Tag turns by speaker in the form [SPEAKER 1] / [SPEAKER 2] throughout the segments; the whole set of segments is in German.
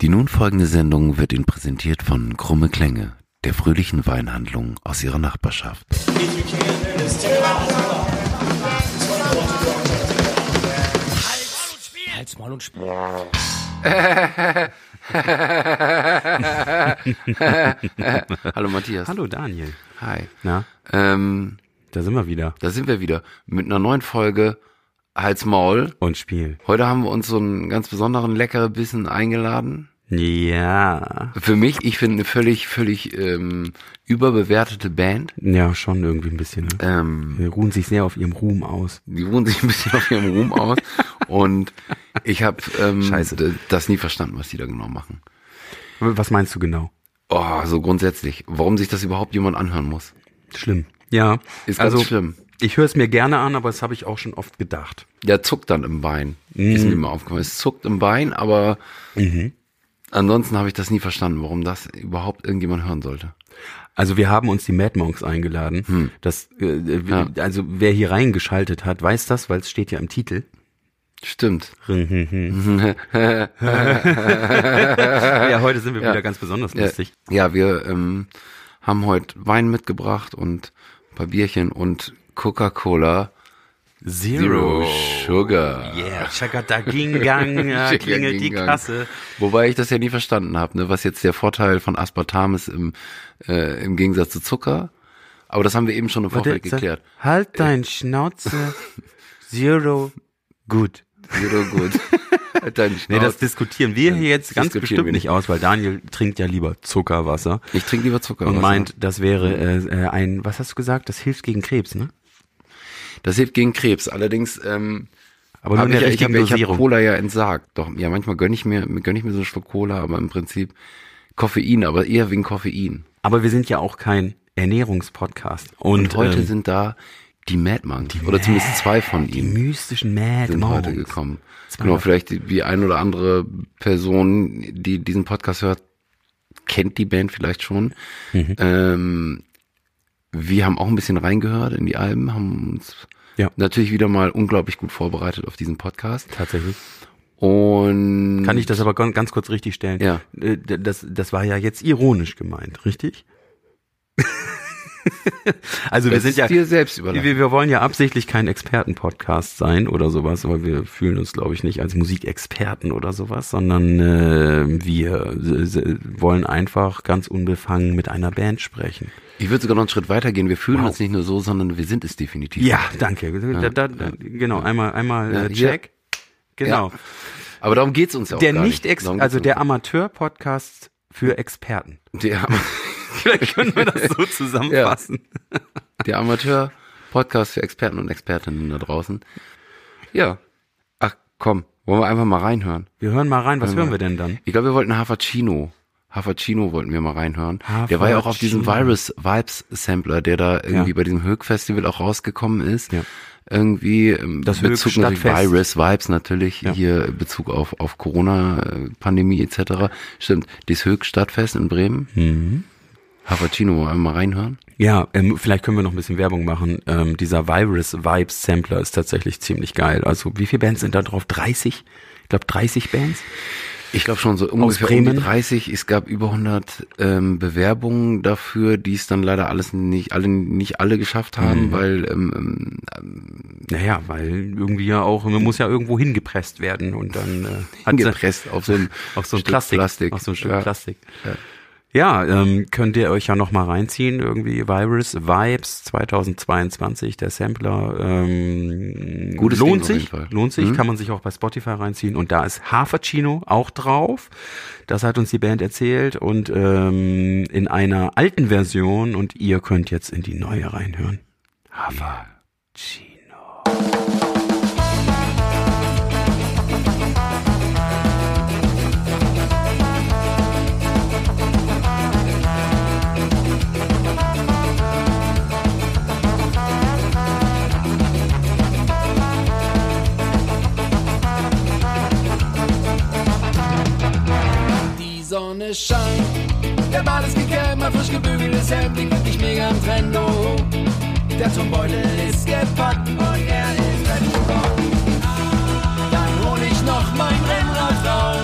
[SPEAKER 1] Die nun folgende Sendung wird Ihnen präsentiert von Krumme Klänge, der fröhlichen Weinhandlung aus Ihrer Nachbarschaft.
[SPEAKER 2] Halt's Maul und Spiel.
[SPEAKER 1] Hallo Matthias.
[SPEAKER 2] Hallo Daniel.
[SPEAKER 1] Hi.
[SPEAKER 2] Na,
[SPEAKER 1] Ähm,
[SPEAKER 2] da sind wir wieder.
[SPEAKER 1] da sind wir wieder mit einer neuen Folge Hals Maul.
[SPEAKER 2] Und Spiel.
[SPEAKER 1] Heute haben wir uns so einen ganz besonderen leckeren Bissen eingeladen.
[SPEAKER 2] Ja.
[SPEAKER 1] Für mich, ich finde eine völlig, völlig ähm, überbewertete Band.
[SPEAKER 2] Ja, schon irgendwie ein bisschen. Ne?
[SPEAKER 1] Ähm,
[SPEAKER 2] Wir ruhen sich sehr auf ihrem Ruhm aus.
[SPEAKER 1] die ruhen sich ein bisschen auf ihrem Ruhm aus. Und ich habe ähm,
[SPEAKER 2] Scheiße.
[SPEAKER 1] d- das nie verstanden, was die da genau machen.
[SPEAKER 2] Was meinst du genau?
[SPEAKER 1] Oh, so grundsätzlich. Warum sich das überhaupt jemand anhören muss.
[SPEAKER 2] Schlimm. Ja.
[SPEAKER 1] Ist ganz
[SPEAKER 2] also,
[SPEAKER 1] schlimm.
[SPEAKER 2] Ich höre es mir gerne an, aber das habe ich auch schon oft gedacht.
[SPEAKER 1] Der zuckt dann im Bein. Ist mir mal aufgefallen. Es zuckt im Bein, aber Mhm. ansonsten habe ich das nie verstanden, warum das überhaupt irgendjemand hören sollte.
[SPEAKER 2] Also wir haben uns die Mad Monks eingeladen. Das, äh, äh,
[SPEAKER 1] Hm. Ja.
[SPEAKER 2] Also wer hier reingeschaltet hat, weiß das, weil es steht ja im Titel.
[SPEAKER 1] Stimmt.
[SPEAKER 2] Ja, heute sind wir
[SPEAKER 1] Ja.
[SPEAKER 2] wieder ganz besonders
[SPEAKER 1] Ja,
[SPEAKER 2] lustig.
[SPEAKER 1] ja wir ähm, haben heute Wein mitgebracht und ein paar Bierchen und Coca-Cola Zero Sugar.
[SPEAKER 2] Yeah, Chakatagingang, äh, klingelt die
[SPEAKER 1] Gang.
[SPEAKER 2] Kasse.
[SPEAKER 1] Wobei ich das ja nie verstanden habe, ne? was jetzt der Vorteil von Aspartam ist im, äh, im Gegensatz zu Zucker. Aber das haben wir eben schon im Vorfeld
[SPEAKER 2] Warte, sag-
[SPEAKER 1] geklärt. Äh.
[SPEAKER 2] Halt dein Schnauze. Zero good.
[SPEAKER 1] Zero gut. Halt deinen
[SPEAKER 2] Nee, das
[SPEAKER 1] Schnauz.
[SPEAKER 2] diskutieren wir hier jetzt ganz
[SPEAKER 1] diskutieren
[SPEAKER 2] bestimmt
[SPEAKER 1] wir nicht.
[SPEAKER 2] nicht aus, weil Daniel trinkt ja lieber Zuckerwasser
[SPEAKER 1] ich trinke lieber Zucker.
[SPEAKER 2] und meint, das wäre äh, äh, ein, was hast du gesagt, das hilft gegen Krebs, ne?
[SPEAKER 1] das hilft gegen Krebs. Allerdings ähm,
[SPEAKER 2] Aber nur
[SPEAKER 1] hab
[SPEAKER 2] in der
[SPEAKER 1] ich, ich, hab-
[SPEAKER 2] richtigen
[SPEAKER 1] ich hab
[SPEAKER 2] Dosierung.
[SPEAKER 1] Cola ja entsagt. Doch, ja, manchmal gönn ich mir, gönn ich mir so einen Schluck Cola, aber im Prinzip Koffein, aber eher wegen Koffein.
[SPEAKER 2] Aber wir sind ja auch kein Ernährungspodcast. Und,
[SPEAKER 1] Und heute
[SPEAKER 2] ähm,
[SPEAKER 1] sind da die Mad Monks, oder zumindest zwei von
[SPEAKER 2] die
[SPEAKER 1] ihnen.
[SPEAKER 2] mystischen Mad
[SPEAKER 1] sind
[SPEAKER 2] Monks.
[SPEAKER 1] heute gekommen.
[SPEAKER 2] Genau. Zwei.
[SPEAKER 1] Genau, vielleicht die, die ein oder andere Person, die diesen Podcast hört, kennt die Band vielleicht schon.
[SPEAKER 2] Mhm.
[SPEAKER 1] Ähm, wir haben auch ein bisschen reingehört in die Alben, haben uns
[SPEAKER 2] Ja.
[SPEAKER 1] natürlich wieder mal unglaublich gut vorbereitet auf diesen Podcast.
[SPEAKER 2] Tatsächlich.
[SPEAKER 1] Und
[SPEAKER 2] Kann ich das aber ganz, ganz kurz richtig stellen?
[SPEAKER 1] Ja.
[SPEAKER 2] Äh, d- Das, das war ja jetzt ironisch gemeint, richtig? also wir
[SPEAKER 1] das
[SPEAKER 2] sind
[SPEAKER 1] ist
[SPEAKER 2] ja,
[SPEAKER 1] dir selbst überlassen.
[SPEAKER 2] wir, wir wollen ja absichtlich kein Expertenpodcast sein oder sowas, aber wir fühlen uns, glaube ich, nicht als Musikexperten oder sowas, sondern äh, wir s- s- wollen einfach ganz unbefangen mit einer Band sprechen.
[SPEAKER 1] Ich würde sogar noch einen Schritt weitergehen. Wir fühlen
[SPEAKER 2] Wow.
[SPEAKER 1] uns nicht nur so, sondern wir sind es definitiv.
[SPEAKER 2] Ja, danke. Da, da, da, genau, einmal, einmal
[SPEAKER 1] Ja,
[SPEAKER 2] äh,
[SPEAKER 1] hier.
[SPEAKER 2] check. Genau.
[SPEAKER 1] Aber darum geht's uns ja auch
[SPEAKER 2] Der
[SPEAKER 1] gar
[SPEAKER 2] nicht,
[SPEAKER 1] nicht.
[SPEAKER 2] ex
[SPEAKER 1] Darum
[SPEAKER 2] also
[SPEAKER 1] geht's
[SPEAKER 2] der Amateur-Podcast für Experten.
[SPEAKER 1] uns- der,
[SPEAKER 2] Vielleicht können wir das so zusammenfassen.
[SPEAKER 1] der Amateur-Podcast für Experten und Expertinnen da draußen. Ja. Ach komm, wollen wir einfach mal reinhören.
[SPEAKER 2] Wir hören mal rein, was hören wir denn dann?
[SPEAKER 1] Ich glaube, wir wollten Hafercino. Hafercino wollten wir mal reinhören. Der war ja auch auf diesem
[SPEAKER 2] Hafercino.
[SPEAKER 1] Virus Vibes Sampler, der da irgendwie
[SPEAKER 2] Ja.
[SPEAKER 1] bei diesem Höck Festival auch rausgekommen ist.
[SPEAKER 2] Ja.
[SPEAKER 1] Irgendwie ähm,
[SPEAKER 2] Das
[SPEAKER 1] Bezug
[SPEAKER 2] Höck
[SPEAKER 1] natürlich
[SPEAKER 2] Stadtfest.
[SPEAKER 1] Virus Vibes natürlich hier Bezug auf auf Corona äh, Pandemie etc. Stimmt, das Höck Stadtfest in Bremen.
[SPEAKER 2] Mhm.
[SPEAKER 1] Hafercino wollen wir mal reinhören.
[SPEAKER 2] Ja, ähm, vielleicht können wir noch ein bisschen Werbung machen. Ähm, dieser Virus Vibes Sampler ist tatsächlich ziemlich geil. Also wie viele Bands sind da drauf? 30? Ich glaube 30 Bands.
[SPEAKER 1] Ich glaube schon so ungefähr um die
[SPEAKER 2] Bremen?
[SPEAKER 1] 30. Es gab über 100 ähm, Bewerbungen dafür, die es dann leider alles nicht alle nicht alle geschafft
[SPEAKER 2] Mhm.
[SPEAKER 1] haben, weil ähm, ähm,
[SPEAKER 2] Naja, weil irgendwie ja auch, man muss ja irgendwo hingepresst werden und dann äh, hat sie-
[SPEAKER 1] hingepresst auf so ein,
[SPEAKER 2] auf so ein
[SPEAKER 1] Stück
[SPEAKER 2] Plastik,
[SPEAKER 1] Plastik.
[SPEAKER 2] Auf so ein Stück
[SPEAKER 1] Ja.
[SPEAKER 2] Plastik. Ja, ähm, könnt ihr euch ja noch mal reinziehen, irgendwie Virus Vibes 2022, der Sampler. Ähm,
[SPEAKER 1] Gutes Ding
[SPEAKER 2] lohnt
[SPEAKER 1] auf
[SPEAKER 2] sich,
[SPEAKER 1] jeden Fall. Mhm.
[SPEAKER 2] lohnt sich, kann man sich auch bei Spotify reinziehen. Und da ist Hafercino auch drauf. Das hat uns die Band erzählt und ähm, in einer alten Version und ihr könnt jetzt in die neue reinhören. Hafercino.
[SPEAKER 3] Die Sonne scheint, der Ball ist gekämmt, frisch gebügeltes Hemd liegt wirklich mega im Trend, oh. Der Turmbeutel ist gepackt und er ist ready to go. Dann hol ich noch mein Rennrad raus.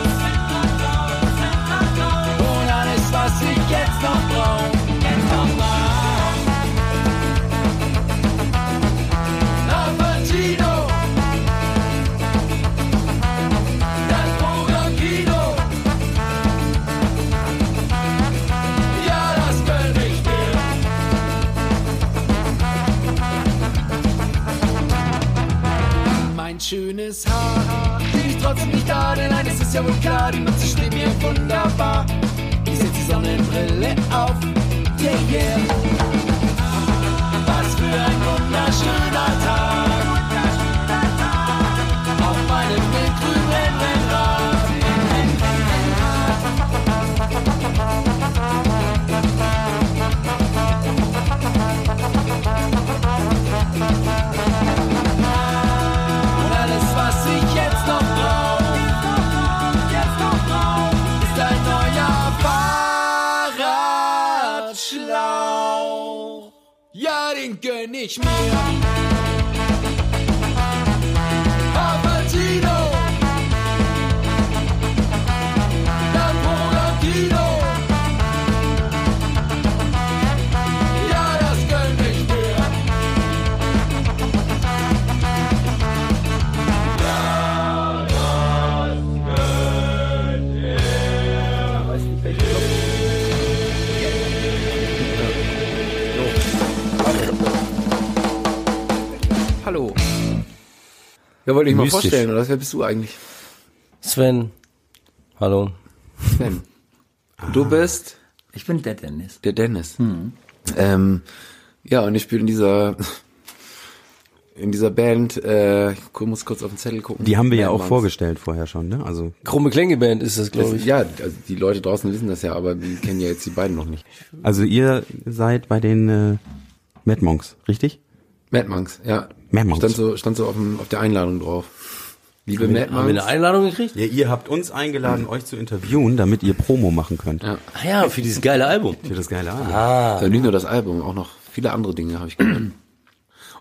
[SPEAKER 4] klar, die Mütze steht mir wunderbar. Ich setz die Sonnenbrille auf, yeah, yeah. Was für ein wunderschöner Tag. Auf meinem wildgrünen Rad. Und alles, was ich jetzt noch brauch, jetzt noch brauch, ist ein neuer Fahrradschlauch. Ja, den gönn ich mir. Papagino. Lamborghino. Ja, das gönn ich mir.
[SPEAKER 1] Hallo. Ja, wollte ich mal
[SPEAKER 5] Mystisch.
[SPEAKER 1] vorstellen, oder? Wer bist du eigentlich?
[SPEAKER 5] Sven. Hallo.
[SPEAKER 1] Sven.
[SPEAKER 3] Ah.
[SPEAKER 1] Du bist
[SPEAKER 3] Ich bin der Dennis.
[SPEAKER 1] der Dennis.
[SPEAKER 2] Mhm.
[SPEAKER 1] Ähm, ja, und ich spiele in dieser in dieser Band, äh, ich gu- muss kurz auf den Zettel gucken.
[SPEAKER 2] Die haben wir ja auch
[SPEAKER 1] Bandmanns.
[SPEAKER 2] vorgestellt vorher schon, ne? Also
[SPEAKER 5] Krumme Klingeband ist das, glaube
[SPEAKER 1] Das,
[SPEAKER 5] ich.
[SPEAKER 1] ja, also die Leute draußen wissen das ja, aber die kennen ja jetzt die beiden noch nicht.
[SPEAKER 2] Also ihr seid bei den äh, Mad Monks, richtig?
[SPEAKER 1] Mad Monks, ja.
[SPEAKER 2] Mad Monks.
[SPEAKER 1] Stand so, stand so auf, dem, auf der Einladung drauf. Liebe Mad
[SPEAKER 5] Haben wir eine
[SPEAKER 1] Monks.
[SPEAKER 5] Einladung gekriegt?
[SPEAKER 2] Ja, ihr habt uns eingeladen, euch zu interviewen, damit ihr Promo machen könnt.
[SPEAKER 1] Ja.
[SPEAKER 5] Ah ja, für dieses geile Album.
[SPEAKER 2] Für das geile Album.
[SPEAKER 1] Also nicht nur das Album, auch noch viele andere Dinge habe ich gehört.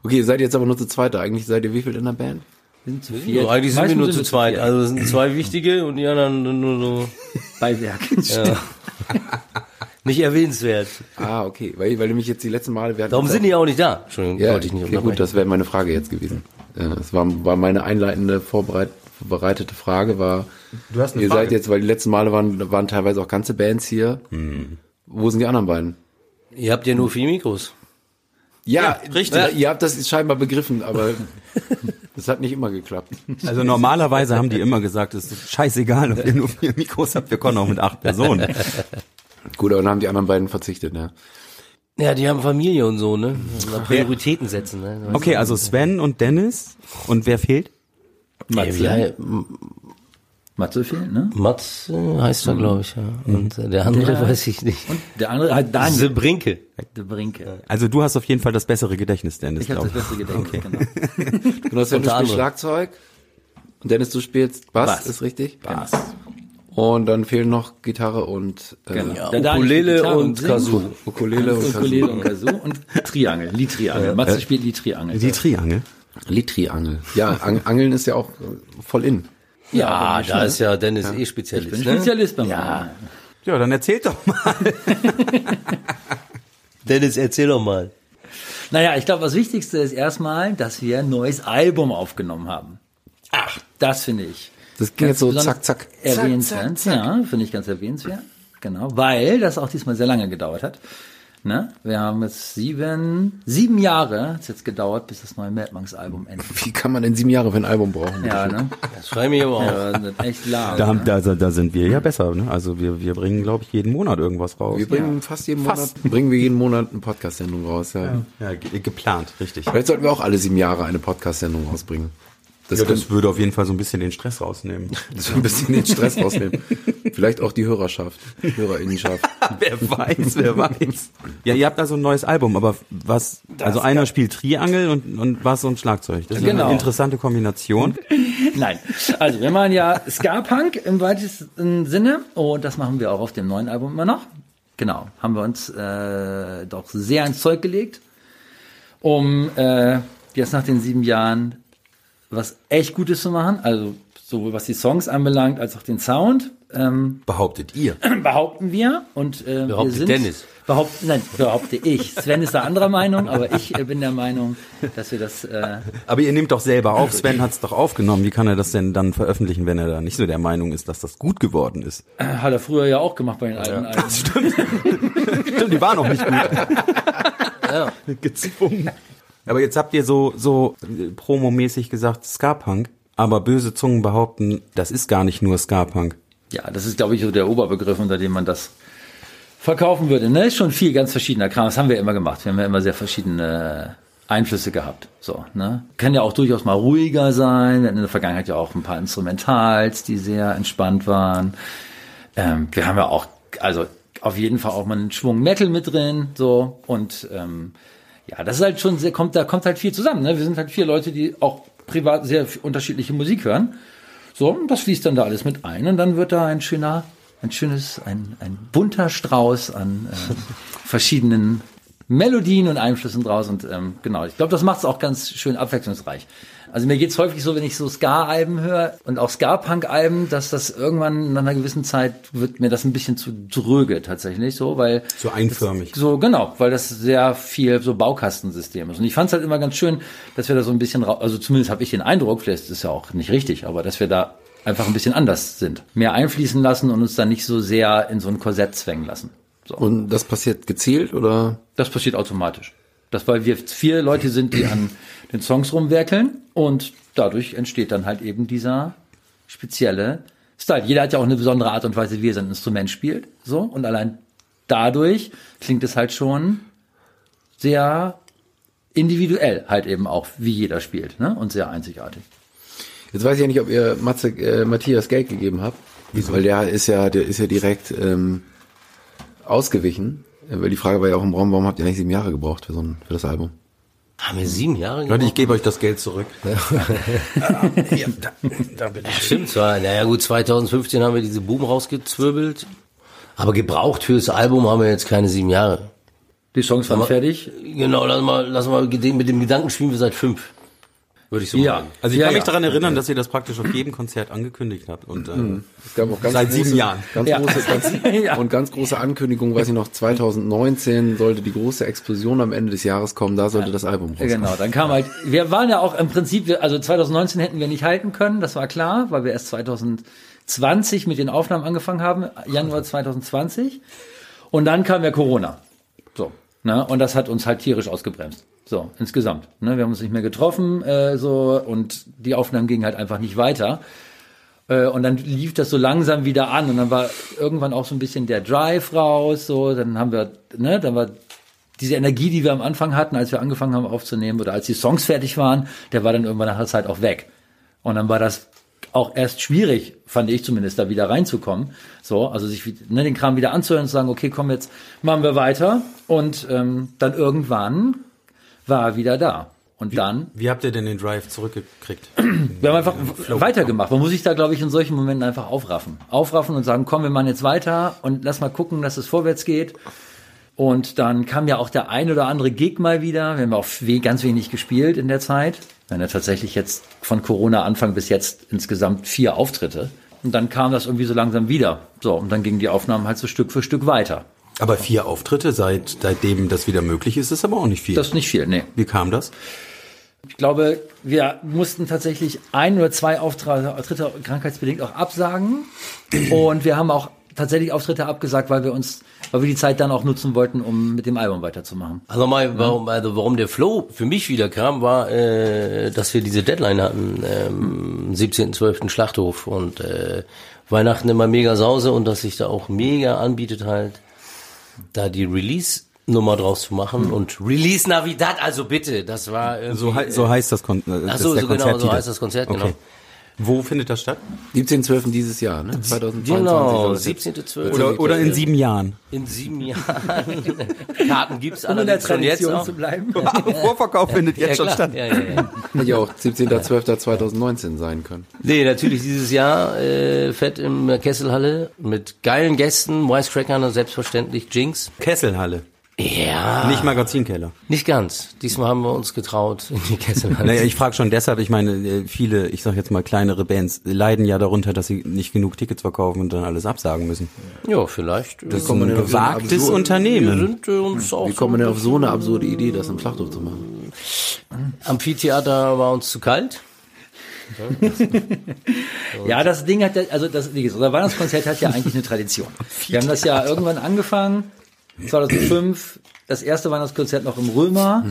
[SPEAKER 1] Okay, ihr seid jetzt aber nur zu zweit da. Eigentlich seid ihr wie viel in der Band?
[SPEAKER 3] Wir sind zu viert.
[SPEAKER 5] So, eigentlich sind wir
[SPEAKER 3] Meistens
[SPEAKER 5] nur zu zweit.
[SPEAKER 3] viert.
[SPEAKER 5] Also es sind zwei wichtige und die anderen nur so
[SPEAKER 3] Beiwerk.
[SPEAKER 5] nicht erwähnenswert.
[SPEAKER 1] Ah, okay. Weil, weil nämlich jetzt die letzten Male werden.
[SPEAKER 5] Darum sind die auch nicht da. Entschuldigung,
[SPEAKER 1] Ja,
[SPEAKER 5] wollte ich nicht
[SPEAKER 1] okay, gut,
[SPEAKER 5] unterbrechen.
[SPEAKER 1] das wäre meine Frage jetzt gewesen. Äh, Es war, war meine einleitende, vorbereit- vorbereitete Frage war,
[SPEAKER 2] Du hast eine
[SPEAKER 1] ihr
[SPEAKER 2] Frage.
[SPEAKER 1] seid jetzt, weil die letzten Male waren, waren teilweise auch ganze Bands hier.
[SPEAKER 2] Mhm.
[SPEAKER 1] Wo sind die anderen beiden?
[SPEAKER 5] Ihr habt ja nur vier Mikros.
[SPEAKER 1] Ja,
[SPEAKER 5] Ja, richtig.
[SPEAKER 1] äh, Ihr habt das scheinbar begriffen, aber das hat nicht immer geklappt.
[SPEAKER 2] Also normalerweise haben die immer gesagt, es ist scheißegal, ob ihr nur vier Mikros habt, wir kommen auch mit acht Personen.
[SPEAKER 1] Gut, aber dann haben die anderen beiden verzichtet, ne?
[SPEAKER 5] Ja, die haben Familie und so, ne? Und da Prioritäten setzen, ne?
[SPEAKER 2] Okay, also Sven und Dennis. Und wer fehlt?
[SPEAKER 3] Matze.
[SPEAKER 5] Ja, ja,
[SPEAKER 3] Matze fehlt, ne?
[SPEAKER 5] Mats äh, heißt er, glaube ich, ja. Und äh, der andere weiß ich nicht.
[SPEAKER 3] Und der andere hat Daniel.
[SPEAKER 5] Sebrinke.
[SPEAKER 3] De Brinke.
[SPEAKER 2] Also du hast auf jeden Fall das bessere Gedächtnis, Dennis,
[SPEAKER 3] Ich habe
[SPEAKER 2] glaube
[SPEAKER 3] das
[SPEAKER 2] ich.
[SPEAKER 3] beste Gedächtnis, genau.
[SPEAKER 1] Genau, Sven, du
[SPEAKER 5] Unter
[SPEAKER 1] spielst
[SPEAKER 5] anderem.
[SPEAKER 1] Schlagzeug. Und Dennis, du spielst Bass,
[SPEAKER 3] Bass.
[SPEAKER 1] ist richtig?
[SPEAKER 3] Bass.
[SPEAKER 1] Und dann fehlen noch Gitarre und äh,
[SPEAKER 3] Genau. Der
[SPEAKER 5] Der
[SPEAKER 3] Daniel
[SPEAKER 5] Ukulele
[SPEAKER 3] spielt Gitarre
[SPEAKER 5] und
[SPEAKER 3] singt.
[SPEAKER 5] Kazoo.
[SPEAKER 1] Ukulele und
[SPEAKER 3] Ukulele
[SPEAKER 1] Kazoo.
[SPEAKER 3] und Kazoo und Triangel, Li Triangel. Matze spielt Li Triangel.
[SPEAKER 2] Die Triangel.
[SPEAKER 1] Litri-Angel. Ja, Ang Angeln ist ja auch äh, voll in.
[SPEAKER 5] Ja, da ist ja Dennis eh Spezialist.
[SPEAKER 3] bin
[SPEAKER 5] ne?
[SPEAKER 3] Spezialist beim ja.
[SPEAKER 2] Ja, dann erzählt doch mal.
[SPEAKER 5] Dennis, erzähl doch mal.
[SPEAKER 3] Naja, ich glaube, das Wichtigste ist erstmal, dass wir ein neues Album aufgenommen haben. Ach, das finde ich.
[SPEAKER 1] Das ging jetzt so zack,
[SPEAKER 3] besonders
[SPEAKER 1] zack.
[SPEAKER 3] Erwähnenswert. Ja, finde ich ganz erwähnenswert. Genau, weil das auch diesmal sehr lange gedauert hat. Ne? Wir haben jetzt sieben, sieben Jahre hat's jetzt gedauert, bis das neue Mad Monks Album endet.
[SPEAKER 1] Wie kann man denn sieben Jahre für ein Album brauchen?
[SPEAKER 3] Ja, ne?
[SPEAKER 5] Das schreibe ich aber auch.
[SPEAKER 3] Ja, das ist echt lang.
[SPEAKER 2] Da, haben- da, da sind wir ja besser. Ne? Also wir, wir bringen, glaube ich, jeden Monat irgendwas raus.
[SPEAKER 1] Wir bringen fast jeden Monat, bringen wir jeden Monat eine Podcast-Sendung raus. Ja.
[SPEAKER 2] Ja, ge- geplant, richtig.
[SPEAKER 1] Vielleicht sollten wir auch alle sieben Jahre eine Podcast-Sendung rausbringen. Das
[SPEAKER 2] Ja,
[SPEAKER 1] könnte
[SPEAKER 2] das würde auf jeden Fall so ein bisschen den Stress rausnehmen.
[SPEAKER 1] so ein bisschen den Stress rausnehmen. Vielleicht auch die Hörerschaft, die Hörerinnenschaft.
[SPEAKER 2] wer weiß, wer weiß. Ja, ihr habt also ein neues Album, aber was, also einer spielt Triangel und, und was und Schlagzeug. Das ist
[SPEAKER 3] Genau.
[SPEAKER 2] eine interessante Kombination.
[SPEAKER 3] Nein. Also, wir machen ja Ska-Punk im weitesten Sinne und das machen wir auch auf dem neuen Album immer noch. Genau, haben wir uns äh, doch sehr ins Zeug gelegt, um äh, jetzt nach den sieben Jahren was echt Gutes zu machen. Also sowohl was die Songs anbelangt, als auch den Sound. Ähm,
[SPEAKER 2] Behauptet ihr.
[SPEAKER 3] behaupten wir und äh,
[SPEAKER 5] Behauptet
[SPEAKER 3] wir sind,
[SPEAKER 5] Dennis.
[SPEAKER 3] Behaupt, nein, behaupte ich. Sven ist da anderer Meinung, aber ich äh, bin der Meinung, dass wir das äh,
[SPEAKER 2] Aber ihr nehmt doch selber auf. Sven hat's doch aufgenommen. Wie kann er das denn dann veröffentlichen, wenn er da nicht so der Meinung ist, dass das gut geworden ist?
[SPEAKER 3] hat er früher ja auch gemacht bei den alten Alben.
[SPEAKER 2] Stimmt, die war noch nicht gut. Gezwungen. Aber jetzt habt ihr so, so äh, promomäßig gesagt Ska-Punk, aber böse Zungen behaupten, das ist gar nicht nur Ska-Punk.
[SPEAKER 6] Ja, das ist, glaube ich, so der Oberbegriff, unter dem man das verkaufen würde. Ne? Ist schon viel ganz verschiedener Kram. Das haben wir ja immer gemacht. Wir haben ja immer sehr verschiedene Einflüsse gehabt. So, ne? Kann ja auch durchaus mal ruhiger sein. Wir hatten in der Vergangenheit ja auch ein paar Instrumentals, die sehr entspannt waren. Ähm, wir haben ja auch, also auf jeden Fall auch mal einen Schwung Metal mit drin. So und ähm, ja, das ist halt schon sehr, kommt, da kommt halt viel zusammen. Ne? Wir sind halt vier Leute, die auch privat sehr unterschiedliche Musik hören. So, und das fließt dann da alles mit ein und dann wird da ein schöner, ein schönes, ein, ein bunter Strauß an äh, verschiedenen Melodien und Einflüssen draus. Und ähm, genau, ich glaube, das macht es auch ganz schön abwechslungsreich. Also mir geht's häufig so, wenn ich so Ska-Alben höre und auch Ska-Punk-Alben, dass das irgendwann nach einer gewissen Zeit wird mir das ein bisschen zu dröge tatsächlich so, weil
[SPEAKER 2] So einförmig.
[SPEAKER 6] so, genau, weil das sehr viel so Baukastensystem ist. Und ich fand es halt immer ganz schön, dass wir da so ein bisschen, rau- also zumindest habe ich den Eindruck, vielleicht ist es ja auch nicht richtig, aber dass wir da einfach ein bisschen anders sind. Mehr einfließen lassen und uns dann nicht so sehr in so ein Korsett zwängen lassen. So.
[SPEAKER 7] Und das passiert gezielt oder?
[SPEAKER 6] Das passiert automatisch. Das, weil wir vier Leute sind, die an den Songs rumwerkeln und dadurch entsteht dann halt eben dieser spezielle Style. Jeder hat ja auch eine besondere Art und Weise, wie er sein Instrument spielt. So. Und allein dadurch klingt es halt schon sehr individuell halt eben auch, wie jeder spielt, ne? Und sehr einzigartig.
[SPEAKER 7] Jetzt weiß ich ja nicht, ob ihr Matze, äh, Matthias Geld gegeben habt. Wieso? Weil der ist ja, der ist ja direkt ähm, ausgewichen. Äh, Weil die Frage war ja auch im Raum, warum habt ihr eigentlich sieben Jahre gebraucht für so ein, für das Album?
[SPEAKER 5] Haben wir sieben Jahre
[SPEAKER 1] Leute, ich
[SPEAKER 5] gebraucht?
[SPEAKER 1] gebe euch das Geld zurück. ja, da, da bin ich.
[SPEAKER 5] Stimmt zwar, naja gut, 2015 haben wir diese Boom rausgezwirbelt, aber gebraucht fürs Album haben wir jetzt keine sieben Jahre.
[SPEAKER 6] Die Songs waren
[SPEAKER 5] Aber-
[SPEAKER 6] fertig.
[SPEAKER 5] Genau, lass mal, lass mal den- mit dem Gedanken spielen wir seit fünf. Würde ich so
[SPEAKER 6] Ja.
[SPEAKER 5] sagen.
[SPEAKER 2] Also ich
[SPEAKER 6] Ja,
[SPEAKER 2] kann mich
[SPEAKER 6] ja.
[SPEAKER 2] daran erinnern, dass ihr das praktisch auf jedem Konzert angekündigt habt. Und äh,
[SPEAKER 7] Es gab auch ganz
[SPEAKER 2] Seit sieben Jahren.
[SPEAKER 7] Ganz
[SPEAKER 6] Ja.
[SPEAKER 7] große, ganz,
[SPEAKER 6] Ja.
[SPEAKER 7] Und ganz große Ankündigung, weiß ich noch, 2019 sollte die große Explosion am Ende des Jahres kommen, da sollte das Album rauskommen.
[SPEAKER 6] Genau, dann kam halt, wir waren ja auch im Prinzip, wir- also 2019 hätten wir nicht halten können, das war klar, weil wir erst 2020 mit den Aufnahmen angefangen haben, Januar 2020. Und dann kam ja Corona. So, ne? Und das hat uns halt tierisch ausgebremst. So, insgesamt. Ne? Wir haben uns nicht mehr getroffen, äh, so, und die Aufnahmen gingen halt einfach nicht weiter. Äh, Und dann lief das so langsam wieder an und dann war irgendwann auch so ein bisschen der Drive raus, so, dann haben wir, ne, dann war diese Energie, die wir am Anfang hatten, als wir angefangen haben aufzunehmen oder als die Songs fertig waren, der war dann irgendwann nach der Zeit auch weg. Und dann war das auch erst schwierig, fand ich zumindest, da wieder reinzukommen. So, also sich wie- ne, den Kram wieder anzuhören und zu sagen, okay, komm, jetzt machen wir weiter. Und ähm, dann irgendwann war er wieder da. Und dann
[SPEAKER 1] Wie habt ihr denn den Drive zurückgekriegt?
[SPEAKER 6] wir haben einfach w- weitergemacht. Man muss sich da, glaube ich, in solchen Momenten einfach aufraffen. Aufraffen und sagen, komm, wir machen jetzt weiter und lass mal gucken, dass es vorwärts geht. Und dann kam ja auch der ein oder andere Gig mal wieder. Wir haben auch we- ganz wenig gespielt in der Zeit. Wir haben ja tatsächlich jetzt von Corona Anfang bis jetzt insgesamt vier Auftritte. Und dann kam das irgendwie so langsam wieder. So, und dann gingen die Aufnahmen halt so Stück für Stück weiter.
[SPEAKER 1] Aber vier Auftritte seit seitdem das wieder möglich ist, ist aber auch nicht viel.
[SPEAKER 6] Das ist nicht viel, nee.
[SPEAKER 1] Wie kam das?
[SPEAKER 6] Ich glaube, wir mussten tatsächlich ein oder zwei Auftra- Auftritte krankheitsbedingt auch absagen. Und wir haben auch tatsächlich Auftritte abgesagt, weil wir uns, weil wir die Zeit dann auch nutzen wollten, um mit dem Album weiterzumachen.
[SPEAKER 5] Also nochmal, warum, also warum der Flow für mich wieder kam, war, äh, dass wir diese Deadline
[SPEAKER 2] Hm.
[SPEAKER 5] hatten, ähm, 17.12. Schlachthof und äh, Weihnachten immer mega Sause und dass sich da auch mega anbietet halt, da die Release-Nummer draus zu machen
[SPEAKER 2] Hm.
[SPEAKER 5] und Release Navidad, also bitte, das war irgendwie,
[SPEAKER 2] so, hei- so heißt das, Kon äh,
[SPEAKER 5] Ach
[SPEAKER 2] das
[SPEAKER 5] so,
[SPEAKER 2] ist der
[SPEAKER 5] so genau, so
[SPEAKER 2] Konzerttitel.
[SPEAKER 5] heißt das Konzert, genau.
[SPEAKER 2] Okay. Wo findet das statt?
[SPEAKER 7] 17.12. dieses Jahr, ne? 2022.
[SPEAKER 5] Genau,
[SPEAKER 7] soll das jetzt-
[SPEAKER 5] 17.12.
[SPEAKER 2] Oder, oder in sieben Jahren?
[SPEAKER 5] in sieben Jahren. Karten gibt's
[SPEAKER 6] Um in der
[SPEAKER 5] allerdings schon jetzt
[SPEAKER 6] Tradition
[SPEAKER 5] auch.
[SPEAKER 6] zu bleiben.
[SPEAKER 2] Vorverkauf findet jetzt schon
[SPEAKER 5] klar.
[SPEAKER 2] statt.
[SPEAKER 5] Ja, ja, ja.
[SPEAKER 7] Hätte ja auch 17.12.2019 sein können.
[SPEAKER 5] Nee, natürlich dieses Jahr äh, fett im Kesselhalle mit geilen Gästen, Wisecrackern und selbstverständlich Jinx.
[SPEAKER 2] Kesselhalle,
[SPEAKER 5] Ja,
[SPEAKER 2] Ah. nicht Magazinkeller.
[SPEAKER 5] nicht ganz. Diesmal haben wir uns getraut in die Kesselhalle.
[SPEAKER 2] Naja, ich frage schon deshalb, ich meine, äh, viele, ich sag jetzt mal kleinere Bands, leiden ja darunter, dass sie nicht genug Tickets verkaufen und dann alles absagen müssen.
[SPEAKER 5] ja, vielleicht. Das
[SPEAKER 2] So ein
[SPEAKER 7] denn auf so einen
[SPEAKER 2] gewagtes
[SPEAKER 7] absurden-
[SPEAKER 5] wir
[SPEAKER 2] Unternehmen.
[SPEAKER 5] sind äh, uns auch
[SPEAKER 7] Wie kommt man denn auf so eine absurde Idee, das im Schlachthof zu machen?
[SPEAKER 5] Amphitheater war uns zu kalt.
[SPEAKER 6] Ja, das Ding hat, ja- also das, wie gesagt, unser Weihnachtskonzert hat ja eigentlich eine Tradition. Wir haben das ja irgendwann
[SPEAKER 5] Mhm,
[SPEAKER 6] angefangen, 2005, das erste Weihnachtskonzert noch im Römer.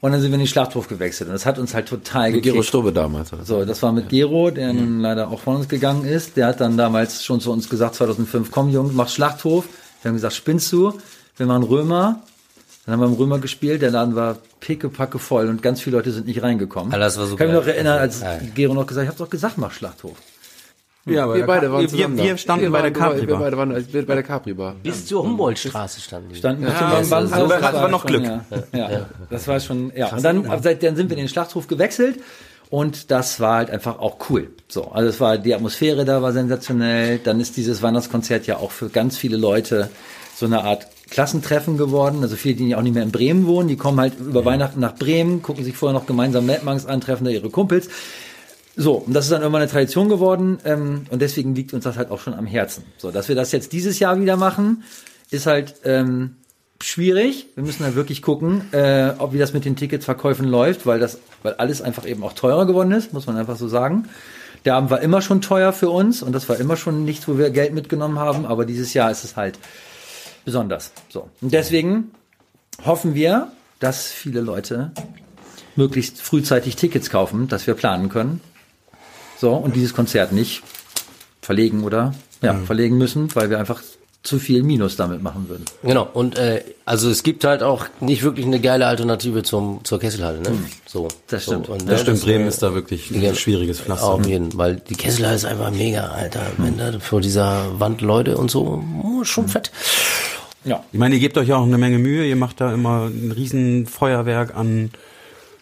[SPEAKER 6] Und dann sind wir in den Schlachthof gewechselt. Und das hat uns halt total
[SPEAKER 1] Mit Gero
[SPEAKER 6] gekriegt.
[SPEAKER 1] Stobe damals. oder?
[SPEAKER 6] So, das war mit Gero, der nun leider auch von uns gegangen ist. Der hat dann damals schon zu uns gesagt, 2005, komm Jungs, mach Schlachthof. Wir haben gesagt, spinnst du? Wir machen Römer. Dann haben wir im Römer gespielt, der Laden war pickepacke voll und ganz viele Leute sind nicht reingekommen.
[SPEAKER 5] Alter, das war super.
[SPEAKER 6] Kann mich noch erinnern, als
[SPEAKER 5] Ja.
[SPEAKER 6] Gero noch gesagt hat, ich hab's doch gesagt, mach Schlachthof.
[SPEAKER 1] Ja, bei
[SPEAKER 2] wir
[SPEAKER 1] der Capri-
[SPEAKER 2] beide waren
[SPEAKER 1] wir-
[SPEAKER 2] zusammen
[SPEAKER 1] wir-
[SPEAKER 2] da.
[SPEAKER 1] Wir standen
[SPEAKER 2] Wir
[SPEAKER 1] bei der
[SPEAKER 2] waren-
[SPEAKER 1] Capri
[SPEAKER 2] wir
[SPEAKER 1] Bar. Wir waren also bei der Capri Bar.
[SPEAKER 5] Bis zur Humboldtstraße standen die.
[SPEAKER 6] Standen wir
[SPEAKER 1] Ja,
[SPEAKER 6] zusammen beim
[SPEAKER 1] so- so-
[SPEAKER 6] Haus,
[SPEAKER 1] das
[SPEAKER 2] war noch
[SPEAKER 6] schon,
[SPEAKER 2] Glück.
[SPEAKER 6] Ja, ja, das war schon, ja. Und dann, ab seitdem sind wir in den Schlachthof gewechselt und das war halt einfach auch cool. So, also es war, die Atmosphäre da war sensationell. Dann ist dieses Weihnachtskonzert ja auch für ganz viele Leute so eine Art Klassentreffen geworden. Also viele, die auch nicht mehr in Bremen wohnen, die kommen halt über Weihnachten nach Bremen, gucken sich vorher noch gemeinsam Madmangs an, treffen da ihre Kumpels. So, und das ist dann irgendwann eine Tradition geworden ähm, und deswegen liegt uns das halt auch schon am Herzen. So, dass wir das jetzt dieses Jahr wieder machen, ist halt ähm, schwierig. Wir müssen da wirklich gucken, äh, ob wie das mit den Ticketsverkäufen läuft, weil das, weil alles einfach eben auch teurer geworden ist, muss man einfach so sagen. Der Abend war immer schon teuer für uns und das war immer schon nichts, wo wir Geld mitgenommen haben, aber dieses Jahr ist es halt besonders. So. Und deswegen hoffen wir, dass viele Leute möglichst frühzeitig Tickets kaufen, dass wir planen können. So, und dieses Konzert nicht verlegen oder ja, verlegen müssen, weil wir einfach zu viel Minus damit machen würden.
[SPEAKER 5] Genau, und äh, also es gibt halt auch nicht wirklich eine geile Alternative zum, zur Kesselhalle, ne? So.
[SPEAKER 6] Das stimmt.
[SPEAKER 5] So, und
[SPEAKER 1] Das stimmt, Bremen
[SPEAKER 5] äh,
[SPEAKER 1] ist da wirklich
[SPEAKER 5] ja,
[SPEAKER 1] ein schwieriges Pflaster.
[SPEAKER 5] Äh, Auf jeden, weil die Kesselhalle ist einfach mega, Alter. Wenn da vor dieser Wand Leute und so, oh, schon fett.
[SPEAKER 6] Ja.
[SPEAKER 2] Ich meine, ihr gebt euch ja auch eine Menge Mühe, ihr macht da immer ein riesen Feuerwerk an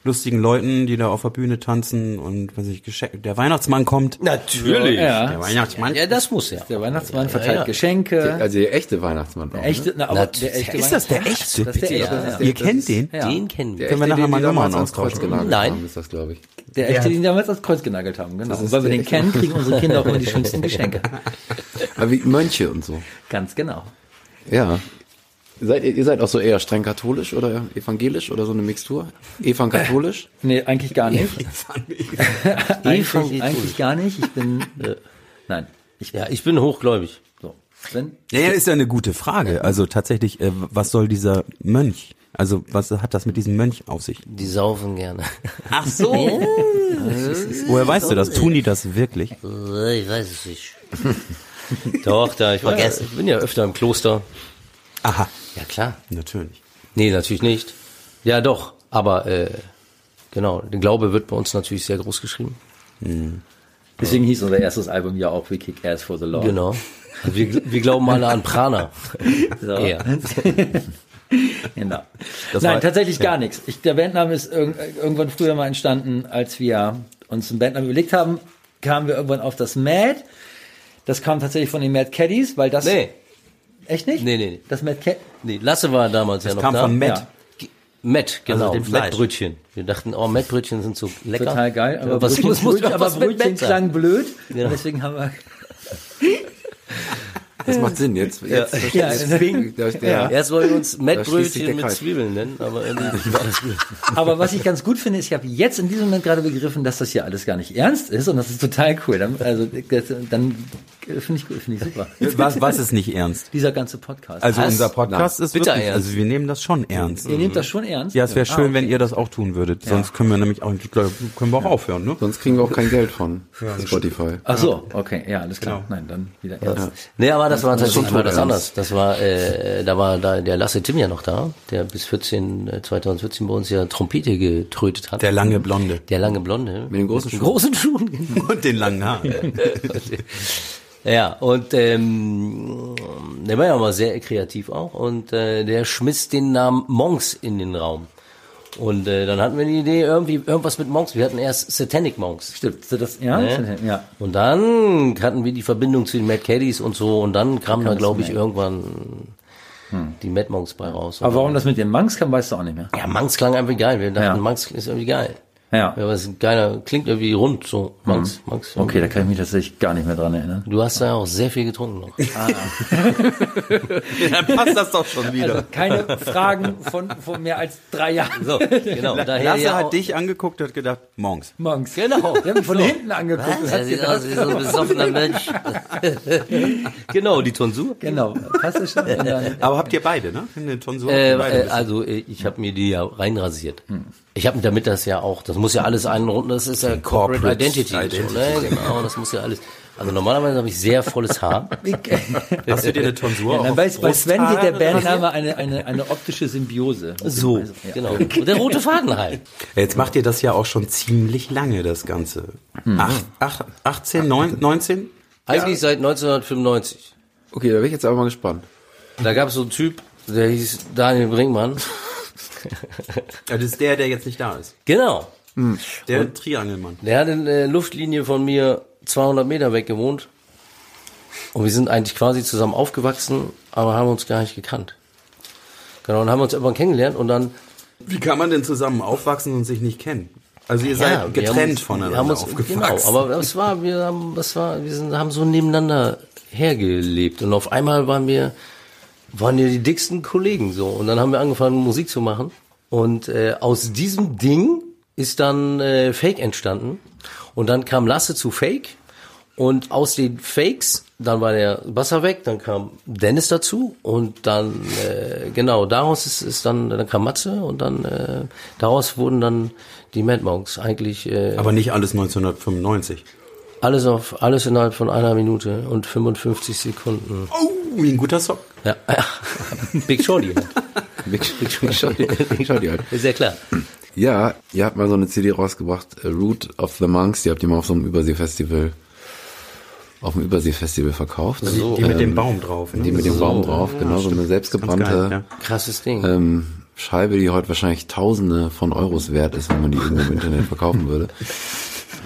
[SPEAKER 2] lustigen Leuten, die da auf der Bühne tanzen und weiß ich, Geschenk- der Weihnachtsmann kommt.
[SPEAKER 5] Natürlich.
[SPEAKER 6] Ja,
[SPEAKER 2] Der Weihnachtsmann.
[SPEAKER 5] Ja, das muss ja.
[SPEAKER 6] der Weihnachtsmann verteilt
[SPEAKER 5] ja.
[SPEAKER 6] Geschenke.
[SPEAKER 1] Also der echte Weihnachtsmann. Auch,
[SPEAKER 6] Echte, na, aber der echte
[SPEAKER 2] Ist das der echte?
[SPEAKER 6] Das ist der echte,
[SPEAKER 5] Ja.
[SPEAKER 2] Ihr kennt den?
[SPEAKER 6] Ja.
[SPEAKER 5] Den kennen
[SPEAKER 1] Der
[SPEAKER 5] wir.
[SPEAKER 2] Können wir
[SPEAKER 1] echte,
[SPEAKER 2] nachher
[SPEAKER 1] den
[SPEAKER 2] mal
[SPEAKER 1] die
[SPEAKER 2] Nummern
[SPEAKER 1] damals ans
[SPEAKER 2] austauschen?
[SPEAKER 1] Kreuz genagelt
[SPEAKER 5] Nein.
[SPEAKER 1] haben, ist das, glaube ich.
[SPEAKER 6] Der echte, den die damals ans Kreuz genagelt haben, genau. Und weil wir den kennen, kriegen unsere Kinder auch immer die schönsten Geschenke.
[SPEAKER 1] Aber wie Mönche und so.
[SPEAKER 6] Ganz genau.
[SPEAKER 1] Ja. Seid ihr, ihr seid auch so eher streng katholisch oder evangelisch oder so eine Mixtur? Evankatholisch?
[SPEAKER 6] Nee, eigentlich gar nicht. eigentlich, eigentlich gar nicht. Ich bin, nein. Ich,
[SPEAKER 5] Ja, ich bin hochgläubig.
[SPEAKER 6] so. Wenn,
[SPEAKER 2] Ja, ja, ist ja eine gute Frage. Also tatsächlich, äh, was soll dieser Mönch? Also was hat das mit diesem Mönch auf sich?
[SPEAKER 5] Die saufen gerne.
[SPEAKER 2] Ach so. Woher weißt du das? Tun die das wirklich?
[SPEAKER 5] Äh, Ich weiß es nicht. Doch, da, ich war gestern. Ich bin ja öfter im Kloster.
[SPEAKER 2] Aha,
[SPEAKER 5] Ja, klar.
[SPEAKER 2] natürlich.
[SPEAKER 5] Nee, natürlich nicht. Ja, doch. Aber äh, genau, der Glaube wird bei uns natürlich sehr groß geschrieben.
[SPEAKER 6] deswegen hieß unser erstes Album ja auch We Kick Ass for the Lord.
[SPEAKER 5] Genau. Also wir, wir glauben alle an Prana.
[SPEAKER 6] So.
[SPEAKER 5] Ja.
[SPEAKER 6] Genau.
[SPEAKER 2] Das
[SPEAKER 6] Nein,
[SPEAKER 2] war-
[SPEAKER 6] tatsächlich gar nichts. Ich, der Bandname ist irg irgendwann früher mal entstanden, als wir uns einen Bandnamen überlegt haben, kamen wir irgendwann auf das Mad. Das kam tatsächlich von den Mad Caddies, weil das
[SPEAKER 5] Nee,
[SPEAKER 6] echt nicht?
[SPEAKER 5] Nee, nee, nee.
[SPEAKER 6] Das Mad Cat
[SPEAKER 5] nee, Lasse war damals ja noch
[SPEAKER 2] Kam
[SPEAKER 5] da.
[SPEAKER 2] von Matt.
[SPEAKER 6] Ja.
[SPEAKER 5] Matt, genau,
[SPEAKER 2] dem Fleisch.
[SPEAKER 5] Mattbrötchen. Wir dachten, oh, Mattbrötchen sind so lecker.
[SPEAKER 6] total geil, aber
[SPEAKER 5] was
[SPEAKER 6] Brötchen,
[SPEAKER 5] muss, muss doch
[SPEAKER 6] aber
[SPEAKER 5] was mit
[SPEAKER 6] Brötchen
[SPEAKER 5] Matt sein?
[SPEAKER 6] klang blöd.
[SPEAKER 5] Genau.
[SPEAKER 6] Und deswegen haben wir
[SPEAKER 1] Das macht Sinn jetzt. jetzt
[SPEAKER 6] Ja,
[SPEAKER 1] deswegen. Der, der,
[SPEAKER 5] Erst wollen wir uns
[SPEAKER 1] schließt sich der
[SPEAKER 5] Mattbrötchen mit
[SPEAKER 1] Kreis.
[SPEAKER 5] Zwiebeln nennen, aber irgendwie war das blöd.
[SPEAKER 6] Aber was ich ganz gut finde, ist, ich habe jetzt in diesem Moment gerade begriffen, dass das hier alles gar nicht ernst ist und das ist total cool. Dann, also das, dann äh, finde ich, gut, finde ich super.
[SPEAKER 2] Was, was ist nicht ernst?
[SPEAKER 6] Dieser ganze Podcast.
[SPEAKER 2] Also
[SPEAKER 5] Was?
[SPEAKER 2] unser Podcast ist
[SPEAKER 5] Bitter
[SPEAKER 2] wirklich,
[SPEAKER 5] ernst.
[SPEAKER 2] also wir nehmen das schon ernst.
[SPEAKER 6] Ihr nehmt das schon ernst?
[SPEAKER 2] Ja, es wäre schön,
[SPEAKER 6] Ah,
[SPEAKER 2] wenn ihr das auch tun würdet. Sonst können wir nämlich auch, ich glaub, können wir auch aufhören, ne?
[SPEAKER 1] Sonst kriegen wir auch kein Geld von Spotify.
[SPEAKER 2] Also-
[SPEAKER 6] Ach so, okay, ja, alles klar.
[SPEAKER 2] Genau.
[SPEAKER 6] Nein, dann wieder ernst.
[SPEAKER 5] Nee, aber das war tatsächlich
[SPEAKER 1] schon
[SPEAKER 5] mal das
[SPEAKER 1] ernst.
[SPEAKER 5] anders. Das war, äh, da war da der Lasse Tim ja noch da, der bis 14, äh, 2014 bei uns ja Trompete getrötet hat.
[SPEAKER 2] Der lange Blonde.
[SPEAKER 5] Der lange Blonde.
[SPEAKER 1] Mit den großen Schuhen.
[SPEAKER 5] großen Schuhen, genau.
[SPEAKER 2] Und den langen Haaren.
[SPEAKER 5] Ja, und ähm, der war ja mal sehr kreativ auch und äh, der schmiss den Namen Monks in den Raum. Und äh, dann hatten wir die Idee, irgendwie irgendwas mit Monks. Wir hatten erst Satanic Monks.
[SPEAKER 6] Stimmt, so das, ja,
[SPEAKER 5] Ne?
[SPEAKER 6] ja.
[SPEAKER 5] Und dann hatten wir die Verbindung zu den Mad Caddies und so und dann kam da, glaube ich, irgendwann die Mad Monks bei raus.
[SPEAKER 6] Hm. Aber warum das mit den Mangs kam, weißt du auch nicht mehr.
[SPEAKER 5] ja, Monks klang einfach geil. Wir dachten,
[SPEAKER 6] Ja.
[SPEAKER 5] Monks ist irgendwie geil.
[SPEAKER 6] Ja.
[SPEAKER 5] Ja, aber es ist ein geiler, klingt irgendwie rund so. Monks, Monks.
[SPEAKER 6] Hm. Okay, da kann ich mich tatsächlich gar nicht mehr dran erinnern.
[SPEAKER 5] Du hast da ja auch sehr viel getrunken noch.
[SPEAKER 2] Dann passt das doch schon wieder.
[SPEAKER 6] Keine Fragen von, von mehr als drei Jahren.
[SPEAKER 5] So, genau.
[SPEAKER 6] Also,
[SPEAKER 5] daher
[SPEAKER 2] Lasse
[SPEAKER 5] ja auch-
[SPEAKER 6] oh.
[SPEAKER 2] hat dich angeguckt und hat gedacht, morgens.
[SPEAKER 6] Monks.
[SPEAKER 5] Genau.
[SPEAKER 6] Die haben mich von hinten angeguckt. und
[SPEAKER 5] Was?
[SPEAKER 6] hat
[SPEAKER 5] Er sieht
[SPEAKER 6] gedacht-
[SPEAKER 5] aus wie so ein besoffener Mensch. genau, die Tonsur.
[SPEAKER 6] Genau, passt das schon? Und dann,
[SPEAKER 2] Aber habt ihr beide, ne? Eine Tonsur? habt
[SPEAKER 5] Äh,
[SPEAKER 2] ihr beide.
[SPEAKER 5] äh, also äh, ich habe mir die ja reinrasiert. Ich habe damit das ja auch. Das muss ja alles einen runden. Das ist ja Corporate,
[SPEAKER 2] Corporate
[SPEAKER 5] Identity.
[SPEAKER 2] Identity,
[SPEAKER 5] So, ne? Genau, das muss ja alles. Also normalerweise habe ich sehr volles Haar.
[SPEAKER 2] Hast du dir eine Tonsur
[SPEAKER 6] Ja,
[SPEAKER 2] auf
[SPEAKER 6] dann bei, bei Sven sieht der
[SPEAKER 2] Brusthaare rasiert?
[SPEAKER 6] Bandname eine, eine, eine optische Symbiose.
[SPEAKER 5] So, genau. Und der rote Faden halt.
[SPEAKER 2] Jetzt macht ihr das ja auch schon ziemlich lange, das Ganze.
[SPEAKER 6] Mhm.
[SPEAKER 2] Acht, acht, 18, neun- 19?
[SPEAKER 5] Eigentlich seit 1995.
[SPEAKER 1] Okay, da bin ich jetzt aber mal gespannt.
[SPEAKER 5] Da gab es so einen Typ, der hieß Daniel Brinkmann.
[SPEAKER 2] Ja, das ist der, der jetzt nicht da ist.
[SPEAKER 5] Genau.
[SPEAKER 2] Der Triangelmann.
[SPEAKER 5] Der hat in der Luftlinie von mir 200 Meter weg gewohnt. Und wir sind eigentlich quasi zusammen aufgewachsen, aber haben uns gar nicht gekannt. Genau, und haben uns irgendwann kennengelernt und dann
[SPEAKER 2] Wie kann man denn zusammen aufwachsen und sich nicht kennen? Also ihr
[SPEAKER 5] ja,
[SPEAKER 2] seid
[SPEAKER 5] wir
[SPEAKER 2] getrennt
[SPEAKER 5] uns-
[SPEAKER 2] voneinander
[SPEAKER 5] haben uns,
[SPEAKER 2] aufgewachsen.
[SPEAKER 5] Genau, aber das war, wir haben, das war, wir sind, haben so nebeneinander hergelebt und auf einmal waren wir, waren wir die dicksten Kollegen so und dann haben wir angefangen Musik zu machen und äh, aus diesem Ding ist dann äh, Fake entstanden und dann kam Lasse zu Fake und aus den Fakes, dann war der Wasser weg, dann kam Dennis dazu und dann, äh, genau, daraus ist, ist dann, dann kam Matze und dann, äh, daraus wurden dann die Mad Monks eigentlich äh,
[SPEAKER 2] aber nicht alles 1995.
[SPEAKER 5] alles auf, alles innerhalb von einer Minute und 55 Sekunden.
[SPEAKER 2] Oh, wie ein guter Song.
[SPEAKER 5] Ja, Big Shorty. halt,
[SPEAKER 1] Big, big, big Shorty, big Shorty halt.
[SPEAKER 5] Ist ja klar.
[SPEAKER 1] Ja, ihr habt mal so eine CD rausgebracht, äh, Root of the Monks, die habt ihr mal auf so einem Überseefestival, auf dem Überseefestival verkauft.
[SPEAKER 2] Also Die mit
[SPEAKER 5] ähm,
[SPEAKER 2] dem Baum drauf. Ne?
[SPEAKER 1] Die mit dem Baum drauf, genau, so eine
[SPEAKER 2] Ganz geil, ja.
[SPEAKER 1] selbstgebrannte
[SPEAKER 5] Krasses Ding.
[SPEAKER 1] ähm, Scheibe, die heute wahrscheinlich Tausende von Euros wert ist, wenn man die irgendwo im Internet verkaufen würde.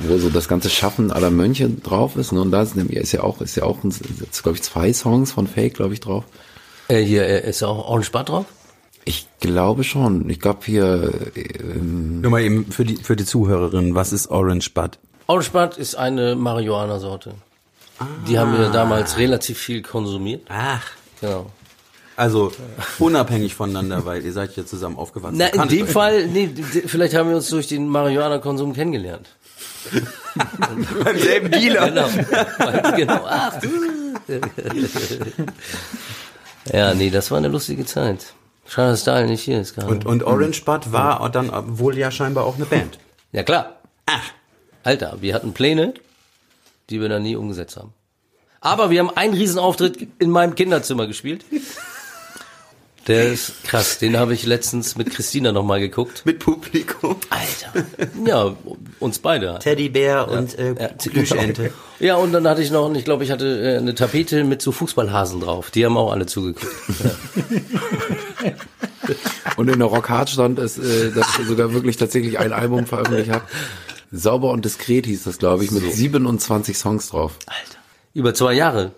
[SPEAKER 1] Wo so das ganze Schaffen aller Mönche drauf ist. Ne? Und da sind, ist ja auch, ist ja auch, glaube ich, zwei Songs von Fake, glaube ich, drauf.
[SPEAKER 5] Äh, hier äh, ist auch Orange Bad drauf.
[SPEAKER 1] Ich glaube schon. Ich glaube hier, ähm,
[SPEAKER 2] Nur mal eben für die, für die Zuhörerinnen, was ist Orange Bud?
[SPEAKER 5] Orange Bud ist eine Marihuana-Sorte. Die haben wir damals relativ viel konsumiert.
[SPEAKER 2] Ach.
[SPEAKER 5] Genau.
[SPEAKER 2] Also unabhängig voneinander, weil ihr seid ja zusammen aufgewachsen.
[SPEAKER 5] Na, in
[SPEAKER 2] Kanntet
[SPEAKER 5] dem
[SPEAKER 2] euch.
[SPEAKER 5] Fall, nee, d- d- vielleicht haben wir uns durch den Marihuana-Konsum kennengelernt.
[SPEAKER 2] Beim selben Dealer.
[SPEAKER 5] Genau. genau. Ach, du. ja, nee, das war eine lustige Zeit. Schade, dass Dahl nicht hier ist gerade.
[SPEAKER 2] Und, und Orange Bud war dann wohl ja scheinbar auch eine Band.
[SPEAKER 5] ja, klar. Alter, wir hatten Pläne, die wir dann nie umgesetzt haben. Aber wir haben einen Riesenauftritt in meinem Kinderzimmer gespielt. Der ist krass. Den habe ich letztens mit Christina nochmal geguckt.
[SPEAKER 2] Mit Publikum.
[SPEAKER 5] Alter. Ja, uns beide.
[SPEAKER 2] Teddybär und äh,
[SPEAKER 5] Ja,
[SPEAKER 2] Plüschente.
[SPEAKER 5] Ja, und dann hatte ich noch, ich glaube, ich hatte äh, eine Tapete mit so Fußballhasen drauf. Die haben auch alle zugeguckt.
[SPEAKER 1] Und in der Rock Hard stand es, äh, dass ihr sogar wirklich tatsächlich ein Album veröffentlicht habt. Sauber und diskret hieß das, glaube ich, mit 27 Songs drauf.
[SPEAKER 5] Alter. Hm. Über zwei Jahre.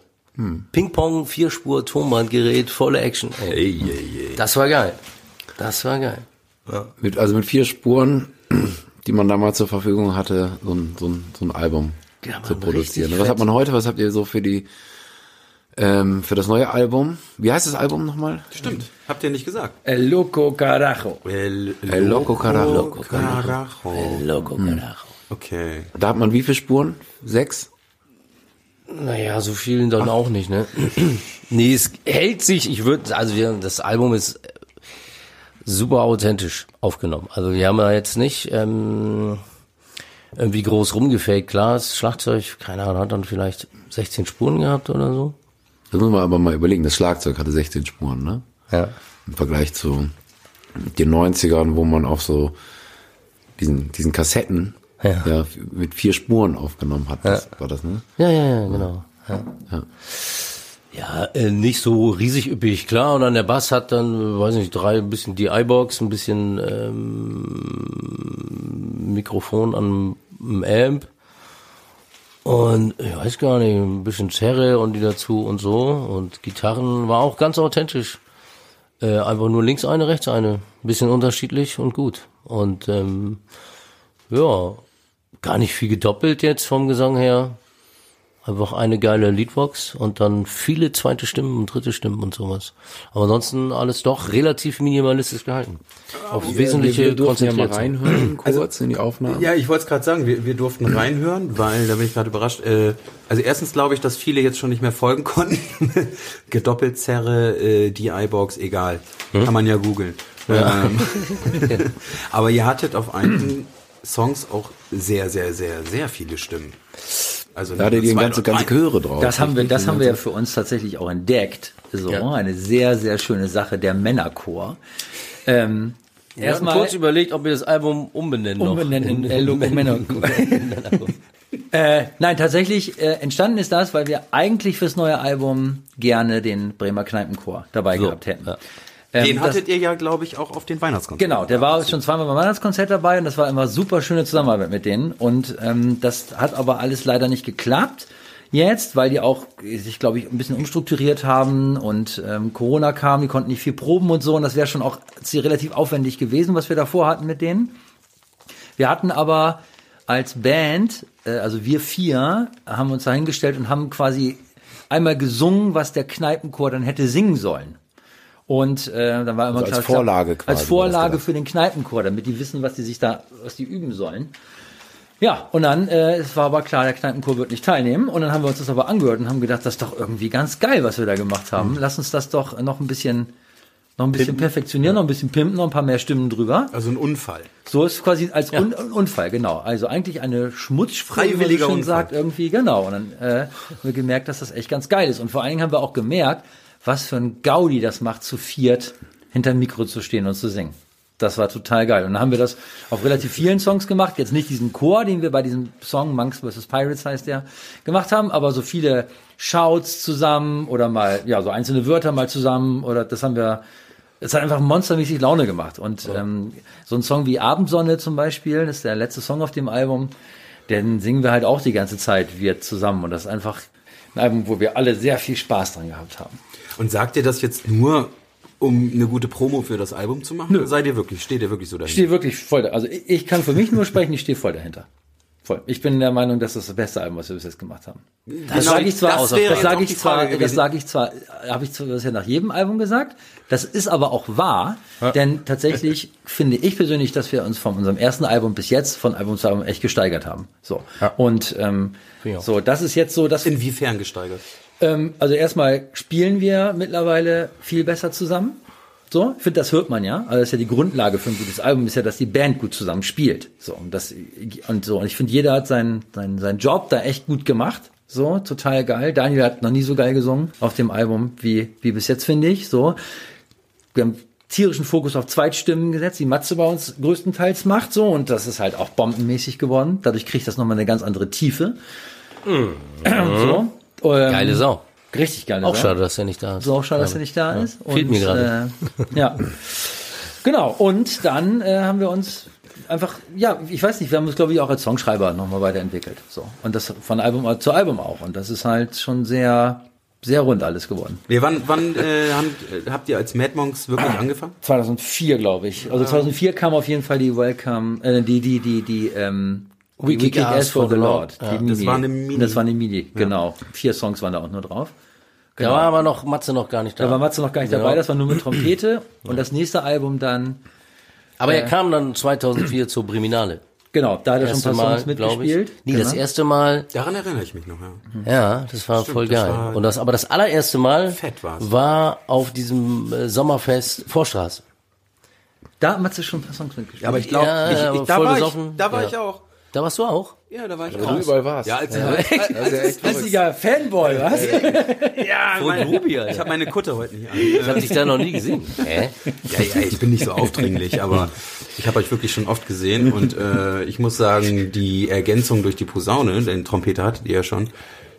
[SPEAKER 5] Ping-Pong, Vierspur, Tonbandgerät, volle Action. Ey. Das war geil. Das war geil.
[SPEAKER 1] Mit, also mit vier Spuren, die man damals zur Verfügung hatte, so ein, so ein, so ein Album
[SPEAKER 5] Ja, Mann,
[SPEAKER 1] zu produzieren.
[SPEAKER 5] richtig
[SPEAKER 1] Was
[SPEAKER 5] fett.
[SPEAKER 1] hat man heute? Was habt ihr so für die ähm, für das neue Album? Wie heißt das Album nochmal?
[SPEAKER 2] Stimmt, habt ihr nicht gesagt.
[SPEAKER 6] El Loco Carajo.
[SPEAKER 2] El,
[SPEAKER 1] El Loco Carajo.
[SPEAKER 2] Carajo.
[SPEAKER 5] Loco, Carajo.
[SPEAKER 2] Okay.
[SPEAKER 1] Da hat man wie viele Spuren? Sechs?
[SPEAKER 5] Naja, so viel dann auch nicht, ne? nee, es hält sich, ich würde, also wir, das Album ist äh, super authentisch aufgenommen. Also wir haben da jetzt nicht ähm, irgendwie groß rumgefaked. Klar, das Schlagzeug, keine Ahnung, hat dann vielleicht 16 Spuren gehabt oder so.
[SPEAKER 1] Das muss man aber mal überlegen. Das Schlagzeug hatte 16 Spuren, ne?
[SPEAKER 5] Ja.
[SPEAKER 1] im Vergleich zu den 90ern, wo man auf so diesen, diesen Kassetten
[SPEAKER 5] Ja.
[SPEAKER 1] ja. mit vier Spuren aufgenommen hat. Das war das, ne?
[SPEAKER 5] Ja, ja, ja, genau. Ja,
[SPEAKER 1] Ja.
[SPEAKER 5] ja äh, nicht so riesig üppig, klar. Und dann der Bass hat dann, äh, weiß nicht, drei, ein bisschen DI-Box, ein bisschen ähm, Mikrofon an einem Amp. Und ich weiß gar nicht, ein bisschen Zerre und die dazu und so. Und Gitarren war auch ganz authentisch. Äh, einfach nur links eine, rechts eine. Bisschen unterschiedlich und gut. Und ähm, ja, gar nicht viel gedoppelt jetzt vom Gesang her. Einfach eine geile Leadbox und dann viele zweite Stimmen und dritte Stimmen und sowas. Aber ansonsten alles doch relativ minimalistisch gehalten. Auf wesentliche
[SPEAKER 1] wir durften ja mal Also,
[SPEAKER 5] konzentriert. sein.
[SPEAKER 1] reinhören, kurz in die Aufnahme.
[SPEAKER 2] Ja, ich wollte es gerade sagen, wir, wir durften reinhören, weil da bin ich gerade überrascht. Äh, also erstens glaube ich, dass viele jetzt schon nicht mehr folgen
[SPEAKER 1] Hm?
[SPEAKER 2] konnten. Gedoppelzerre, äh, DI-Box, egal. Kann man ja googeln. Ähm, aber ihr hattet auf einigen Songs auch sehr, sehr, sehr, sehr viele Stimmen. Also
[SPEAKER 1] Da hat
[SPEAKER 2] nicht
[SPEAKER 1] ihr die
[SPEAKER 2] nur zwei
[SPEAKER 1] ganze,
[SPEAKER 2] oder
[SPEAKER 1] ganze
[SPEAKER 2] drei.
[SPEAKER 1] Chöre drauf.
[SPEAKER 6] Das haben wir, das haben wir ja für uns tatsächlich auch entdeckt. So
[SPEAKER 5] Ja.
[SPEAKER 6] eine sehr, sehr schöne Sache, der Männerchor. Ähm,
[SPEAKER 5] Wir hatten
[SPEAKER 6] erstmal
[SPEAKER 5] kurz überlegt, ob wir das Album umbenennen noch.
[SPEAKER 6] umbenennen in El Männerchor. äh, nein, tatsächlich äh, entstanden ist das, weil wir eigentlich fürs neue Album gerne den Bremer Kneipenchor dabei gehabt hätten.
[SPEAKER 5] ja.
[SPEAKER 6] Ähm,
[SPEAKER 2] Den
[SPEAKER 6] das-
[SPEAKER 2] hattet ihr ja, glaube ich, auch auf den Weihnachtskonzerten.
[SPEAKER 6] Genau, der war schon zweimal beim Weihnachtskonzert dabei und das war immer super schöne Zusammenarbeit mit denen. Und ähm, das hat aber alles leider nicht geklappt jetzt, weil die auch äh, sich, glaube ich, ein bisschen umstrukturiert haben und ähm, Corona kam, die konnten nicht viel proben und so. Und das wäre schon auch zie- relativ aufwendig gewesen, was wir davor hatten mit denen. Wir hatten aber als Band, äh, also wir vier, haben uns dahingestellt und haben quasi einmal gesungen, was der Kneipenchor dann hätte singen sollen. Und äh, dann war immer
[SPEAKER 1] Also als Vorlage quasi
[SPEAKER 6] als
[SPEAKER 1] war das
[SPEAKER 6] Vorlage
[SPEAKER 1] gedacht.
[SPEAKER 6] für den Kneipenchor, damit die wissen, was die sich da, was die üben sollen. Ja, und dann, äh, es war aber klar, der Kneipenchor wird nicht teilnehmen. Und dann haben wir uns das aber angehört und haben gedacht, das ist doch irgendwie ganz geil, was wir da gemacht
[SPEAKER 1] Mhm.
[SPEAKER 6] haben. Lass uns das doch noch ein bisschen, noch ein bisschen perfektionieren, noch ein bisschen pimpen, noch ein paar mehr Stimmen drüber.
[SPEAKER 2] Also ein Unfall.
[SPEAKER 6] So ist es quasi als Un Un- Unfall, genau. Also eigentlich eine Schmutzspur, wie man
[SPEAKER 2] Freiwilliger
[SPEAKER 6] schon
[SPEAKER 2] Unfall.
[SPEAKER 6] sagt, irgendwie, genau. Und dann äh, haben wir gemerkt, dass das echt ganz geil ist. Und vor allen Dingen haben wir auch gemerkt, was für ein Gaudi das macht, zu viert hinterm Mikro zu stehen und zu singen. Das war total geil. Und dann haben wir das auf relativ vielen Songs gemacht. Jetzt nicht diesen Chor, den wir bei diesem Song Monks vs. Pirates heißt der, gemacht haben, aber so viele Shouts zusammen oder mal, ja, so einzelne Wörter mal zusammen oder das haben wir es hat einfach monstermäßig Laune gemacht. Und ähm, so ein Song wie Abendsonne zum Beispiel, das ist der letzte Song auf dem Album, den singen wir halt auch die ganze Zeit, wir zusammen. Und das ist einfach ein Album, wo wir alle sehr viel Spaß dran gehabt haben.
[SPEAKER 2] Und sagt ihr das jetzt nur, um eine gute Promo für das Album zu machen? Nö. Seid ihr wirklich, steht ihr wirklich so
[SPEAKER 6] Ich
[SPEAKER 2] dahinter?
[SPEAKER 6] stehe wirklich voll, da- also ich, ich kann für mich nur sprechen, ich stehe voll dahinter. Voll. Ich bin der Meinung, dass das das beste Album, was wir bis jetzt gemacht haben. Das
[SPEAKER 2] Genau,
[SPEAKER 6] sage ich zwar,
[SPEAKER 2] das
[SPEAKER 6] das,
[SPEAKER 2] wäre jetzt
[SPEAKER 6] das
[SPEAKER 2] auch
[SPEAKER 6] sage
[SPEAKER 2] die
[SPEAKER 6] ich zwar,
[SPEAKER 2] Frage
[SPEAKER 6] das
[SPEAKER 2] gewesen.
[SPEAKER 6] sage ich zwar, äh, habe ich zwar bisher nach jedem Album gesagt. Das ist aber auch wahr, denn tatsächlich finde ich persönlich, dass wir uns von unserem ersten Album bis jetzt von Album zu Album echt gesteigert haben. So und ähm, so, das ist jetzt so, dass
[SPEAKER 2] Inwiefern gesteigert?
[SPEAKER 6] ähm, also erstmal spielen wir mittlerweile viel besser zusammen. So, ich finde, das hört man ja. Also das ist ja die Grundlage für ein gutes Album, ist ja, dass die Band gut zusammen spielt. So, und das, und so. Und ich finde, jeder hat seinen, seinen, seinen Job da echt gut gemacht. So, total geil. Daniel hat noch nie so geil gesungen auf dem Album wie, wie bis jetzt, finde ich. So. Wir haben tierischen Fokus auf Zweitstimmen gesetzt, die Matze bei uns größtenteils macht, so. Und das ist halt auch bombenmäßig geworden. Dadurch kriegt das nochmal eine ganz andere Tiefe. So. Ähm,
[SPEAKER 5] Geile Sau.
[SPEAKER 6] Richtig geil. ne?
[SPEAKER 5] Auch schade, dass er nicht da ist.
[SPEAKER 6] Ist auch schade, dass er nicht da ist.
[SPEAKER 5] Fehlt mir gerade.
[SPEAKER 6] Äh, ja. genau. Und dann äh, haben wir uns einfach, ja, ich weiß nicht, wir haben uns, glaube ich, auch als Songschreiber nochmal weiterentwickelt. So. Und das von Album zu Album auch. Und das ist halt schon sehr, sehr rund alles geworden.
[SPEAKER 2] Nee, wann wann äh, haben, äh, habt ihr als Mad Monks wirklich angefangen?
[SPEAKER 6] 2004, glaube ich. Also 2004 kam auf jeden Fall die Welcome, äh, die, die, die, die, ähm, We,
[SPEAKER 5] Kick Ass for the Lord.
[SPEAKER 6] Die Mini.
[SPEAKER 2] das war eine Mini.
[SPEAKER 6] Das war eine Mini, genau. Vier Songs waren da auch nur drauf.
[SPEAKER 5] Da war aber noch Matze noch gar nicht da.
[SPEAKER 6] Genau. Da war Matze noch gar nicht dabei, das war nur mit Trompete. Und das nächste Album dann,
[SPEAKER 5] aber er kam dann 2004 zur Briminale.
[SPEAKER 6] genau, da hat er schon ein
[SPEAKER 5] Erste
[SPEAKER 6] paar
[SPEAKER 5] Mal,
[SPEAKER 6] Songs
[SPEAKER 5] glaube
[SPEAKER 6] mitgespielt.
[SPEAKER 5] ich. Nee,
[SPEAKER 6] genau.
[SPEAKER 5] das erste Mal,
[SPEAKER 2] Daran erinnere ich mich noch, ja.
[SPEAKER 5] ja, das war voll
[SPEAKER 2] das
[SPEAKER 5] geil.
[SPEAKER 2] war-
[SPEAKER 5] und das, aber das allererste Mal
[SPEAKER 2] Fett war's.
[SPEAKER 5] war auf diesem äh, Sommerfest Vorstraße.
[SPEAKER 6] Da hat Matze schon ein paar Songs mitgespielt.
[SPEAKER 2] Aber ich glaube,
[SPEAKER 5] Ja,
[SPEAKER 2] ich,
[SPEAKER 5] aber
[SPEAKER 2] ich, da,
[SPEAKER 5] voll
[SPEAKER 2] war ich,
[SPEAKER 5] besoffen.
[SPEAKER 2] da war
[SPEAKER 5] Ja.
[SPEAKER 2] ich auch.
[SPEAKER 5] Da warst du auch.
[SPEAKER 2] Ja, da war ich
[SPEAKER 1] du
[SPEAKER 2] auch.
[SPEAKER 1] überall warst.
[SPEAKER 2] Ja, als, als, als, als, als,
[SPEAKER 6] richtiger Fanboy, was?
[SPEAKER 2] ja, mein,
[SPEAKER 5] Ruby, Alter.
[SPEAKER 2] ich habe meine Kutte heute nicht an.
[SPEAKER 5] Ich habe dich da noch nie gesehen. Hä?
[SPEAKER 2] Ja, ja, ich bin nicht so aufdringlich, aber ich habe euch wirklich schon oft gesehen und äh, ich muss sagen, die Ergänzung durch die Posaune, den Trompeter hattet ihr ja schon,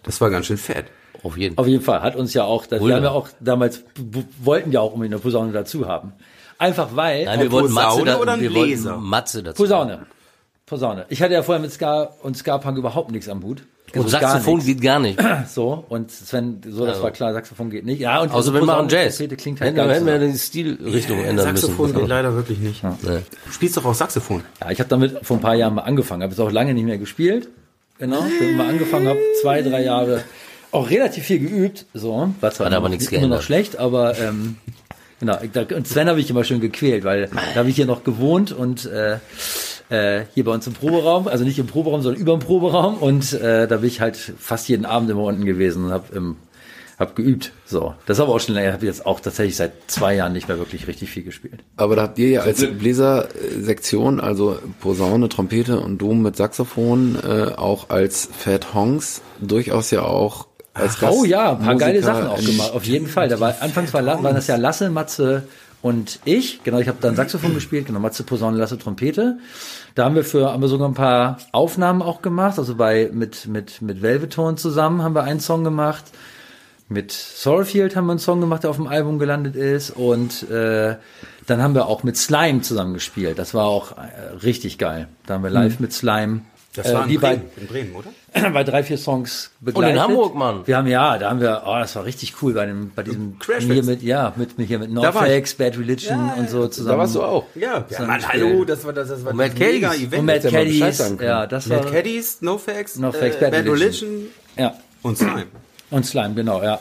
[SPEAKER 2] das war ganz schön fett.
[SPEAKER 5] Auf jeden Fall.
[SPEAKER 6] Auf jeden Fall hat uns ja auch, das wir haben ja auch damals b- b- wollten ja auch unbedingt eine Posaune dazu haben. Einfach weil
[SPEAKER 5] Nein, wir wollten Matze,
[SPEAKER 2] Äh, Posaune
[SPEAKER 5] da,
[SPEAKER 2] oder ein
[SPEAKER 5] wir wollten
[SPEAKER 2] Bläser?
[SPEAKER 5] Matze dazu.
[SPEAKER 6] Posaune. Posaune. Ich hatte ja vorher mit Ska und Ska-Punk überhaupt nichts am Hut.
[SPEAKER 5] Und
[SPEAKER 6] Also gar
[SPEAKER 5] Saxophon
[SPEAKER 6] nichts.
[SPEAKER 5] geht gar nicht.
[SPEAKER 6] so und Sven, so das war klar, Saxophon geht nicht. Ja, und also
[SPEAKER 5] Außer wir
[SPEAKER 6] Posaune
[SPEAKER 5] machen
[SPEAKER 6] und
[SPEAKER 5] Jazz.
[SPEAKER 6] Trompete klingt halt
[SPEAKER 5] hätten, wir-
[SPEAKER 6] geil
[SPEAKER 5] hätten wir
[SPEAKER 6] zusammen.
[SPEAKER 5] die Stilrichtung ändern
[SPEAKER 2] Saxophon geht
[SPEAKER 5] müssen.
[SPEAKER 2] leider wirklich nicht. Du spielst doch auch Saxophon.
[SPEAKER 6] Ja, ich habe damit vor ein paar Jahren mal angefangen, habe es auch lange nicht mehr gespielt. Genau, wenn ich mal angefangen habe, zwei, drei Jahre auch relativ viel geübt. So, war zwar
[SPEAKER 5] Hat
[SPEAKER 6] immer
[SPEAKER 5] aber
[SPEAKER 6] noch-
[SPEAKER 5] nichts
[SPEAKER 6] immer noch
[SPEAKER 5] geändert.
[SPEAKER 6] schlecht, aber ähm, genau. ich- da- Und Sven habe ich immer schön gequält, weil da habe ich hier noch gewohnt und äh, äh, hier bei uns im Proberaum, also nicht im Proberaum, sondern über dem Proberaum und äh, da bin ich halt fast jeden Abend immer unten gewesen und habe im hab Hab geübt. So. Das ist aber auch schon länger. Ich habe jetzt auch tatsächlich seit zwei Jahren nicht mehr wirklich richtig viel gespielt.
[SPEAKER 1] Aber da habt ihr ja als Bläsersektion, also Posaune, Trompete und Doom mit Saxophon, äh, auch als Fat Honks durchaus ja auch als Gast
[SPEAKER 6] Oh ja, ein paar geile
[SPEAKER 1] Musiker
[SPEAKER 6] Sachen auch
[SPEAKER 1] in-
[SPEAKER 6] gemacht. Auf jeden Fall. Da war, anfangs war, La- waren das ja Lasse, Matze und ich. Genau, ich habe dann Saxophon gespielt. Genau, Matze Posaune, Lasse Trompete. Da haben wir für, haben wir sogar ein paar Aufnahmen auch gemacht. Also bei, mit, mit, mit Velveton zusammen haben wir einen Song gemacht. Mit Sorrowfield haben wir einen Song gemacht, der auf dem Album gelandet ist. Und äh, dann haben wir auch mit Slime zusammen gespielt. Das war auch äh, richtig geil. Da haben wir live mit Slime. äh, die bei,
[SPEAKER 2] in Bremen, oder?
[SPEAKER 6] bei drei, vier Songs begleitet.
[SPEAKER 5] Hamburg, Mann.
[SPEAKER 6] Wir haben ja, da haben wir, oh, das war richtig cool bei dem, bei diesem
[SPEAKER 2] Crash
[SPEAKER 6] hier
[SPEAKER 2] Fest.
[SPEAKER 6] mit, ja, mit mit hier mit
[SPEAKER 2] Da war
[SPEAKER 6] Norfax, Bad Religion und so
[SPEAKER 1] Da
[SPEAKER 6] zusammen.
[SPEAKER 1] warst du auch.
[SPEAKER 2] Ja, ja
[SPEAKER 6] ein
[SPEAKER 2] Mann,
[SPEAKER 6] Spiel.
[SPEAKER 2] hallo, das war das, das war ein
[SPEAKER 5] Mad Caddies.
[SPEAKER 2] Event.
[SPEAKER 6] und Mad
[SPEAKER 1] hätte ja mal Bescheid
[SPEAKER 6] Caddies,
[SPEAKER 1] sagen können.
[SPEAKER 6] ja, das
[SPEAKER 2] Mad
[SPEAKER 6] war,
[SPEAKER 2] Caddies, No Facts,
[SPEAKER 6] No Facts, Bad Religion. ja,
[SPEAKER 2] äh, und Slime.
[SPEAKER 6] und Slime, genau, ja.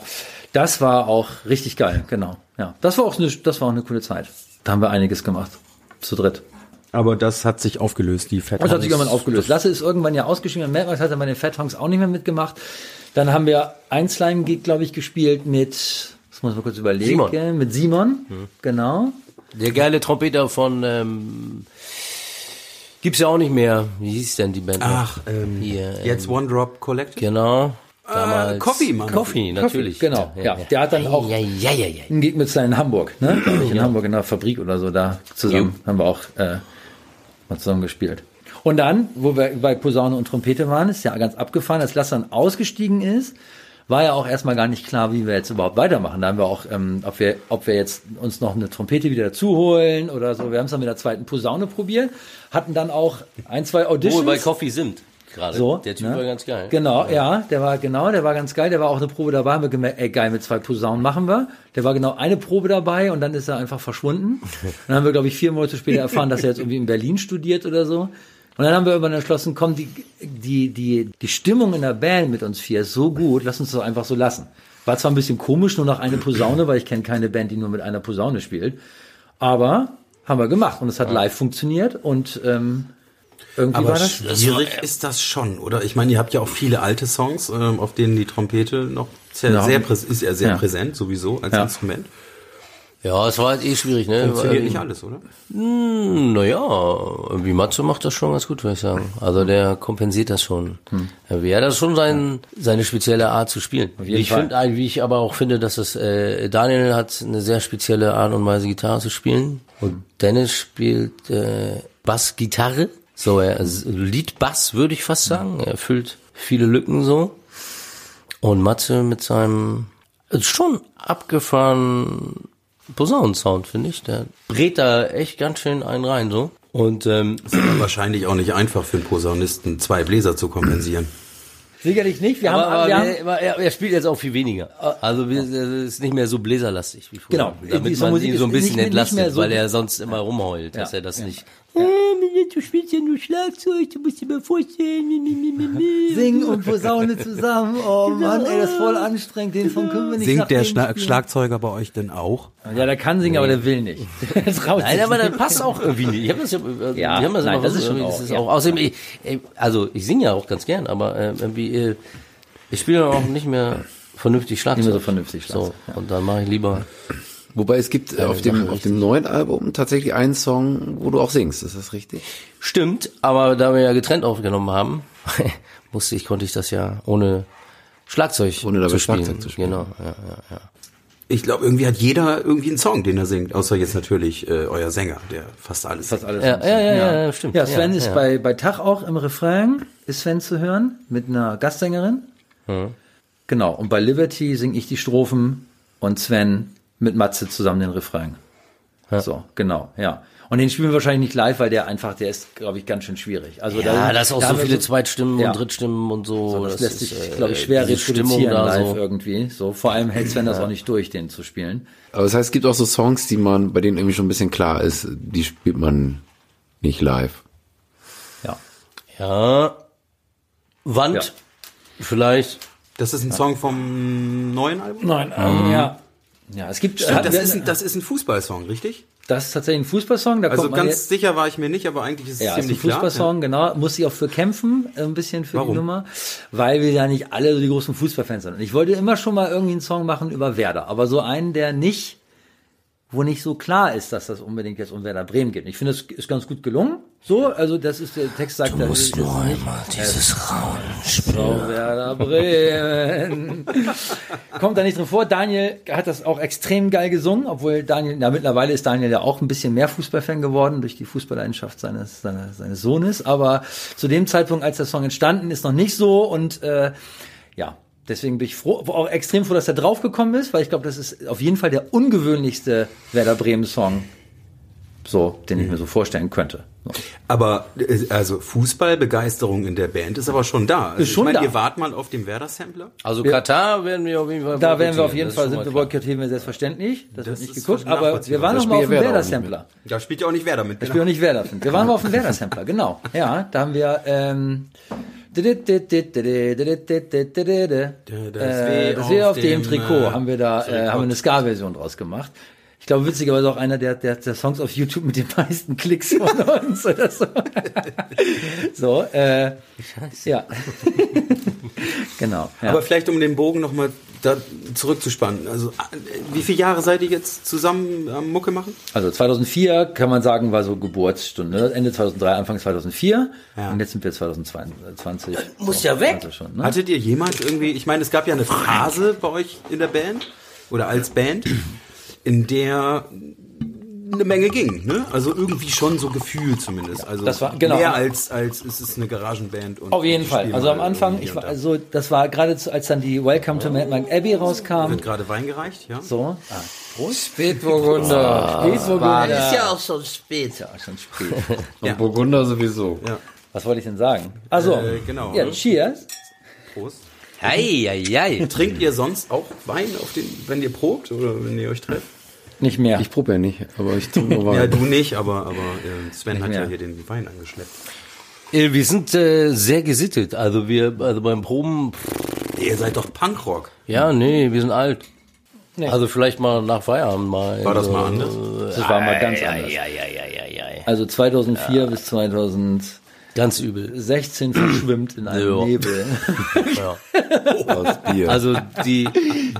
[SPEAKER 6] Das war auch richtig geil, genau, ja. Das war auch eine, das war auch eine coole Zeit. Da haben wir einiges gemacht, zu dritt.
[SPEAKER 2] Aber das hat sich aufgelöst, die Fat
[SPEAKER 6] Und das hat sich
[SPEAKER 2] Hounds.
[SPEAKER 6] irgendwann aufgelöst. Lasse ist irgendwann ja ausgeschieden, Madmax hat dann bei den Fat Honks auch nicht mehr mitgemacht. Dann haben wir ein Slime-Gig, glaube ich, gespielt mit, das muss man kurz überlegen,
[SPEAKER 5] Simon.
[SPEAKER 6] mit Simon, genau.
[SPEAKER 5] Der geile Trompeter von ähm, gibt's ja auch nicht mehr. Wie hieß denn die Band? noch?
[SPEAKER 2] Ach, ähm,
[SPEAKER 5] Hier, ähm,
[SPEAKER 2] jetzt One Drop Collective. Ah,
[SPEAKER 5] genau. Damals.
[SPEAKER 2] Coffee, Mann.
[SPEAKER 5] Coffee, natürlich.
[SPEAKER 6] Genau, ja. Der hat dann auch-
[SPEAKER 5] Ja, ja, ja, ja.
[SPEAKER 6] Ein Gig mit Slime in Hamburg, ne? Glaub ich, in Hamburg in der Fabrik oder so, da zusammen haben wir auch äh, mal zusammen gespielt. Und dann, wo wir bei Posaune und Trompete waren, ist ja ganz abgefahren, als Lasse dann ausgestiegen ist, war ja auch erstmal gar nicht klar, wie wir jetzt überhaupt weitermachen. Da haben wir auch, ähm, ob, wir, ob wir jetzt uns noch eine Trompete wieder dazu holen oder so. Wir haben es dann mit der zweiten Posaune probiert, hatten dann auch ein, zwei
[SPEAKER 5] Wohl
[SPEAKER 6] Auditions.
[SPEAKER 5] bei Coffee sind gerade.
[SPEAKER 6] So,
[SPEAKER 5] der Typ
[SPEAKER 6] ne?
[SPEAKER 5] war ganz geil.
[SPEAKER 6] Genau, ja. der war genau, der war ganz geil. Der war auch eine Probe dabei. Haben wir gemerkt, ey, geil, mit zwei Posaunen machen wir. Der war genau eine Probe dabei und dann ist er einfach verschwunden. Dann haben wir, glaube ich, vier Monate später erfahren, dass er jetzt irgendwie in Berlin studiert oder so. Und dann haben wir irgendwann entschlossen, komm, die, die, die, die Stimmung in der Band mit uns vier ist so gut, lass uns das einfach so lassen. War zwar ein bisschen komisch, nur noch eine Posaune, weil ich kenne keine Band, die nur mit einer Posaune spielt. Aber haben wir gemacht und es hat live funktioniert und ähm, irgendwie
[SPEAKER 2] Aber
[SPEAKER 6] war das.
[SPEAKER 2] schwierig ist das schon, oder? Ich meine, ihr habt ja auch viele alte Songs, ähm, auf denen die Trompete noch sehr,
[SPEAKER 6] Ja.
[SPEAKER 2] sehr präs ist ja sehr
[SPEAKER 6] Ja.
[SPEAKER 2] präsent sowieso als
[SPEAKER 6] Ja.
[SPEAKER 2] Instrument.
[SPEAKER 5] Ja, es war halt eh schwierig, ne?
[SPEAKER 2] Funktioniert
[SPEAKER 5] Weil-
[SPEAKER 2] nicht alles, oder?
[SPEAKER 5] Naja, irgendwie Matze macht das schon ganz gut, würde ich sagen. Also der kompensiert das schon.
[SPEAKER 6] Hm.
[SPEAKER 5] Er hat das schon sein, seine spezielle Art zu spielen.
[SPEAKER 6] jeden
[SPEAKER 5] Ich
[SPEAKER 6] Fall.
[SPEAKER 5] finde, wie ich aber auch finde, dass das äh, Daniel hat eine sehr spezielle Art und Weise Gitarre zu spielen
[SPEAKER 6] Hm.
[SPEAKER 5] und Dennis spielt äh, Bassgitarre, so er also Lead Bass würde ich
[SPEAKER 6] Hm.
[SPEAKER 5] fast sagen. Er füllt viele Lücken so und Matze mit seinem also schon abgefahren Posaunensound, finde ich. Der brät da echt ganz schön einen rein, so. Und ähm,
[SPEAKER 2] Aber wahrscheinlich auch nicht einfach für einen Posaunisten, zwei Bläser zu kompensieren.
[SPEAKER 6] Sicherlich nicht. Wir
[SPEAKER 5] aber,
[SPEAKER 6] haben, wir haben,
[SPEAKER 5] aber, aber er, er spielt jetzt auch viel weniger. Also wir, es ist nicht mehr so bläserlastig wie früher.
[SPEAKER 6] Genau.
[SPEAKER 5] Damit
[SPEAKER 6] Diese
[SPEAKER 5] man
[SPEAKER 6] Musik
[SPEAKER 5] ihn so ein
[SPEAKER 6] ist nicht
[SPEAKER 5] bisschen
[SPEAKER 6] mehr- nicht
[SPEAKER 5] entlastet,
[SPEAKER 6] mehr so-
[SPEAKER 5] weil er sonst immer rumheult, dass
[SPEAKER 6] Ja.
[SPEAKER 5] er das nicht. Ah,
[SPEAKER 8] Du spielst ja nur Schlagzeug, du musst dir mal vorstellen. mi, mi, mi, mi, mi.
[SPEAKER 6] singen und Posaune zusammen. Oh Mann, ey, das ist
[SPEAKER 5] Genau.
[SPEAKER 6] voll anstrengend. Den Song können wir nicht nach dem spielen.
[SPEAKER 2] Schlagzeuger bei euch denn auch?
[SPEAKER 6] Ja, der kann singen, aber der will nicht. Das traut
[SPEAKER 5] Nein,
[SPEAKER 6] sich
[SPEAKER 5] aber
[SPEAKER 6] nicht.
[SPEAKER 5] das passt auch irgendwie nicht. Ich hab das ja, äh,
[SPEAKER 6] Ja,
[SPEAKER 5] wir haben das
[SPEAKER 6] nein,
[SPEAKER 5] immer
[SPEAKER 6] das ist schon
[SPEAKER 5] irgendwie,
[SPEAKER 6] auch, ja.
[SPEAKER 5] auch. Außerdem, ich, ey, also ich singe ja auch ganz gern, aber äh, irgendwie, äh, ich spiele dann auch nicht mehr vernünftig Schlagzeug.
[SPEAKER 6] Nicht mehr so vernünftig Schlagzeug,
[SPEAKER 5] So, und dann mache ich lieber.
[SPEAKER 1] Wobei es gibt äh, auf dem, auf dem neuen Album tatsächlich einen Song, wo du auch singst, ist das richtig?
[SPEAKER 5] Stimmt, aber da wir ja getrennt aufgenommen haben, musste ich, konnte ich das ja ohne Schlagzeug,
[SPEAKER 1] Ohne dabei
[SPEAKER 5] zu, spielen.
[SPEAKER 1] Schlagzeug zu spielen.
[SPEAKER 5] Genau, ja, ja, ja.
[SPEAKER 2] Ich glaube, irgendwie hat jeder irgendwie einen Song, den er singt, außer jetzt natürlich äh, euer Sänger, der fast alles.
[SPEAKER 6] Das alles
[SPEAKER 5] Ja, ja, ja, ja, stimmt.
[SPEAKER 6] Ja, Sven
[SPEAKER 5] Ja,
[SPEAKER 6] ist
[SPEAKER 5] ja.
[SPEAKER 6] Bei, bei Tag auch im Refrain, ist Sven zu hören, mit einer Gastsängerin. Genau, und bei Liberty singe ich die Strophen und Sven mit Matze zusammen den Refrain. So, genau, ja. Und den spielen wir wahrscheinlich nicht live, weil der einfach, der ist, glaube ich, ganz schön schwierig. Also
[SPEAKER 5] Ja, das auch
[SPEAKER 6] da
[SPEAKER 5] so
[SPEAKER 6] haben wir
[SPEAKER 5] viele Zweitstimmen
[SPEAKER 6] Ja.
[SPEAKER 5] und Drittstimmen und so.
[SPEAKER 6] das, lässt
[SPEAKER 5] ist,
[SPEAKER 6] sich,
[SPEAKER 5] äh,
[SPEAKER 6] glaube ich, schwer
[SPEAKER 5] diese
[SPEAKER 6] reproduzieren
[SPEAKER 5] Stimmung da
[SPEAKER 6] live
[SPEAKER 5] so.
[SPEAKER 6] irgendwie. So, vor allem hält Sven das auch nicht durch, den zu spielen.
[SPEAKER 1] Aber das heißt, es gibt auch so Songs, die man, bei denen irgendwie schon ein bisschen klar ist, die spielt man nicht live.
[SPEAKER 6] Ja.
[SPEAKER 5] Ja. Wand,
[SPEAKER 6] Ja.
[SPEAKER 5] vielleicht.
[SPEAKER 2] Das ist ein Song vom neuen Album?
[SPEAKER 6] Nein, ähm, ja. Ja, es gibt.
[SPEAKER 2] Stimmt,
[SPEAKER 6] hatten
[SPEAKER 2] das,
[SPEAKER 6] wir-
[SPEAKER 2] ist ein, das ist ein Fußballsong, richtig?
[SPEAKER 6] Das ist tatsächlich ein Fußballsong. Da
[SPEAKER 2] Also
[SPEAKER 6] kommt man
[SPEAKER 2] ganz
[SPEAKER 6] jetzt,
[SPEAKER 2] sicher war ich mir nicht, aber eigentlich ist es
[SPEAKER 6] ja, ist ein
[SPEAKER 2] ziemlich klar.
[SPEAKER 6] Fußballsong, genau. Muss ich auch für kämpfen, äh, ein bisschen für
[SPEAKER 2] Warum?
[SPEAKER 6] die Nummer, weil wir ja nicht alle so die großen Fußballfans sind. Und ich wollte immer schon mal irgendwie einen Song machen über Werder, aber so einen, der nicht, wo nicht so klar ist, dass das unbedingt jetzt um Werder Bremen geht. Und Ich finde, das ist ganz gut gelungen. So, also das ist der Text sagt,
[SPEAKER 5] Du
[SPEAKER 6] das
[SPEAKER 5] musst
[SPEAKER 6] ist
[SPEAKER 5] nur einmal dieses Raunen
[SPEAKER 6] Frau
[SPEAKER 5] spüren.
[SPEAKER 6] Werder Bremen. Kommt da nicht drin vor. Daniel hat das auch extrem geil gesungen, obwohl Daniel, na mittlerweile ist Daniel ja auch ein bisschen mehr Fußballfan geworden durch die Fußballleidenschaft seines, seines, seines Sohnes. Aber zu dem Zeitpunkt, als der Song entstanden ist, noch nicht so. Und äh, ja, deswegen bin ich froh, auch extrem froh, dass er draufgekommen ist, weil ich glaube, das ist auf jeden Fall der ungewöhnlichste Werder Bremen-Song, so, den ich mir so vorstellen könnte. So.
[SPEAKER 2] Aber äh, also Fußballbegeisterung in der Band ist aber schon da. Also
[SPEAKER 6] Ist schon
[SPEAKER 2] ich meine,
[SPEAKER 6] da.
[SPEAKER 2] ihr wart mal auf dem Werder-Sampler.
[SPEAKER 5] Also Katar werden wir auf jeden Fall.
[SPEAKER 6] Da werden wir auf
[SPEAKER 5] boykottieren,
[SPEAKER 6] jeden
[SPEAKER 5] das ist schon
[SPEAKER 6] Fall, sind wir
[SPEAKER 5] mal klar.
[SPEAKER 6] boykottieren wir selbstverständlich. Das,
[SPEAKER 2] Das
[SPEAKER 6] wird nicht
[SPEAKER 2] ist
[SPEAKER 6] geguckt, aber wir
[SPEAKER 2] nachvollziehbar.
[SPEAKER 6] waren
[SPEAKER 1] Da
[SPEAKER 6] noch mal auf dem
[SPEAKER 1] spielt Werder auch nicht mit.
[SPEAKER 6] Werder-Sampler.
[SPEAKER 2] Da spielt ihr auch nicht Werder mit.
[SPEAKER 6] Ich bin auch nicht Werder-Fan. Wir waren mal auf dem Werder-Sampler, genau. Ja, da haben wir, ähm, äh, das Weh auf dem Trikot haben wir da, äh, haben wir eine Ska-Version draus gemacht. Ich glaube, witzigerweise auch einer der, der, der Songs auf YouTube mit den meisten Klicks von uns oder so. so, äh, ja. genau. Ja.
[SPEAKER 2] Aber vielleicht um den Bogen nochmal da zurückzuspannen. Also äh, wie viele Jahre seid ihr jetzt zusammen am Mucke machen?
[SPEAKER 6] Also 2004 kann man sagen, war so Geburtsstunde. ne? Ende 2003, Anfang 2004. Und jetzt sind wir 2022.
[SPEAKER 5] Muss
[SPEAKER 6] So,
[SPEAKER 5] ja weg.
[SPEAKER 6] also Schon, ne?
[SPEAKER 2] Hattet ihr jemals irgendwie, ich meine, es gab ja eine Phase bei euch in der Band oder als Band, in der eine Menge ging, ne? Also irgendwie schon so Gefühl zumindest. Also
[SPEAKER 6] das war- genau.
[SPEAKER 2] mehr als als es ist eine Garagenband und
[SPEAKER 6] Auf jeden
[SPEAKER 2] ich
[SPEAKER 6] Fall.
[SPEAKER 2] spiel
[SPEAKER 6] Also
[SPEAKER 2] mal
[SPEAKER 6] am Anfang,
[SPEAKER 2] irgendwie
[SPEAKER 6] ich
[SPEAKER 2] und
[SPEAKER 6] war,
[SPEAKER 2] da.
[SPEAKER 6] also das war gerade zu, als dann die Welcome to Mad Mike Abbey rauskam.
[SPEAKER 2] wird gerade Wein gereicht, ja?
[SPEAKER 6] So. Ah,
[SPEAKER 1] Spätburgunder.
[SPEAKER 6] Spätburgunder.
[SPEAKER 5] Ist ja auch schon spät.
[SPEAKER 6] Ja, schon spät.
[SPEAKER 2] Ja.
[SPEAKER 1] Und Burgunder sowieso.
[SPEAKER 6] Was wollte ich denn sagen? Also,
[SPEAKER 2] Äh, genau.
[SPEAKER 6] ja, cheers.
[SPEAKER 2] Prost.
[SPEAKER 5] Ei, ei, ei.
[SPEAKER 2] Trinkt ihr sonst auch Wein auf den, wenn ihr probt oder wenn ihr euch trefft?
[SPEAKER 6] Nicht mehr.
[SPEAKER 1] Ich probe ja nicht, aber ich trinke nur Wein.
[SPEAKER 2] Ja, du nicht, aber aber äh, Sven hat ja
[SPEAKER 6] mehr.
[SPEAKER 2] hier den Wein angeschleppt.
[SPEAKER 5] Äh, Wir sind äh, sehr gesittet. Also wir, also beim Proben, pff,
[SPEAKER 2] Ihr seid doch Punkrock.
[SPEAKER 5] ja, nee, wir sind alt. Also vielleicht mal nach Feierabend mal.
[SPEAKER 2] War das mal
[SPEAKER 5] äh,
[SPEAKER 2] anders?
[SPEAKER 6] Das war mal ganz
[SPEAKER 5] ei,
[SPEAKER 6] anders.
[SPEAKER 5] Ei, ei, ei, ei, ei, ei.
[SPEAKER 6] Also 2004 bis 2016
[SPEAKER 5] Ganz übel.
[SPEAKER 6] verschwimmt in einem
[SPEAKER 5] Ja.
[SPEAKER 6] Nebel.
[SPEAKER 1] das Bier.
[SPEAKER 5] Also die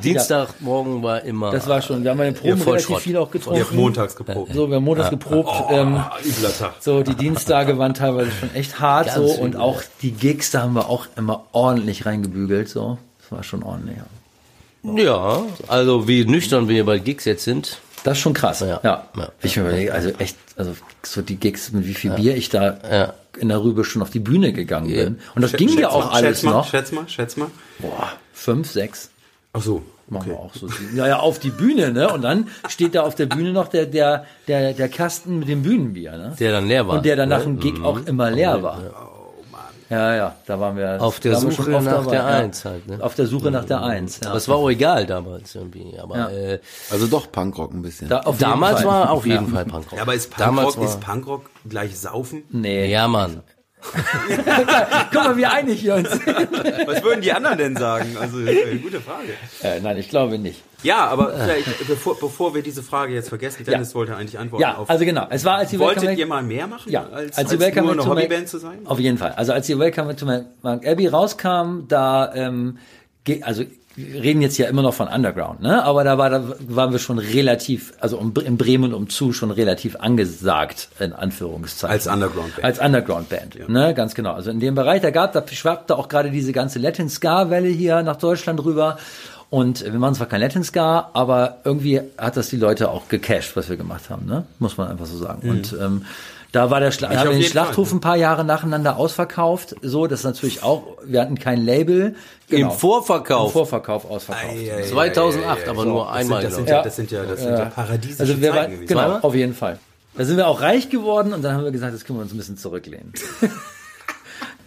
[SPEAKER 5] Dienstagmorgen war immer.
[SPEAKER 6] Das war schon, wir haben bei den Proben
[SPEAKER 5] Ja, Vollschrott.
[SPEAKER 6] relativ viel auch getrunken.
[SPEAKER 2] Ihr habt montags geprobt.
[SPEAKER 6] So, wir haben montags geprobt. Ähm,
[SPEAKER 2] Ah, übler Tag.
[SPEAKER 6] so, die Dienstage waren teilweise schon echt hart
[SPEAKER 5] Ganz
[SPEAKER 6] so
[SPEAKER 5] übel.
[SPEAKER 6] und auch die Gigs, da haben wir auch immer ordentlich reingebügelt so. Das war schon ordentlich. ja.
[SPEAKER 5] ja, also wie nüchtern wir bei Gigs jetzt sind.
[SPEAKER 6] Das ist schon krass. Ja.
[SPEAKER 5] Ja.
[SPEAKER 6] Ich überlege, also echt, also so die Gigs, mit wie viel Bier ich da
[SPEAKER 5] Ja.
[SPEAKER 6] in der Rübe schon auf die Bühne gegangen bin. Und das
[SPEAKER 2] Schä-
[SPEAKER 6] ging ja
[SPEAKER 2] schätz
[SPEAKER 6] auch
[SPEAKER 2] mal,
[SPEAKER 6] alles
[SPEAKER 2] schätz mal,
[SPEAKER 6] noch.
[SPEAKER 2] Schätz mal, schätz mal.
[SPEAKER 6] Boah, fünf, sechs.
[SPEAKER 2] Ach so.
[SPEAKER 6] Machen wir auch so. sieben. Ja, ja, auf die Bühne, ne? Und dann steht da auf der Bühne noch der, der, der, der Kasten mit dem Bühnenbier, ne?
[SPEAKER 5] Der dann leer war.
[SPEAKER 6] Und der dann nach dem Gig auch immer leer war. Ja, ja, da waren wir.
[SPEAKER 5] Mhm. Auf der
[SPEAKER 6] da waren wir
[SPEAKER 5] Suche
[SPEAKER 6] schon oft
[SPEAKER 5] nach der
[SPEAKER 6] ja.
[SPEAKER 5] Eins halt, ne?
[SPEAKER 6] Auf der Suche nach der Eins. Ja.
[SPEAKER 5] Das war auch egal damals irgendwie. Aber
[SPEAKER 6] Ja.
[SPEAKER 5] äh,
[SPEAKER 1] Also doch Punkrock ein bisschen.
[SPEAKER 6] Da auf jeden
[SPEAKER 5] damals
[SPEAKER 6] Fall.
[SPEAKER 5] war auf jeden Fall Punkrock.
[SPEAKER 2] Ja, aber ist
[SPEAKER 5] damals
[SPEAKER 2] Punkrock,
[SPEAKER 5] war,
[SPEAKER 2] ist Punkrock gleich Saufen?
[SPEAKER 6] Nee.
[SPEAKER 5] Ja, Mann.
[SPEAKER 6] Genau. Guck mal, wie einig wir uns sind.
[SPEAKER 2] Was würden die anderen denn sagen? Also, äh, gute Frage.
[SPEAKER 6] äh, nein, ich glaube nicht.
[SPEAKER 2] Ja, aber vielleicht, bevor, bevor wir diese Frage jetzt vergessen, Dennis
[SPEAKER 6] Ja.
[SPEAKER 2] wollte eigentlich antworten
[SPEAKER 6] Ja,
[SPEAKER 2] auf.
[SPEAKER 6] also genau. Es war als die
[SPEAKER 2] wolltet
[SPEAKER 6] Welcome-
[SPEAKER 2] ihr mal mehr machen,
[SPEAKER 6] ja, also,
[SPEAKER 2] als,
[SPEAKER 6] als
[SPEAKER 2] als,
[SPEAKER 6] die Welcome
[SPEAKER 2] nur eine
[SPEAKER 6] to Mac-
[SPEAKER 2] Hobbyband zu sein?
[SPEAKER 6] Auf jeden Fall. Also als die Welcome to Mac Mac Abbey rauskam, da ähm, ge- also wir reden jetzt ja immer noch von Underground, ne? Aber da, war, da waren wir schon relativ, also um, in Bremen und umzu schon relativ angesagt in Anführungszeichen.
[SPEAKER 2] Als Underground-Band.
[SPEAKER 6] Als Underground Band, ne? Ganz genau. Also in dem Bereich, da gab, da schwappte auch gerade diese ganze Latin Ska Welle hier nach Deutschland rüber. Und wir machen zwar kein Latin Ska, aber irgendwie hat das die Leute auch gecasht, was wir gemacht haben, ne? Muss man einfach so sagen. Und ähm, da war der Schlag, haben wir den
[SPEAKER 2] jeden Fall.
[SPEAKER 6] Schlachthof ein paar Jahre nacheinander ausverkauft. So, das ist natürlich auch, wir hatten kein Label. Genau.
[SPEAKER 5] Im Vorverkauf.
[SPEAKER 6] Im Vorverkauf ausverkauft.
[SPEAKER 5] 2008, aber nur einmal.
[SPEAKER 2] Das sind
[SPEAKER 5] glaube
[SPEAKER 2] ja,
[SPEAKER 6] Ja.
[SPEAKER 2] das sind ja, das sind ja paradiesische
[SPEAKER 6] also wir
[SPEAKER 2] Zeiten
[SPEAKER 6] waren,
[SPEAKER 2] gewesen.
[SPEAKER 6] genau, auf jeden Fall. Da sind wir auch reich geworden und dann haben wir gesagt, jetzt können wir uns ein bisschen zurücklehnen.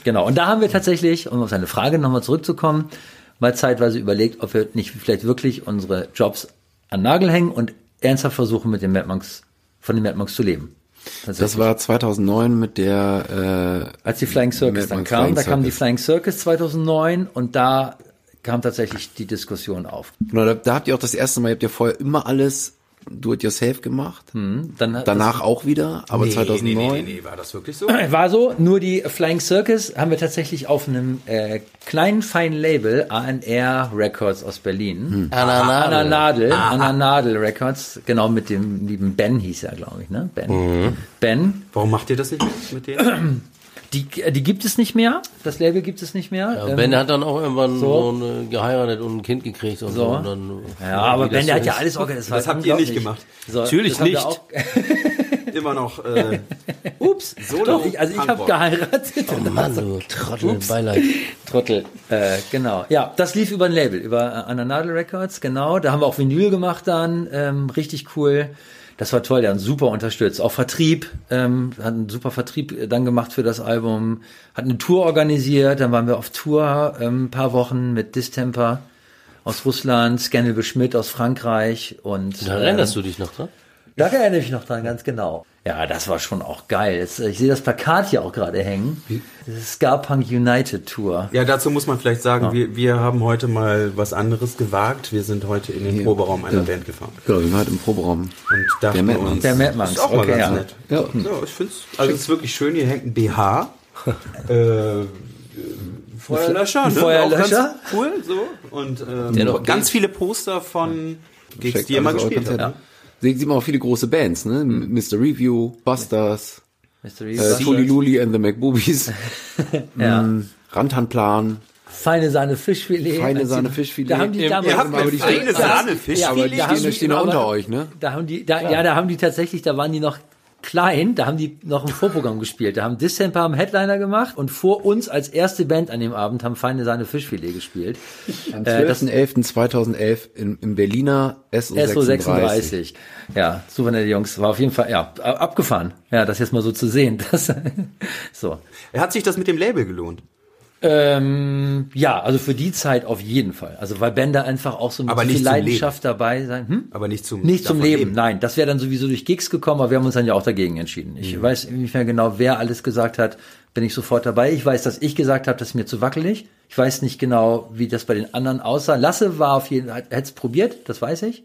[SPEAKER 6] genau, und da haben wir tatsächlich, um auf seine Frage nochmal zurückzukommen, mal zeitweise überlegt, ob wir nicht vielleicht wirklich unsere Jobs an Nagel hängen und ernsthaft versuchen, mit den Mad Monks, von den Mad Monks zu leben. Also,
[SPEAKER 1] das war 2009 mit der äh,
[SPEAKER 6] Als die Flying Circus
[SPEAKER 1] Mit
[SPEAKER 6] dann
[SPEAKER 1] dem
[SPEAKER 6] kam,
[SPEAKER 1] Flying
[SPEAKER 6] da kam die
[SPEAKER 1] Circus.
[SPEAKER 6] Flying Circus 2009 und da kam tatsächlich die Diskussion auf.
[SPEAKER 1] Genau, da, da habt ihr auch das erste Mal, ihr habt ja vorher immer alles Do-it-yourself gemacht.
[SPEAKER 6] Dann hat-
[SPEAKER 1] Danach auch wieder, aber 2009.
[SPEAKER 2] war das wirklich so?
[SPEAKER 6] War so, nur die Flying Circus haben wir tatsächlich auf einem äh, kleinen, feinen Label, ANR Records aus Berlin.
[SPEAKER 5] Anna Nadel.
[SPEAKER 6] Anna Nadel, Anna Nadel Records, genau mit dem lieben Ben hieß er, glaube ich, ne? Ben. Ben,
[SPEAKER 2] Warum macht ihr das nicht mit- mit denen?
[SPEAKER 6] die, die gibt es nicht mehr, das Label gibt es nicht mehr.
[SPEAKER 5] Ja,
[SPEAKER 6] Ähm,
[SPEAKER 5] ben hat dann auch irgendwann
[SPEAKER 6] so.
[SPEAKER 5] so. ein, äh, geheiratet und ein Kind gekriegt und so.
[SPEAKER 6] So.
[SPEAKER 5] Und dann,
[SPEAKER 6] ja, aber
[SPEAKER 5] wie
[SPEAKER 6] Ben,
[SPEAKER 5] das
[SPEAKER 6] der
[SPEAKER 5] so
[SPEAKER 6] hat ja
[SPEAKER 5] ist.
[SPEAKER 6] alles organisiert.
[SPEAKER 2] Das habt ihr nicht gemacht.
[SPEAKER 6] So,
[SPEAKER 5] Natürlich
[SPEAKER 6] das haben wir
[SPEAKER 5] nicht.
[SPEAKER 6] Auch,
[SPEAKER 2] Immer noch. Äh,
[SPEAKER 6] ups,
[SPEAKER 2] Solo
[SPEAKER 6] doch, ich, also ich habe
[SPEAKER 2] Punkrock.
[SPEAKER 6] geheiratet.
[SPEAKER 5] Oh Mann, du Trottel, Beileid.
[SPEAKER 6] Trottel. Äh, genau. Ja, das lief über ein Label, über äh, Anna Nadel Records, genau. Da haben wir auch Vinyl gemacht dann, ähm, richtig cool. Das war toll, der hat uns super unterstützt. Auch Vertrieb, ähm, hat einen super Vertrieb äh, dann gemacht für das Album, hat eine Tour organisiert, dann waren wir auf Tour ähm, ein paar Wochen mit Distemper aus Russland, Scannable Schmidt aus Frankreich und
[SPEAKER 5] Da
[SPEAKER 6] ähm,
[SPEAKER 5] erinnerst du dich noch ne? dran?
[SPEAKER 6] da erinnere ich mich noch dran, ganz genau. Ja, das war schon auch geil. Jetzt, äh, Ich sehe das Plakat hier auch gerade hängen. Das ist Ska Punk United Tour.
[SPEAKER 2] ja, dazu muss man vielleicht sagen, wir, wir haben heute mal was anderes gewagt. Wir sind heute in den Proberaum einer Band gefahren.
[SPEAKER 1] Genau, wir waren halt im Proberaum.
[SPEAKER 2] Und dachten
[SPEAKER 1] Madman.
[SPEAKER 2] uns,
[SPEAKER 6] Der Madman.
[SPEAKER 2] ist auch mal
[SPEAKER 6] Okay,
[SPEAKER 2] ganz
[SPEAKER 6] ja. Hm.
[SPEAKER 2] nett.
[SPEAKER 1] Ja.
[SPEAKER 2] So, ich finde es also es ist wirklich schön. Hier hängt ein BH. äh, Feuerlöscher. Ne?
[SPEAKER 6] Feuerlöscher.
[SPEAKER 2] Auch ganz cool, so. Und
[SPEAKER 5] Dennoch
[SPEAKER 2] ähm, ganz viele Poster von Gigs,
[SPEAKER 1] Checkt
[SPEAKER 2] die ihr mal
[SPEAKER 1] alles eure
[SPEAKER 2] gespielt habt.
[SPEAKER 1] Also Konzerte. Sieht sieht man auch viele große Bands, ne?
[SPEAKER 6] Hm.
[SPEAKER 1] Mr. Review, Busters,
[SPEAKER 6] Mystery
[SPEAKER 1] äh, Tuli Luli and the McBoobies,
[SPEAKER 6] ja.
[SPEAKER 1] Rantanplan.
[SPEAKER 6] Äh, hm. Feine Sahne Fischfilet.
[SPEAKER 1] Feine
[SPEAKER 6] Also,
[SPEAKER 1] Sahne Fischfilet.
[SPEAKER 6] Da haben die
[SPEAKER 1] Ihr
[SPEAKER 6] damals
[SPEAKER 2] habt
[SPEAKER 6] aber
[SPEAKER 2] mir
[SPEAKER 6] die
[SPEAKER 2] feine
[SPEAKER 6] da-
[SPEAKER 2] Sahne
[SPEAKER 6] ja,
[SPEAKER 2] Fischfilet
[SPEAKER 6] aber
[SPEAKER 2] gegeben.
[SPEAKER 6] da haben
[SPEAKER 1] Die stehen
[SPEAKER 6] aber-
[SPEAKER 1] unter euch, ne?
[SPEAKER 6] Da haben die, da, ja. da haben die tatsächlich, da waren die noch klein, da haben die noch im Vorprogramm gespielt. Da haben Distemper haben Headliner gemacht und vor uns als erste Band an dem Abend haben Feine Sahne Fischfilet gespielt.
[SPEAKER 1] Am
[SPEAKER 6] Äh, das-
[SPEAKER 1] 12.11.2011 im, im Berliner SO36. SO36.
[SPEAKER 6] SO36. Ja, super nette Jungs. War auf jeden Fall, ja, ab- abgefahren. Ja, das jetzt mal so zu sehen. Das, so.
[SPEAKER 2] Hat sich das mit dem Label gelohnt?
[SPEAKER 6] Ähm, ja, also für die Zeit auf jeden Fall. Also weil Bänder einfach auch so mit
[SPEAKER 2] Aber
[SPEAKER 6] so
[SPEAKER 2] nicht
[SPEAKER 6] viel
[SPEAKER 2] zum
[SPEAKER 6] Leidenschaft dabei sein. Hm?
[SPEAKER 2] Aber nicht zum
[SPEAKER 6] Nicht zum
[SPEAKER 2] davon
[SPEAKER 6] Leben, nein. Das wäre dann sowieso durch Gigs gekommen, aber wir haben uns dann ja auch dagegen entschieden.
[SPEAKER 2] Mhm.
[SPEAKER 6] Ich weiß nicht mehr genau, wer alles gesagt hat, bin ich sofort dabei. Ich weiß, dass ich gesagt habe, das ist mir zu wackelig. Ich weiß nicht genau, wie das bei den anderen aussah. Lasse war auf jeden Fall, hätte es probiert, das weiß ich.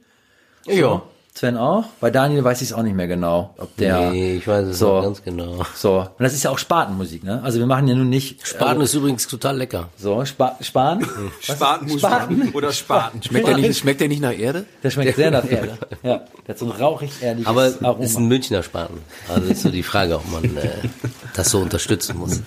[SPEAKER 5] Ja.
[SPEAKER 6] Sven auch. Bei Daniel weiß ich es auch nicht mehr genau, ob der.
[SPEAKER 5] Nee, ich weiß es
[SPEAKER 6] So.
[SPEAKER 5] noch ganz genau.
[SPEAKER 6] So. Und das ist ja auch Spatenmusik, ne? Also wir machen ja nun nicht.
[SPEAKER 5] Spaten ist übrigens total lecker.
[SPEAKER 6] So, Spa Span.
[SPEAKER 2] Spaten,
[SPEAKER 6] Spaten?
[SPEAKER 2] Spaten oder Spaten.
[SPEAKER 1] Schmeckt der, nicht, schmeckt der nicht nach Erde?
[SPEAKER 6] Der schmeckt sehr nach Erde. Ja, der hat so ein rauchig erdiges
[SPEAKER 5] Aber
[SPEAKER 6] Aroma.
[SPEAKER 5] ist ein Münchner Spaten. Also ist so die Frage, ob man äh, das so unterstützen muss.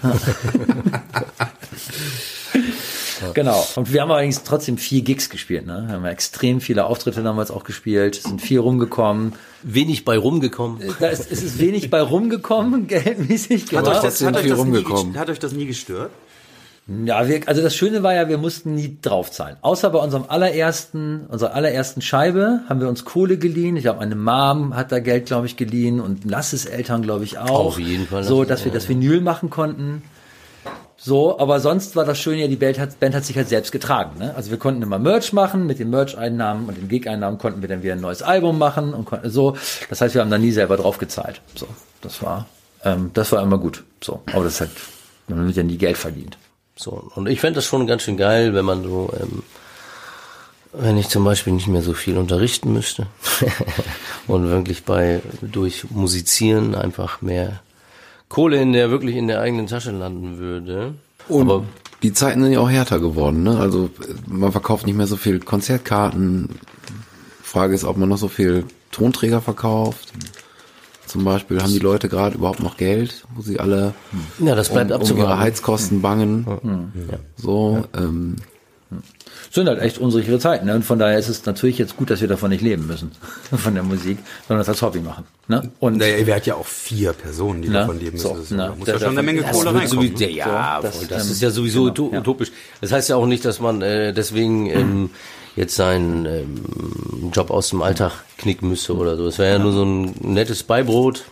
[SPEAKER 6] Genau. Und wir haben allerdings trotzdem vier Gigs gespielt, ne? Wir haben ja extrem viele Auftritte damals auch gespielt, sind viel rumgekommen.
[SPEAKER 5] Wenig bei rumgekommen.
[SPEAKER 6] Da ist, es ist wenig bei rumgekommen, geldmäßig.
[SPEAKER 2] Hat
[SPEAKER 6] genau.
[SPEAKER 2] euch, das,
[SPEAKER 1] Trotzdem
[SPEAKER 2] hat, euch
[SPEAKER 1] viel
[SPEAKER 2] das nie,
[SPEAKER 1] rumgekommen.
[SPEAKER 2] gest- hat euch das nie gestört?
[SPEAKER 6] Ja, wir, also das Schöne war ja, wir mussten nie draufzahlen. Außer bei unserem allerersten, unserer allerersten Scheibe haben wir uns Kohle geliehen. Ich glaube, meine Mom hat da Geld, glaube ich, geliehen und Lasses Eltern, glaube ich, auch.
[SPEAKER 5] Auf jeden Fall.
[SPEAKER 6] So, dass wir das Vinyl machen konnten. So, aber sonst war das Schöne ja, die Band hat, Band hat sich halt selbst getragen. Ne? Also wir konnten immer Merch machen, mit den Merch-Einnahmen und den Gig-Einnahmen konnten wir dann wieder ein neues Album machen und konnten so. Das heißt, wir haben da nie selber drauf gezahlt. So, das war, ähm, das war immer gut. So, aber das ist halt, man wird ja nie Geld verdient.
[SPEAKER 5] So, und ich fänd das schon ganz schön geil, wenn man so, ähm, wenn ich zum Beispiel nicht mehr so viel unterrichten müsste und wirklich bei durch Musizieren einfach mehr Kohle in der wirklich in der eigenen Tasche landen würde. Aber
[SPEAKER 1] Die Zeiten sind ja auch härter geworden, ne? Also äh, man verkauft nicht mehr so viel Konzertkarten. Frage ist, ob man noch so viel Tonträger verkauft. Zum Beispiel haben die Leute gerade überhaupt noch Geld, wo sie alle
[SPEAKER 6] Hm.
[SPEAKER 5] ja, das bleibt
[SPEAKER 1] um, um ihre
[SPEAKER 5] abzuwarten.
[SPEAKER 1] Heizkosten bangen. Hm. So, ähm,
[SPEAKER 6] sind halt echt unsichere Zeiten. Ne? Und von daher ist es natürlich jetzt gut, dass wir davon nicht leben müssen, von der Musik, sondern das als Hobby machen. Ne? Und
[SPEAKER 2] Naja, ihr wärt ja auch vier Personen, die
[SPEAKER 6] Na,
[SPEAKER 2] davon leben müssen.
[SPEAKER 6] so,
[SPEAKER 2] Das-
[SPEAKER 6] na,
[SPEAKER 2] da muss
[SPEAKER 6] das
[SPEAKER 2] ja schon
[SPEAKER 6] darf-
[SPEAKER 2] eine Menge
[SPEAKER 6] das
[SPEAKER 2] Kohle
[SPEAKER 6] wird
[SPEAKER 2] reinkommen. ne?
[SPEAKER 5] sowieso- ja,
[SPEAKER 6] So, das,
[SPEAKER 5] voll, das,
[SPEAKER 6] ähm,
[SPEAKER 5] ist ja sowieso
[SPEAKER 6] genau,
[SPEAKER 5] uto-
[SPEAKER 6] ja.
[SPEAKER 5] utopisch. Das heißt ja auch nicht, dass man äh, deswegen ähm, jetzt seinen ähm, Job aus dem Alltag knicken müsste oder so. Es wäre ja nur so ein nettes Beibrot.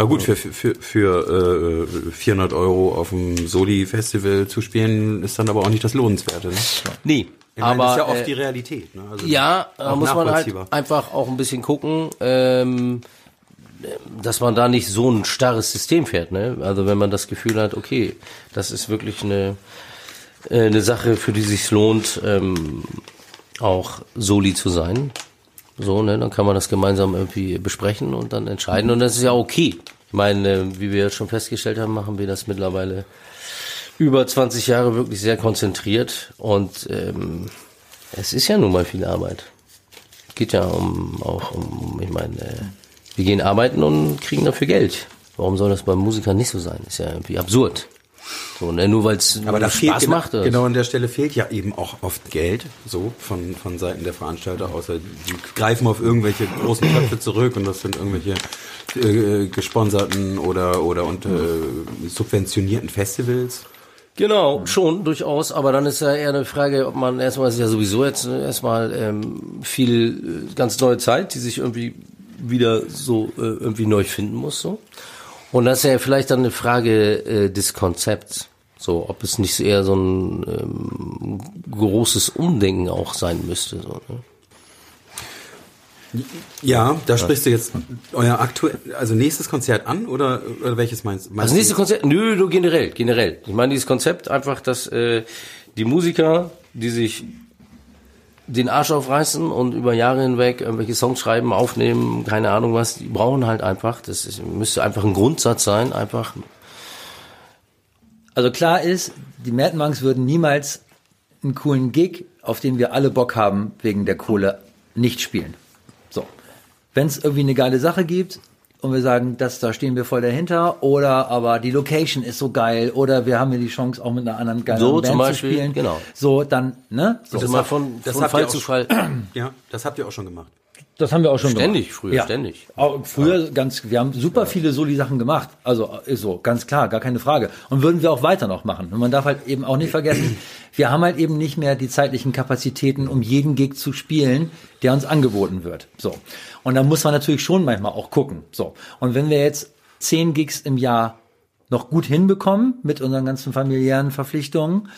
[SPEAKER 2] Na gut, für, für, für, für äh, 400 Euro auf dem Soli-Festival zu spielen, ist dann aber auch nicht das Lohnenswerte. Ne?
[SPEAKER 5] Nee,
[SPEAKER 2] Ich meine,
[SPEAKER 5] aber
[SPEAKER 2] das ist ja oft
[SPEAKER 5] äh,
[SPEAKER 2] die Realität. Ne? Also
[SPEAKER 5] Ja, da
[SPEAKER 2] auch
[SPEAKER 5] muss man halt
[SPEAKER 2] nachvollziehbar.
[SPEAKER 5] einfach auch ein bisschen gucken, ähm, dass man da nicht so ein starres System fährt. Ne? Also wenn man das Gefühl hat, okay, das ist wirklich eine, äh, eine Sache, für die sich lohnt, ähm, auch Soli zu sein, So, ne, dann kann man das gemeinsam irgendwie besprechen und dann entscheiden. Und das ist ja okay. Ich meine, äh, wie wir jetzt schon festgestellt haben, machen wir das mittlerweile über 20 Jahre wirklich sehr konzentriert. Und ähm, es ist ja nun mal viel Arbeit. Geht ja um auch um, ich meine, äh, wir gehen arbeiten und kriegen dafür Geld. Warum soll das beim Musiker nicht so sein? Ist ja irgendwie absurd. So, ne, nur weil es
[SPEAKER 2] Aber da fehlt
[SPEAKER 5] Spaß
[SPEAKER 2] genau,
[SPEAKER 5] macht.
[SPEAKER 2] genau an der Stelle fehlt ja eben auch oft Geld, so von von Seiten der Veranstalter, außer die greifen auf irgendwelche großen Töpfe zurück und das sind irgendwelche äh, gesponserten oder oder und äh, subventionierten Festivals.
[SPEAKER 5] Genau, schon, durchaus. Aber dann ist ja eher eine Frage, ob man erstmal, es ist ja sowieso jetzt äh, erstmal ähm, viel, äh, ganz neue Zeit, die sich irgendwie wieder so äh, irgendwie neu finden muss. So. Und das ist ja vielleicht dann eine Frage äh, des Konzepts. So, ob es nicht eher so ein ähm, großes Umdenken auch sein müsste. So, ne?
[SPEAKER 2] Ja, da sprichst du jetzt euer aktuell, also nächstes Konzert an oder, oder welches meinst, meinst
[SPEAKER 6] Also
[SPEAKER 5] Das nächste Also Konzept, nö, nur generell, generell. Ich meine, dieses Konzept einfach, dass äh, die Musiker, die sich den Arsch aufreißen und über Jahre hinweg irgendwelche Songs schreiben, aufnehmen, keine Ahnung was, die brauchen halt einfach, das ist, müsste einfach ein Grundsatz sein, einfach.
[SPEAKER 6] Also klar ist, die Mad Monks würden niemals einen coolen Gig, auf den wir alle Bock haben, wegen der Kohle, nicht spielen. So. Wenn es irgendwie eine geile Sache gibt und wir sagen, das, da stehen wir voll dahinter oder aber die Location ist so geil oder wir haben hier die Chance, auch mit einer anderen geilen
[SPEAKER 5] So,
[SPEAKER 6] Band
[SPEAKER 5] zum Beispiel,
[SPEAKER 6] zu spielen.
[SPEAKER 5] genau.
[SPEAKER 6] So, dann, ne? So.
[SPEAKER 5] Das immer von,
[SPEAKER 2] das
[SPEAKER 5] von
[SPEAKER 2] habt ihr
[SPEAKER 5] Fall
[SPEAKER 2] auch
[SPEAKER 5] zu
[SPEAKER 2] schon-
[SPEAKER 5] Fall.
[SPEAKER 2] Ja, das habt ihr auch schon gemacht.
[SPEAKER 6] Das haben wir auch schon
[SPEAKER 5] Ständig,
[SPEAKER 6] gemacht.
[SPEAKER 5] früher, ständig.
[SPEAKER 6] Auch früher ganz, wir haben super viele Soli-Sachen gemacht. Also ist so, ganz klar, gar keine Frage. Und würden wir auch weiter noch machen. Und man darf halt eben auch nicht vergessen, wir haben halt eben nicht mehr die zeitlichen Kapazitäten, um jeden Gig zu spielen, der uns angeboten wird. So. Und da muss man natürlich schon manchmal auch gucken. So. Und wenn wir jetzt zehn Gigs im Jahr noch gut hinbekommen mit unseren ganzen familiären Verpflichtungen,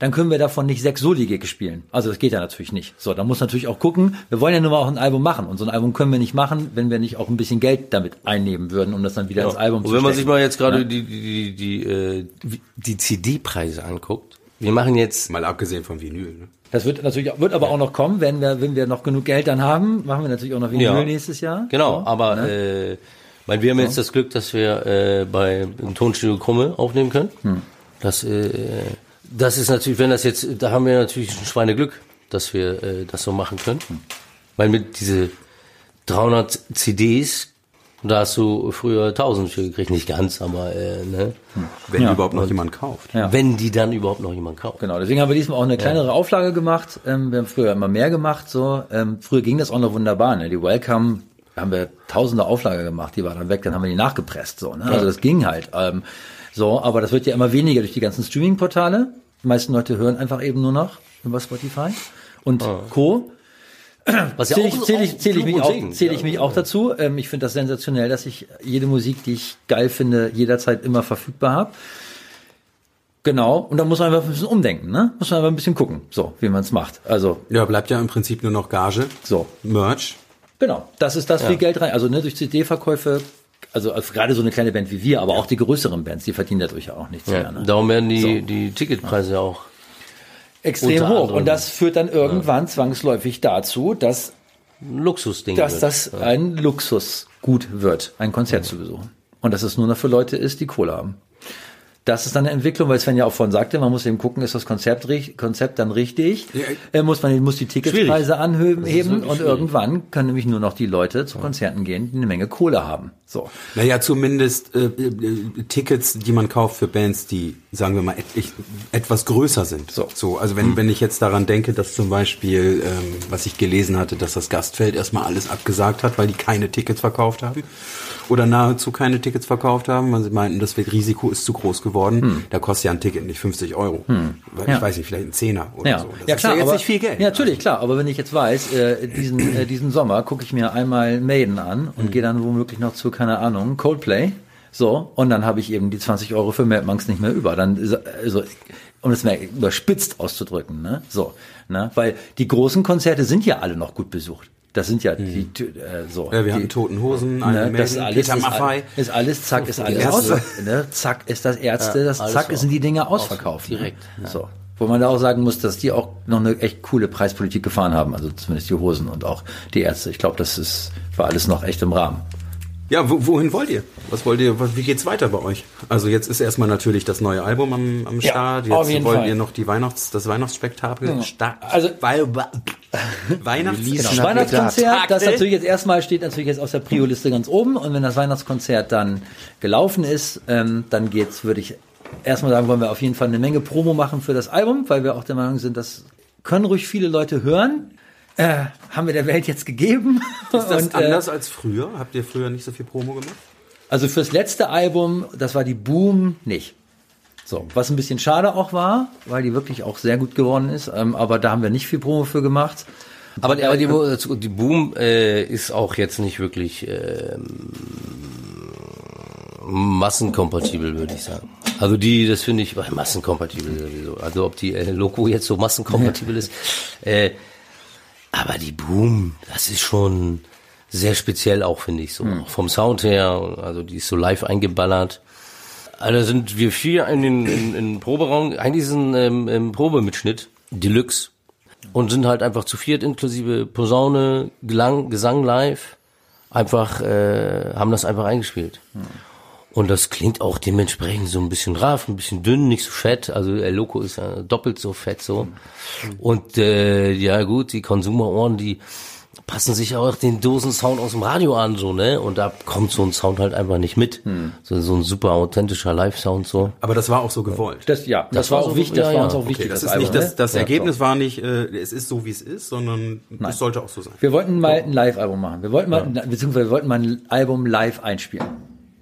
[SPEAKER 6] dann können wir davon nicht sechs Soli-Gigs spielen. Also das geht ja natürlich nicht. So, da muss natürlich auch gucken, wir wollen ja nun mal auch ein Album machen. Und so ein Album können wir nicht machen, wenn wir nicht auch ein bisschen Geld damit einnehmen würden, um das dann wieder ins Album
[SPEAKER 5] Und
[SPEAKER 6] zu
[SPEAKER 5] wenn man sich
[SPEAKER 6] stecken.
[SPEAKER 5] mal jetzt gerade die, die, die, die, äh, die CD-Preise anguckt, wir machen jetzt
[SPEAKER 2] Mal abgesehen vom Vinyl. Ne?
[SPEAKER 6] Das wird natürlich, wird aber auch noch kommen, wenn wir, wenn wir noch genug Geld dann haben, machen wir natürlich auch noch Vinyl
[SPEAKER 5] Ja.
[SPEAKER 6] nächstes Jahr.
[SPEAKER 5] Genau, aber äh, mein, wir haben jetzt das Glück, dass wir äh, bei im Tonstudio Krumme aufnehmen können. Das, äh, das ist natürlich, wenn das jetzt, da haben wir natürlich ein Schweineglück, dass wir äh, das so machen können. Weil mit diese 300 CDs, da hast du früher 1000 für gekriegt, nicht ganz, aber äh, ne?
[SPEAKER 2] Wenn überhaupt noch jemand kauft.
[SPEAKER 6] Ja.
[SPEAKER 5] wenn die dann überhaupt noch jemand kauft.
[SPEAKER 6] Genau, deswegen haben wir diesmal auch eine kleinere Auflage gemacht. Ähm, wir haben früher immer mehr gemacht. So, ähm, früher ging das auch noch wunderbar. Ne? Die Welcome haben wir tausende Auflage gemacht, die war dann weg, dann haben wir die nachgepresst. So, ne? Also das ging halt. Ähm, so, aber das wird ja immer weniger durch die ganzen Streaming-Portale. Die meisten Leute hören einfach eben nur noch über Spotify und Co.
[SPEAKER 5] Was
[SPEAKER 6] Zähle ich, zähl ich, zähl
[SPEAKER 5] Fluch
[SPEAKER 6] ich mich
[SPEAKER 5] und
[SPEAKER 6] auch,
[SPEAKER 5] Segen,
[SPEAKER 6] zähl
[SPEAKER 5] ja.
[SPEAKER 6] ich mich auch dazu. Ähm, ich finde das sensationell, dass ich jede Musik, die ich geil finde, jederzeit immer verfügbar habe. Genau, und da muss man einfach ein bisschen umdenken, ne? Muss man einfach ein bisschen gucken, so, wie man es macht. Also,
[SPEAKER 2] Ja, bleibt ja im Prinzip nur noch Gage.
[SPEAKER 6] So.
[SPEAKER 2] Merch.
[SPEAKER 6] genau, das ist das viel Geld rein. Also, ne, durch CD-Verkäufe, also äh, gerade so eine kleine Band wie wir, aber auch die größeren Bands, die verdienen dadurch ja auch nichts
[SPEAKER 5] Ja,
[SPEAKER 6] mehr. Ne?
[SPEAKER 5] Darum werden die, die Ticketpreise auch
[SPEAKER 6] Extrem
[SPEAKER 5] unter
[SPEAKER 6] hoch.
[SPEAKER 5] anderem.
[SPEAKER 6] Und das führt dann irgendwann zwangsläufig dazu, dass,
[SPEAKER 5] ein Luxusding.
[SPEAKER 6] dass
[SPEAKER 5] wird.
[SPEAKER 6] das ein Luxusgut wird, ein Konzert zu besuchen. Und dass es nur noch für Leute ist, die Kohle haben. Das ist dann eine Entwicklung, weil Sven ja auch vorhin sagte, man muss eben gucken, ist das Konzept, rich- Konzept dann richtig? Äh, muss man muss die Ticketpreise anheben heben, und irgendwann können nämlich nur noch die Leute zu Konzerten gehen, die eine Menge Kohle haben. So.
[SPEAKER 2] Naja, zumindest äh, äh, Tickets, die man kauft für Bands, die, sagen wir mal, et, ich, etwas größer sind. So, so also
[SPEAKER 6] Mhm.
[SPEAKER 2] wenn, wenn ich jetzt daran denke, dass zum Beispiel, ähm, was ich gelesen hatte, dass das Gastfeld erstmal alles abgesagt hat, weil die keine Tickets verkauft haben oder nahezu keine Tickets verkauft haben, weil sie meinten, das Risiko ist zu groß geworden. Da kostet ja ein Ticket nicht 50 Euro. Weil,
[SPEAKER 6] Mhm. Ja.
[SPEAKER 2] Ich weiß nicht, vielleicht ein Zehner oder
[SPEAKER 6] Ja,
[SPEAKER 2] so. Das
[SPEAKER 6] ja
[SPEAKER 2] ist
[SPEAKER 6] klar,
[SPEAKER 2] ja jetzt
[SPEAKER 6] aber,
[SPEAKER 2] nicht viel Geld.
[SPEAKER 6] Ja, natürlich, klar. Aber wenn ich jetzt weiß, äh, diesen, äh, diesen Sommer gucke ich mir einmal Maiden an
[SPEAKER 2] Mhm.
[SPEAKER 6] und gehe dann womöglich noch zu, keine Ahnung, Coldplay. So, und dann habe ich eben die 20 Euro für Mad Monks nicht mehr über. Dann, ist- also, um das mal überspitzt auszudrücken, ne? So, ne? Weil die großen Konzerte sind ja alle noch gut besucht. Das sind ja die, äh, so.
[SPEAKER 2] Mhm. Ja, wir
[SPEAKER 6] die,
[SPEAKER 2] hatten Toten Hosen,
[SPEAKER 6] Ne,
[SPEAKER 2] eine
[SPEAKER 6] das ist
[SPEAKER 2] Maiden,
[SPEAKER 6] alles,
[SPEAKER 2] Peter
[SPEAKER 6] ist, halt
[SPEAKER 2] Maffay.
[SPEAKER 6] al- ist alles, zack, ist alles
[SPEAKER 2] Ärzte.
[SPEAKER 6] aus, ne? Zack ist das Ärzte, das
[SPEAKER 5] alles
[SPEAKER 6] zack
[SPEAKER 5] war-
[SPEAKER 6] sind die Dinge ausverkauft.
[SPEAKER 5] direkt,
[SPEAKER 6] Ne? So. Wo man da auch sagen muss, dass die auch noch eine echt coole Preispolitik gefahren haben. Also zumindest die Hosen und auch die Ärzte. Ich glaube, das ist, war alles noch echt im Rahmen.
[SPEAKER 2] Ja, wo, wohin wollt ihr? Was wollt ihr, was, wie geht's weiter bei euch? Also jetzt ist erstmal natürlich das neue Album am, am Start. Jetzt
[SPEAKER 6] auf jeden
[SPEAKER 2] wollt
[SPEAKER 6] Fall.
[SPEAKER 2] ihr noch die Weihnachts, das Weihnachtsspektakel starten.
[SPEAKER 6] Also- Genau.
[SPEAKER 2] weil, Weihnachts
[SPEAKER 6] Das Weihnachtskonzert,
[SPEAKER 2] ne?
[SPEAKER 6] das natürlich jetzt erstmal steht natürlich jetzt aus der Prio-Liste ganz oben. Und wenn das Weihnachtskonzert dann gelaufen ist, ähm, dann geht's, würde ich erstmal sagen, wollen wir auf jeden Fall eine Menge Promo machen für das Album, weil wir auch der Meinung sind, das können ruhig viele Leute hören. Äh, haben wir der Welt jetzt gegeben.
[SPEAKER 2] Ist das
[SPEAKER 6] Und, äh,
[SPEAKER 2] anders als früher? Habt ihr früher nicht so viel Promo gemacht?
[SPEAKER 6] also fürs letzte Album, das war die Boom, nicht. So, was ein bisschen schade auch war, weil die wirklich auch sehr gut geworden ist. Ähm, aber da haben wir nicht viel Promo für gemacht.
[SPEAKER 5] Aber, aber die, Bo- die Boom äh, ist auch jetzt nicht wirklich ähm, massenkompatibel, würde ich sagen. Also die, das finde ich, weil massenkompatibel sowieso. Also ob die äh, Loco jetzt so massenkompatibel ist. Äh, aber die Boom, das ist schon sehr speziell auch, finde ich, so. Auch vom Sound her, also die ist so live eingeballert. Also sind wir vier in den in, in Proberaum, eigentlich ist es ein ähm, ähm, Probemitschnitt, Deluxe. Und sind halt einfach zu viert, inklusive Posaune, Gelang, Gesang live, einfach, äh, haben das einfach eingespielt. Und das klingt auch dementsprechend so ein bisschen raff, ein bisschen dünn, nicht so fett. Also El Loco ist ja doppelt so fett so. Und äh, ja gut, die Konsumerohren, die passen sich auch den Dosensound aus dem Radio an so, ne? Und da kommt so ein Sound halt einfach nicht mit. So, so ein super authentischer Live-Sound so.
[SPEAKER 2] Aber das war auch so gewollt.
[SPEAKER 6] Das, ja, das, war
[SPEAKER 5] war
[SPEAKER 6] auch
[SPEAKER 5] so-
[SPEAKER 6] wichtig, das
[SPEAKER 5] ja,
[SPEAKER 6] war
[SPEAKER 5] ja.
[SPEAKER 6] uns auch
[SPEAKER 5] Okay,
[SPEAKER 6] wichtig.
[SPEAKER 2] das
[SPEAKER 6] das
[SPEAKER 2] ist nicht
[SPEAKER 6] Album,
[SPEAKER 2] das,
[SPEAKER 6] ne?
[SPEAKER 2] das
[SPEAKER 6] Ja,
[SPEAKER 2] Ergebnis war nicht, äh, es ist so wie es ist, sondern es sollte auch so sein.
[SPEAKER 6] Wir wollten mal ein Live-Album machen. Wir wollten mal, beziehungsweise wir wollten mal ein Album live einspielen.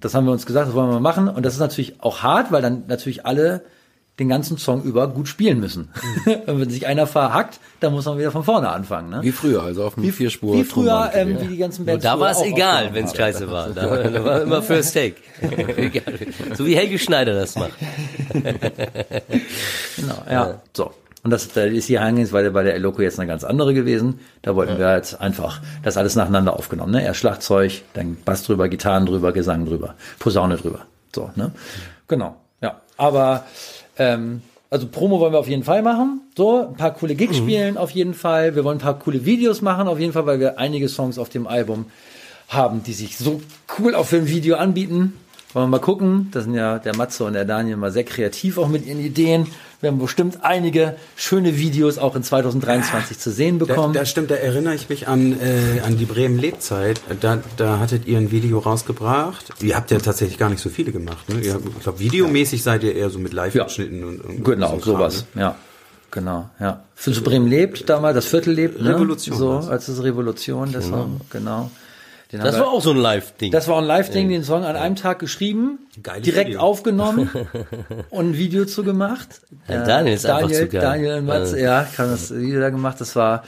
[SPEAKER 6] Das haben wir uns gesagt, das wollen wir mal machen. Und das ist natürlich auch hart, weil dann natürlich alle den ganzen Song über gut spielen müssen. Und wenn sich einer verhackt, dann muss man wieder von vorne anfangen. Ne?
[SPEAKER 1] Wie früher, also auf dem Vierspur.
[SPEAKER 6] Wie früher,
[SPEAKER 1] Tonband
[SPEAKER 6] ähm,
[SPEAKER 1] gewesen.
[SPEAKER 6] wie die ganzen
[SPEAKER 5] Nur
[SPEAKER 6] Bands.
[SPEAKER 5] da
[SPEAKER 6] früher
[SPEAKER 5] war es
[SPEAKER 6] auch
[SPEAKER 5] egal,
[SPEAKER 6] aufgenommen
[SPEAKER 5] wenn es
[SPEAKER 6] haben.
[SPEAKER 5] scheiße war. Da war, da war immer First Take. Egal. so wie Helge Schneider das macht.
[SPEAKER 6] Genau, ja. So. Und das da ist die Herangehensweise bei der Eloco jetzt eine ganz andere gewesen. Da wollten wir jetzt einfach das alles nacheinander aufgenommen. Ne? Erst Schlagzeug, dann Bass drüber, Gitarren drüber, Gesang drüber, Posaune drüber. So, ne? Genau, ja. Aber ähm, also Promo wollen wir auf jeden Fall machen. So, ein paar coole Gigs spielen auf jeden Fall. Wir wollen ein paar coole Videos machen auf jeden Fall, weil wir einige Songs auf dem Album haben, die sich so cool auf dem Video anbieten. Wollen wir mal gucken. Da sind ja der Matze und der Daniel mal sehr kreativ auch mit ihren Ideen. Wir haben bestimmt einige schöne Videos auch in 2023 zu sehen
[SPEAKER 2] Da,
[SPEAKER 6] bekommen.
[SPEAKER 2] da stimmt, da erinnere ich mich an, äh, an die Bremen Lebzeit. Da, da hattet ihr ein Video rausgebracht. Ihr habt ja tatsächlich gar nicht so viele gemacht. Ne? Ihr, habt- ich glaube, videomäßig seid ihr eher so mit Live-Geschnitten und, und
[SPEAKER 6] genau,
[SPEAKER 2] und so Kram, ne?
[SPEAKER 6] sowas. Ja. Genau, ja. Für Bremen lebt damals, das Viertel lebt. Ne?
[SPEAKER 2] Revolution
[SPEAKER 6] So,
[SPEAKER 2] war's.
[SPEAKER 6] als es Revolution, das war, genau. Den haben
[SPEAKER 5] Das
[SPEAKER 6] wir-
[SPEAKER 5] war auch so ein Live-Ding.
[SPEAKER 6] Das war ein Live-Ding, den Song an einem Tag geschrieben,
[SPEAKER 2] Geiles
[SPEAKER 6] direkt
[SPEAKER 2] Video.
[SPEAKER 6] aufgenommen und ein Video zu gemacht.
[SPEAKER 5] Ja, Daniel ist einfach
[SPEAKER 6] Daniel,
[SPEAKER 5] zu geil.
[SPEAKER 6] Daniel und Mats,
[SPEAKER 5] Also-
[SPEAKER 6] ja, haben das Video da gemacht. Das war,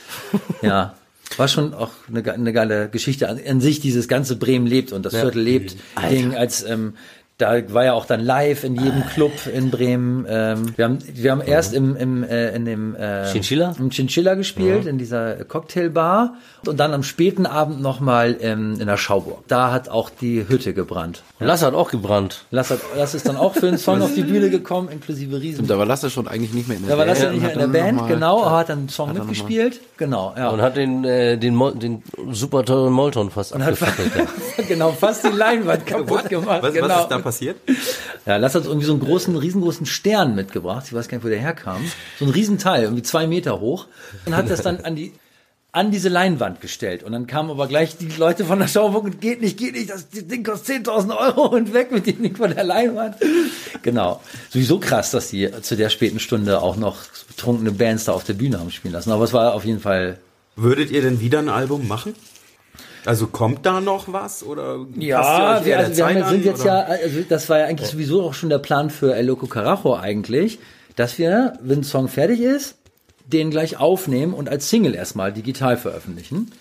[SPEAKER 6] ja, war schon auch eine, ge- eine geile Geschichte an, an sich, dieses ganze Bremen lebt und das Viertel lebt Ding als, ähm, da war ja auch dann live in jedem Club in Bremen. Ähm, wir haben, wir haben erst im, im äh, in dem äh,
[SPEAKER 5] Chinchilla?
[SPEAKER 6] im Chinchilla gespielt, in dieser Cocktailbar und dann am späten Abend nochmal ähm, in der Schauburg. Da hat auch die Hütte gebrannt.
[SPEAKER 5] Lass hat auch gebrannt.
[SPEAKER 6] Lass, hat, Lass ist dann auch für einen Song auf die Bühne gekommen, inklusive Riesen.
[SPEAKER 1] Da war Lasse schon eigentlich nicht mehr in der
[SPEAKER 6] Da war Lasse
[SPEAKER 1] und
[SPEAKER 6] nicht mehr
[SPEAKER 1] hat
[SPEAKER 6] in der
[SPEAKER 1] dann
[SPEAKER 6] Band,
[SPEAKER 1] noch mal-
[SPEAKER 6] genau, aber hat dann einen Song mitgespielt. Genau, ja.
[SPEAKER 5] Und hat den, äh, den, Mol den super teuren Molton fast abgefackelt. ja.
[SPEAKER 6] genau, fast die Leinwand kaputt gemacht.
[SPEAKER 2] Was,
[SPEAKER 6] genau.
[SPEAKER 2] was ist da passiert?
[SPEAKER 6] Ja, Lass hat irgendwie so einen großen, riesengroßen Stern mitgebracht. Ich weiß gar nicht, wo der herkam. So ein Riesenteil, irgendwie zwei Meter hoch. Und hat das dann an die, an diese Leinwand gestellt. Und dann kamen aber gleich die Leute von der Schauburg und geht nicht, geht nicht, das Ding kostet 10.000 Euro und weg mit dem Ding von der Leinwand. Genau. Sowieso krass, dass die zu der späten Stunde auch noch betrunkene Bands da auf der Bühne haben spielen lassen. Aber es war auf jeden Fall
[SPEAKER 2] Würdet ihr denn wieder ein Album machen? Also kommt da noch was oder
[SPEAKER 6] Ja,
[SPEAKER 2] eher
[SPEAKER 6] wir, also wir haben,
[SPEAKER 2] Zeit
[SPEAKER 6] jetzt- sind jetzt
[SPEAKER 2] oder?
[SPEAKER 6] ja, also das war ja eigentlich sowieso auch schon der Plan für El Loco Carajo eigentlich, dass wir, wenn ein Song fertig ist, den gleich aufnehmen und als Single erstmal digital veröffentlichen.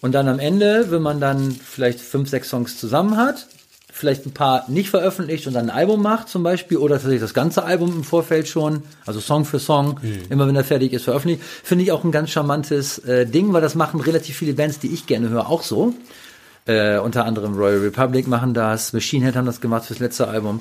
[SPEAKER 6] Und dann am Ende, wenn man dann vielleicht fünf, sechs Songs zusammen hat, vielleicht ein paar nicht veröffentlicht und dann ein Album macht zum Beispiel oder tatsächlich das ganze Album im Vorfeld schon, also Song für Song, immer wenn er fertig ist, veröffentlicht, finde ich auch ein ganz charmantes äh, Ding, weil das machen relativ viele Bands, die ich gerne höre, auch so. Äh, unter anderem Royal Republic machen das, Machine Head haben das gemacht fürs letzte Album.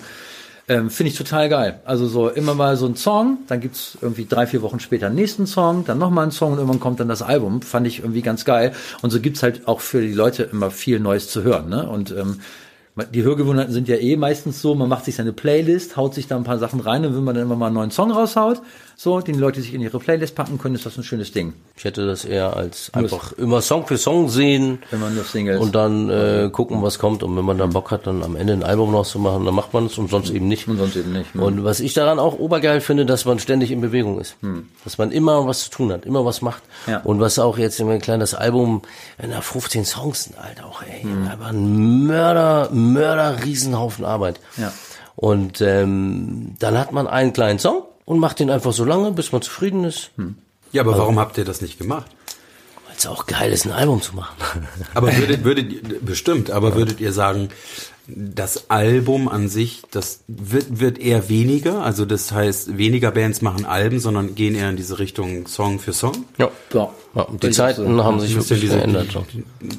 [SPEAKER 6] Ähm, Finde ich total geil. Also so immer mal so ein Song, dann gibt's irgendwie drei, vier Wochen später einen nächsten Song, dann nochmal einen Song und irgendwann kommt dann das Album. Fand ich irgendwie ganz geil. Und so gibt's halt auch für die Leute immer viel Neues zu hören. Ne? Und ähm, die Hörgewohnheiten sind ja eh meistens so, man macht sich seine Playlist, haut sich da ein paar Sachen rein und wenn man dann immer mal einen neuen Song raushaut, so, den die Leute sich in ihre Playlist packen können, ist das ein schönes Ding.
[SPEAKER 5] Ich hätte das eher als einfach immer Song für Song sehen
[SPEAKER 6] Wenn man nur Singles.
[SPEAKER 5] und dann äh, gucken, was kommt. Und wenn man dann Bock hat, dann am Ende ein Album noch zu machen, dann macht man es und sonst eben nicht.
[SPEAKER 6] Und sonst eben nicht, ne?
[SPEAKER 5] Und was ich daran auch obergeil finde, dass man ständig in Bewegung ist. Dass man immer was zu tun hat, immer was macht.
[SPEAKER 6] Hm. Ja.
[SPEAKER 5] Und was auch jetzt immer ein kleines Album, wenn da 15 Songs sind, Alter, auch ey,
[SPEAKER 6] Hm.
[SPEAKER 5] aber ein Mörder, Mörder, Riesenhaufen Arbeit.
[SPEAKER 6] Ja.
[SPEAKER 5] Und ähm, dann hat man einen kleinen Song und macht den einfach so lange, bis man zufrieden ist.
[SPEAKER 2] Ja, aber warum habt ihr das nicht gemacht?
[SPEAKER 5] Weil es auch geil ist, ein Album zu machen.
[SPEAKER 2] Aber würdet, würdet ihr- bestimmt, aber würdet ihr sagen, das Album an sich, das wird, wird eher weniger, also das heißt, weniger Bands machen Alben, sondern gehen eher in diese Richtung Song für Song?
[SPEAKER 5] ja.
[SPEAKER 6] Ja.
[SPEAKER 5] ja und die Zeiten haben sich
[SPEAKER 2] Ist ja
[SPEAKER 5] wirklich
[SPEAKER 2] diese
[SPEAKER 5] verändert.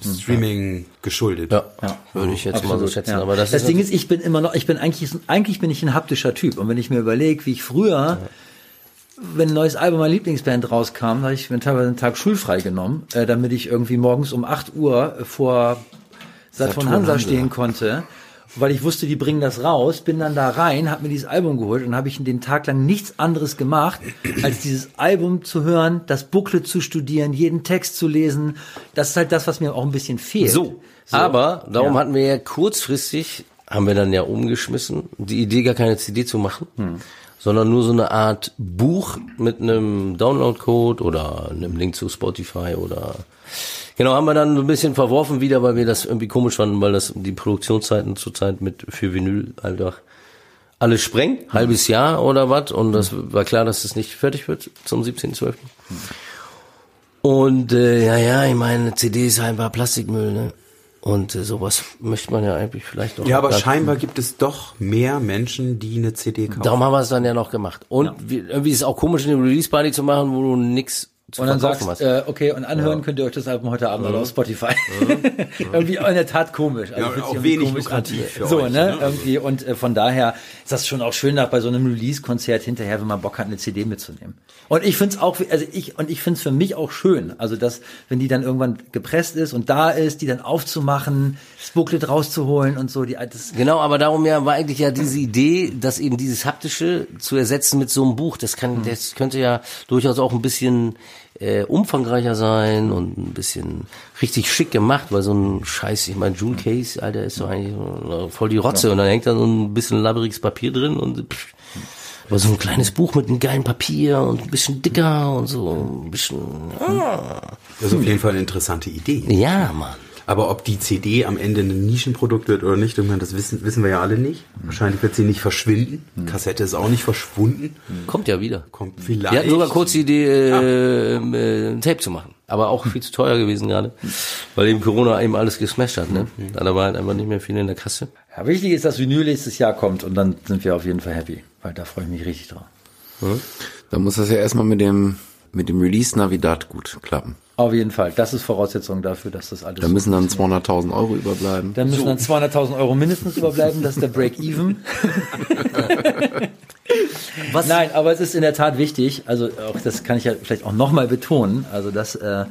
[SPEAKER 2] Streaming geschuldet.
[SPEAKER 5] Ja, würde ich jetzt mal so
[SPEAKER 6] Absolut,
[SPEAKER 5] schätzen.
[SPEAKER 6] ja.
[SPEAKER 5] Aber das, ist halt
[SPEAKER 6] Ding ist, ich bin immer noch, ich bin eigentlich, eigentlich bin ich ein haptischer Typ. Und wenn ich mir überlege, wie ich früher, wenn ein neues Album meiner Lieblingsband rauskam, habe ich mir teilweise einen Tag schulfrei genommen, äh, damit ich irgendwie morgens um 8 Uhr vor Saturn Hansa stehen konnte. Weil ich wusste, die bringen das raus, bin dann da rein, habe mir dieses Album geholt und habe ich den Tag lang nichts anderes gemacht, als dieses Album zu hören, das Booklet zu studieren, jeden Text zu lesen. Das ist halt das, was mir auch ein bisschen fehlt.
[SPEAKER 5] So. Aber darum hatten wir ja kurzfristig, haben wir dann ja umgeschmissen, die Idee gar keine CD zu machen, sondern nur so eine Art Buch mit einem Downloadcode oder einem Link zu Spotify oder genau haben wir dann so ein bisschen verworfen wieder, weil wir das irgendwie komisch fanden, weil das die Produktionszeiten zurzeit mit für Vinyl einfach alles
[SPEAKER 2] Mhm.
[SPEAKER 5] sprengt, halbes Jahr oder was und das war klar, dass das nicht fertig wird zum 17.12.
[SPEAKER 2] Mhm.
[SPEAKER 5] Und äh, ja, ja, ich meine, CD ist halt einfach Plastikmüll, ne? Und äh, sowas möchte man ja eigentlich vielleicht auch.
[SPEAKER 2] Ja, aber
[SPEAKER 5] dann-
[SPEAKER 2] scheinbar gibt es doch mehr Menschen, die eine CD kaufen.
[SPEAKER 5] Darum haben wir es dann ja noch gemacht. Und wir, irgendwie ist es auch komisch, eine Release-Party zu machen, wo du nix zu
[SPEAKER 6] Und dann
[SPEAKER 5] verkaufen
[SPEAKER 6] sagst,
[SPEAKER 5] hast.
[SPEAKER 6] äh, okay, und anhören könnt ihr euch das Album heute Abend oder auf Spotify. Mhm. irgendwie in der Tat komisch. Also
[SPEAKER 2] Ja,
[SPEAKER 6] fühlt sich
[SPEAKER 2] auch
[SPEAKER 6] irgendwie
[SPEAKER 2] wenig
[SPEAKER 6] komisch
[SPEAKER 2] lukrativ
[SPEAKER 6] an.
[SPEAKER 2] für
[SPEAKER 6] so,
[SPEAKER 2] euch,
[SPEAKER 6] ne?
[SPEAKER 2] ne?
[SPEAKER 6] Irgendwie. Und äh, von daher ist das schon auch schön, nach bei so einem Release-Konzert hinterher, wenn man Bock hat, eine CD mitzunehmen. Und ich find's auch, also ich, und ich find's für mich auch schön. Also, dass, wenn die dann irgendwann gepresst ist und da ist, die dann aufzumachen, das Booklet rauszuholen und so, die, ah, das,
[SPEAKER 5] Genau, aber darum ja war eigentlich ja diese Idee, dass eben dieses haptische zu ersetzen mit so einem Buch. Das kann, das könnte ja durchaus auch ein bisschen äh, umfangreicher sein und ein bisschen richtig schick gemacht, weil so ein Scheiß, ich meine June Case, Alter, ist so eigentlich so, äh, voll die Rotze und dann hängt da so ein bisschen labberiges Papier drin und pff, aber so ein kleines Buch mit einem geilen Papier und ein bisschen dicker und so ein bisschen. Ah.
[SPEAKER 2] Das ist auf jeden Fall eine interessante Idee.
[SPEAKER 5] Ja, Mann.
[SPEAKER 2] Aber ob die CD am Ende ein Nischenprodukt wird oder nicht, irgendwann, das wissen, wissen wir ja alle nicht. Wahrscheinlich wird sie nicht verschwinden.
[SPEAKER 5] Hm.
[SPEAKER 2] Kassette ist auch nicht verschwunden.
[SPEAKER 5] Kommt ja wieder.
[SPEAKER 2] Kommt vielleicht.
[SPEAKER 5] Wir hatten sogar kurz die Idee, äh, äh, ein Tape zu machen. Aber auch viel zu teuer gewesen gerade. Weil eben Corona eben alles gesmashed hat, ne? Da war halt einfach nicht mehr viel in der Kasse.
[SPEAKER 6] ja, wichtig ist, dass Vinyl nächstes Jahr kommt und dann sind wir auf jeden Fall happy. Weil da freue ich mich richtig drauf.
[SPEAKER 1] Da muss das ja erstmal mit dem, mit dem Release Navidad gut klappen.
[SPEAKER 6] Auf jeden Fall. Das ist Voraussetzung dafür, dass das alles
[SPEAKER 1] Da müssen dann 200.000 Euro überbleiben.
[SPEAKER 6] Da müssen dann 200.000 Euro mindestens überbleiben, das ist der Break-Even. Was? Nein, aber es ist in der Tat wichtig, also auch das kann ich ja vielleicht auch nochmal betonen, also das, äh,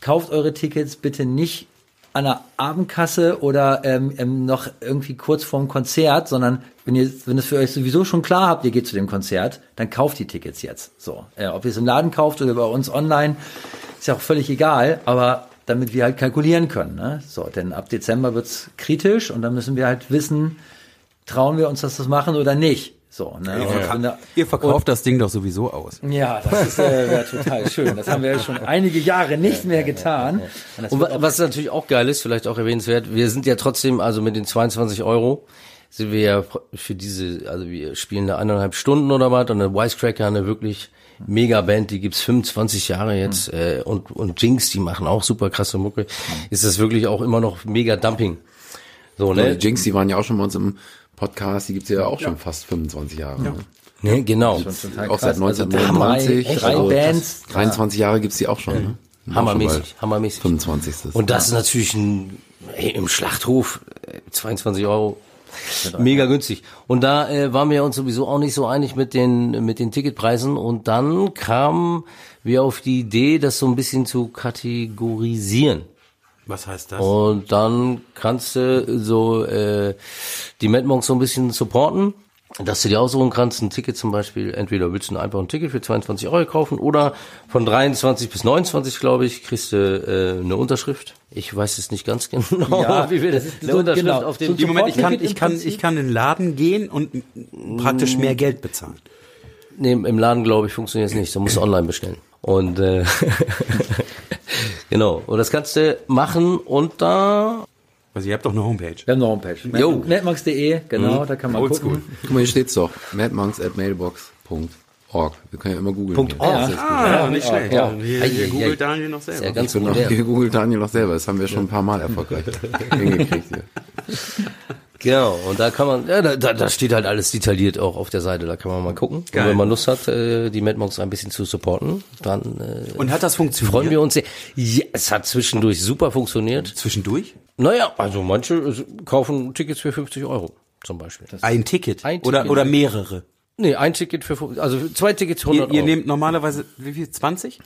[SPEAKER 6] kauft eure Tickets bitte nicht an der Abendkasse oder ähm, ähm, noch irgendwie kurz vorm Konzert, sondern wenn ihr, wenn es für euch sowieso schon klar habt, ihr geht zu dem Konzert, dann kauft die Tickets jetzt. So, äh, ob ihr es im Laden kauft oder bei uns online, ist ja auch völlig egal, aber damit wir halt kalkulieren können. Ne? So, denn ab Dezember wird's kritisch und dann müssen wir halt wissen, trauen wir uns das zu machen oder nicht. So, ne?
[SPEAKER 2] Ihr
[SPEAKER 6] Und wenn da-
[SPEAKER 2] verkauft, ihr verkauft das Ding doch sowieso aus.
[SPEAKER 6] ja, das ist, äh, wäre total schön. Das haben wir ja schon einige Jahre nicht mehr getan. Und das
[SPEAKER 5] Und
[SPEAKER 6] wird
[SPEAKER 5] wa- was natürlich auch geil ist, vielleicht auch erwähnenswert, wir sind ja trotzdem, also mit den 22 Euro, sind wir ja pro- für diese, also wir spielen da eineinhalb Stunden oder was und eine Wisecracker, eine wirklich mega Band, die gibt's 25 Jahre jetzt äh, und, und Jinx, die machen auch super krasse Mucke, ist das wirklich auch immer noch mega Dumping. So,
[SPEAKER 1] Ja,
[SPEAKER 5] ne?
[SPEAKER 1] die Jinx, die waren ja auch schon bei uns im Podcast, die gibt's ja auch schon fast 25 Jahre. Ne?
[SPEAKER 5] ne genau.
[SPEAKER 6] total
[SPEAKER 1] Auch seit
[SPEAKER 6] krass. Also da haben wir
[SPEAKER 1] 1990.
[SPEAKER 6] Drei, drei
[SPEAKER 1] also
[SPEAKER 6] Bands.
[SPEAKER 1] 23 Jahre gibt's die auch schon. Ne? Auch schon
[SPEAKER 5] Hammermäßig,
[SPEAKER 1] bald.
[SPEAKER 5] hammermäßig.
[SPEAKER 1] 25.
[SPEAKER 5] Und das ist natürlich ein, hey, im Schlachthof, äh, 22 Euro. Mega günstig. Und da äh, waren wir uns sowieso auch nicht so einig mit den, mit den Ticketpreisen. Und dann kamen wir auf die Idee, das so ein bisschen zu kategorisieren.
[SPEAKER 2] Was heißt das?
[SPEAKER 5] Und dann kannst du so äh, die Mad Monks so ein bisschen supporten, dass du dir aussuchen kannst, ein Ticket zum Beispiel, entweder willst du einfach ein Ticket für 22 Euro kaufen oder von 23 bis 29, glaube ich, kriegst du äh, eine Unterschrift. Ich weiß es nicht ganz genau,
[SPEAKER 6] Ja,
[SPEAKER 5] wie wir
[SPEAKER 6] das
[SPEAKER 5] das
[SPEAKER 6] ist
[SPEAKER 5] eine
[SPEAKER 6] so-
[SPEAKER 5] Unterschrift
[SPEAKER 6] genau.
[SPEAKER 5] auf
[SPEAKER 6] So
[SPEAKER 5] dem...
[SPEAKER 6] zum-
[SPEAKER 2] Im Moment, ich kann,
[SPEAKER 6] Sofortticket
[SPEAKER 2] ich
[SPEAKER 6] im
[SPEAKER 2] kann,
[SPEAKER 6] Prinzip?
[SPEAKER 2] ich kann in den Laden gehen und praktisch mehr Geld bezahlen.
[SPEAKER 5] nee, Im Laden, glaube ich, funktioniert es nicht. Du musst online bestellen. Und äh, genau. Und das kannst du machen unter...
[SPEAKER 2] Also ihr habt doch eine Homepage.
[SPEAKER 6] Wir haben eine Homepage.
[SPEAKER 5] Jo.
[SPEAKER 6] Netmax.de, genau, da kann man
[SPEAKER 2] Oldschool.
[SPEAKER 6] gucken.
[SPEAKER 1] Guck mal, hier steht's doch. Madmonks at mailbox.org. Wir können ja immer googeln.
[SPEAKER 5] Punkt
[SPEAKER 1] hier.
[SPEAKER 5] org.
[SPEAKER 1] Das ist jetzt gut.
[SPEAKER 2] Ah, nicht schlecht.
[SPEAKER 5] Ja.
[SPEAKER 2] Hier, hier googelt Daniel noch selber.
[SPEAKER 5] Ist ja ganz
[SPEAKER 1] Genau,
[SPEAKER 5] modern.
[SPEAKER 1] hier googelt Daniel noch selber. Das haben wir schon ein paar Mal erfolgreich hingekriegt hier.
[SPEAKER 5] Genau, und da kann man, ja, da, da, da steht halt alles detailliert auch auf der Seite, da kann man mal gucken.
[SPEAKER 2] Geil.
[SPEAKER 5] Und wenn man Lust hat, äh, die Mad Monks ein bisschen zu supporten, dann äh,
[SPEAKER 2] und hat das funktioniert?
[SPEAKER 5] freuen wir uns sehr. Ja, es hat zwischendurch super funktioniert.
[SPEAKER 2] Zwischendurch?
[SPEAKER 5] Naja, also manche äh, kaufen Tickets für 50 Euro zum Beispiel.
[SPEAKER 2] Ein Ticket.
[SPEAKER 5] Ein
[SPEAKER 2] oder,
[SPEAKER 5] Ticket.
[SPEAKER 2] oder mehrere.
[SPEAKER 5] nee, ein Ticket für, 50 also zwei Tickets 100
[SPEAKER 2] Ihr, ihr
[SPEAKER 5] Euro.
[SPEAKER 2] nehmt normalerweise, wie viel, 20?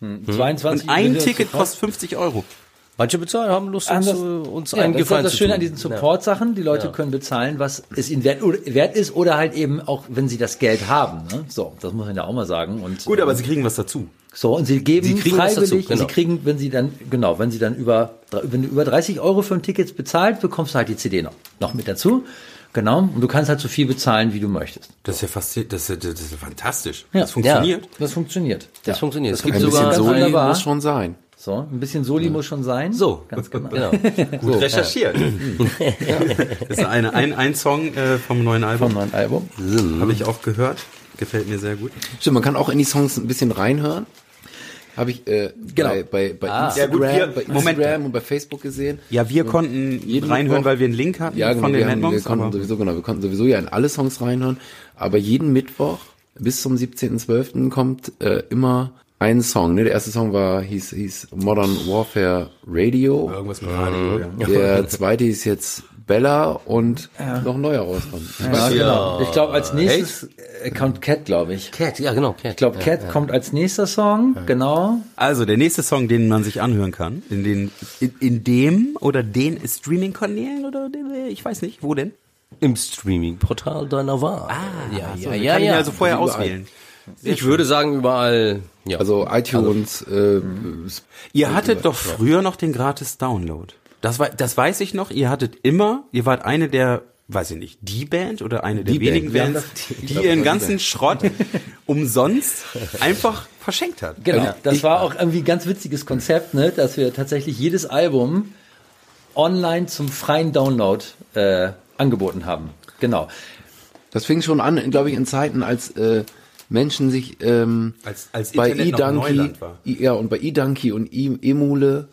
[SPEAKER 6] 22
[SPEAKER 2] Und ein
[SPEAKER 6] Euro
[SPEAKER 2] Ticket
[SPEAKER 6] Support.
[SPEAKER 2] kostet 50 Euro.
[SPEAKER 5] manche bezahlen, haben Lust,
[SPEAKER 6] Haben
[SPEAKER 5] uns,
[SPEAKER 6] das-
[SPEAKER 5] äh, uns
[SPEAKER 6] ja,
[SPEAKER 5] einen
[SPEAKER 6] das ist
[SPEAKER 5] Gefallen
[SPEAKER 6] das
[SPEAKER 5] zu
[SPEAKER 6] Schöne
[SPEAKER 5] tun.
[SPEAKER 6] an diesen Support-Sachen. Die Leute können bezahlen, was es ihnen wert, oder, wert ist oder halt eben auch, wenn sie das Geld haben. Ne? So, das muss man ja auch mal sagen. Und,
[SPEAKER 2] Gut, aber sie kriegen was dazu.
[SPEAKER 6] So, und sie geben
[SPEAKER 5] Sie kriegen was
[SPEAKER 6] freiwillig,
[SPEAKER 5] dazu, genau.
[SPEAKER 6] sie kriegen, wenn sie dann, genau, wenn sie dann über, wenn du über 30 Euro für ein Ticket bezahlt, bekommst du halt die CD noch, noch mit dazu. Genau. Und du kannst halt so viel bezahlen, wie du möchtest.
[SPEAKER 2] Das ist ja fast, das ist, das ist fantastisch.
[SPEAKER 6] Ja.
[SPEAKER 2] Das funktioniert.
[SPEAKER 6] Das funktioniert.
[SPEAKER 5] Das funktioniert. Es gibt
[SPEAKER 1] Ein bisschen
[SPEAKER 5] sogar
[SPEAKER 6] ganz
[SPEAKER 1] Soli
[SPEAKER 6] wunderbar.
[SPEAKER 1] muss schon sein.
[SPEAKER 6] So, ein bisschen Soli muss schon sein.
[SPEAKER 2] So.
[SPEAKER 6] Ganz genau.
[SPEAKER 5] Genau.
[SPEAKER 2] Oh. Gut recherchiert. Das ist eine, ein, ein Song äh, vom neuen Album.
[SPEAKER 6] Vom
[SPEAKER 2] Mhm.
[SPEAKER 6] neuen Album.
[SPEAKER 2] Habe ich auch gehört. Gefällt mir sehr gut.
[SPEAKER 1] Stimmt, man kann auch in die Songs ein bisschen reinhören. Habe ich äh,
[SPEAKER 2] Genau.
[SPEAKER 1] bei, bei, bei
[SPEAKER 2] Ja,
[SPEAKER 1] Instagram,
[SPEAKER 2] gut, wir-
[SPEAKER 1] bei
[SPEAKER 2] Moment.
[SPEAKER 1] Instagram und bei Facebook gesehen.
[SPEAKER 2] Ah. Ja, wir konnten
[SPEAKER 1] jeden
[SPEAKER 2] reinhören,
[SPEAKER 1] Mittwoch-
[SPEAKER 2] weil wir einen Link hatten
[SPEAKER 1] Ja, genau,
[SPEAKER 2] von
[SPEAKER 1] wir,
[SPEAKER 2] den
[SPEAKER 1] haben, wir
[SPEAKER 2] Madmonks.
[SPEAKER 1] konnten
[SPEAKER 2] aber-
[SPEAKER 1] sowieso, genau, wir konnten sowieso ja in alle Songs reinhören. Aber jeden Mittwoch bis zum 17.12. kommt äh, immer ein Song. Ne? Der erste Song war, hieß, hieß Modern Warfare Radio.
[SPEAKER 2] Irgendwas mit Radio, ja.
[SPEAKER 1] Der zweite ist jetzt Bella und noch ein neuer rauskommt. Ich weiß
[SPEAKER 6] Ja,
[SPEAKER 1] nicht.
[SPEAKER 6] genau. Ich glaube, als nächstes äh, kommt Cat, glaube ich.
[SPEAKER 5] Cat, ja genau, Cat.
[SPEAKER 6] Ich glaube, Cat kommt als nächster Song. Genau.
[SPEAKER 2] Also, der nächste Song, den man sich anhören kann, in, den, in, in dem oder den Streaming-Kanälen oder den, ich weiß nicht, wo denn?
[SPEAKER 5] Im Streaming-Portal deiner Wahl. Ah, ja, ja, ja,
[SPEAKER 2] kann ich
[SPEAKER 5] ja.
[SPEAKER 2] also vorher
[SPEAKER 1] Überall.
[SPEAKER 2] auswählen.
[SPEAKER 5] ich würde sagen, überall, ja.
[SPEAKER 1] Also iTunes, äh,
[SPEAKER 2] Ihr hattet doch früher noch den gratis Download. Das, wei- das weiß ich noch, ihr hattet immer, ihr wart eine der, weiß ich nicht, die Band oder eine der
[SPEAKER 1] Die
[SPEAKER 2] wenigen
[SPEAKER 1] Band, ja.
[SPEAKER 2] Bands, die
[SPEAKER 1] glaub,
[SPEAKER 2] ihren
[SPEAKER 1] das war die
[SPEAKER 2] ganzen Schrott umsonst einfach verschenkt hat.
[SPEAKER 6] Genau.
[SPEAKER 1] Also,
[SPEAKER 6] das
[SPEAKER 1] ich-
[SPEAKER 6] war auch irgendwie ein ganz witziges Konzept, ne, dass wir tatsächlich jedes Album online zum freien Download äh, angeboten haben. Genau.
[SPEAKER 1] Das fing schon an, glaube ich, in Zeiten, als äh, Menschen sich ähm,
[SPEAKER 2] Als- als
[SPEAKER 1] bei
[SPEAKER 2] Internet noch
[SPEAKER 1] E-Donkey,
[SPEAKER 2] Neuland war.
[SPEAKER 1] I- ja und bei E-Donkey und E- Emule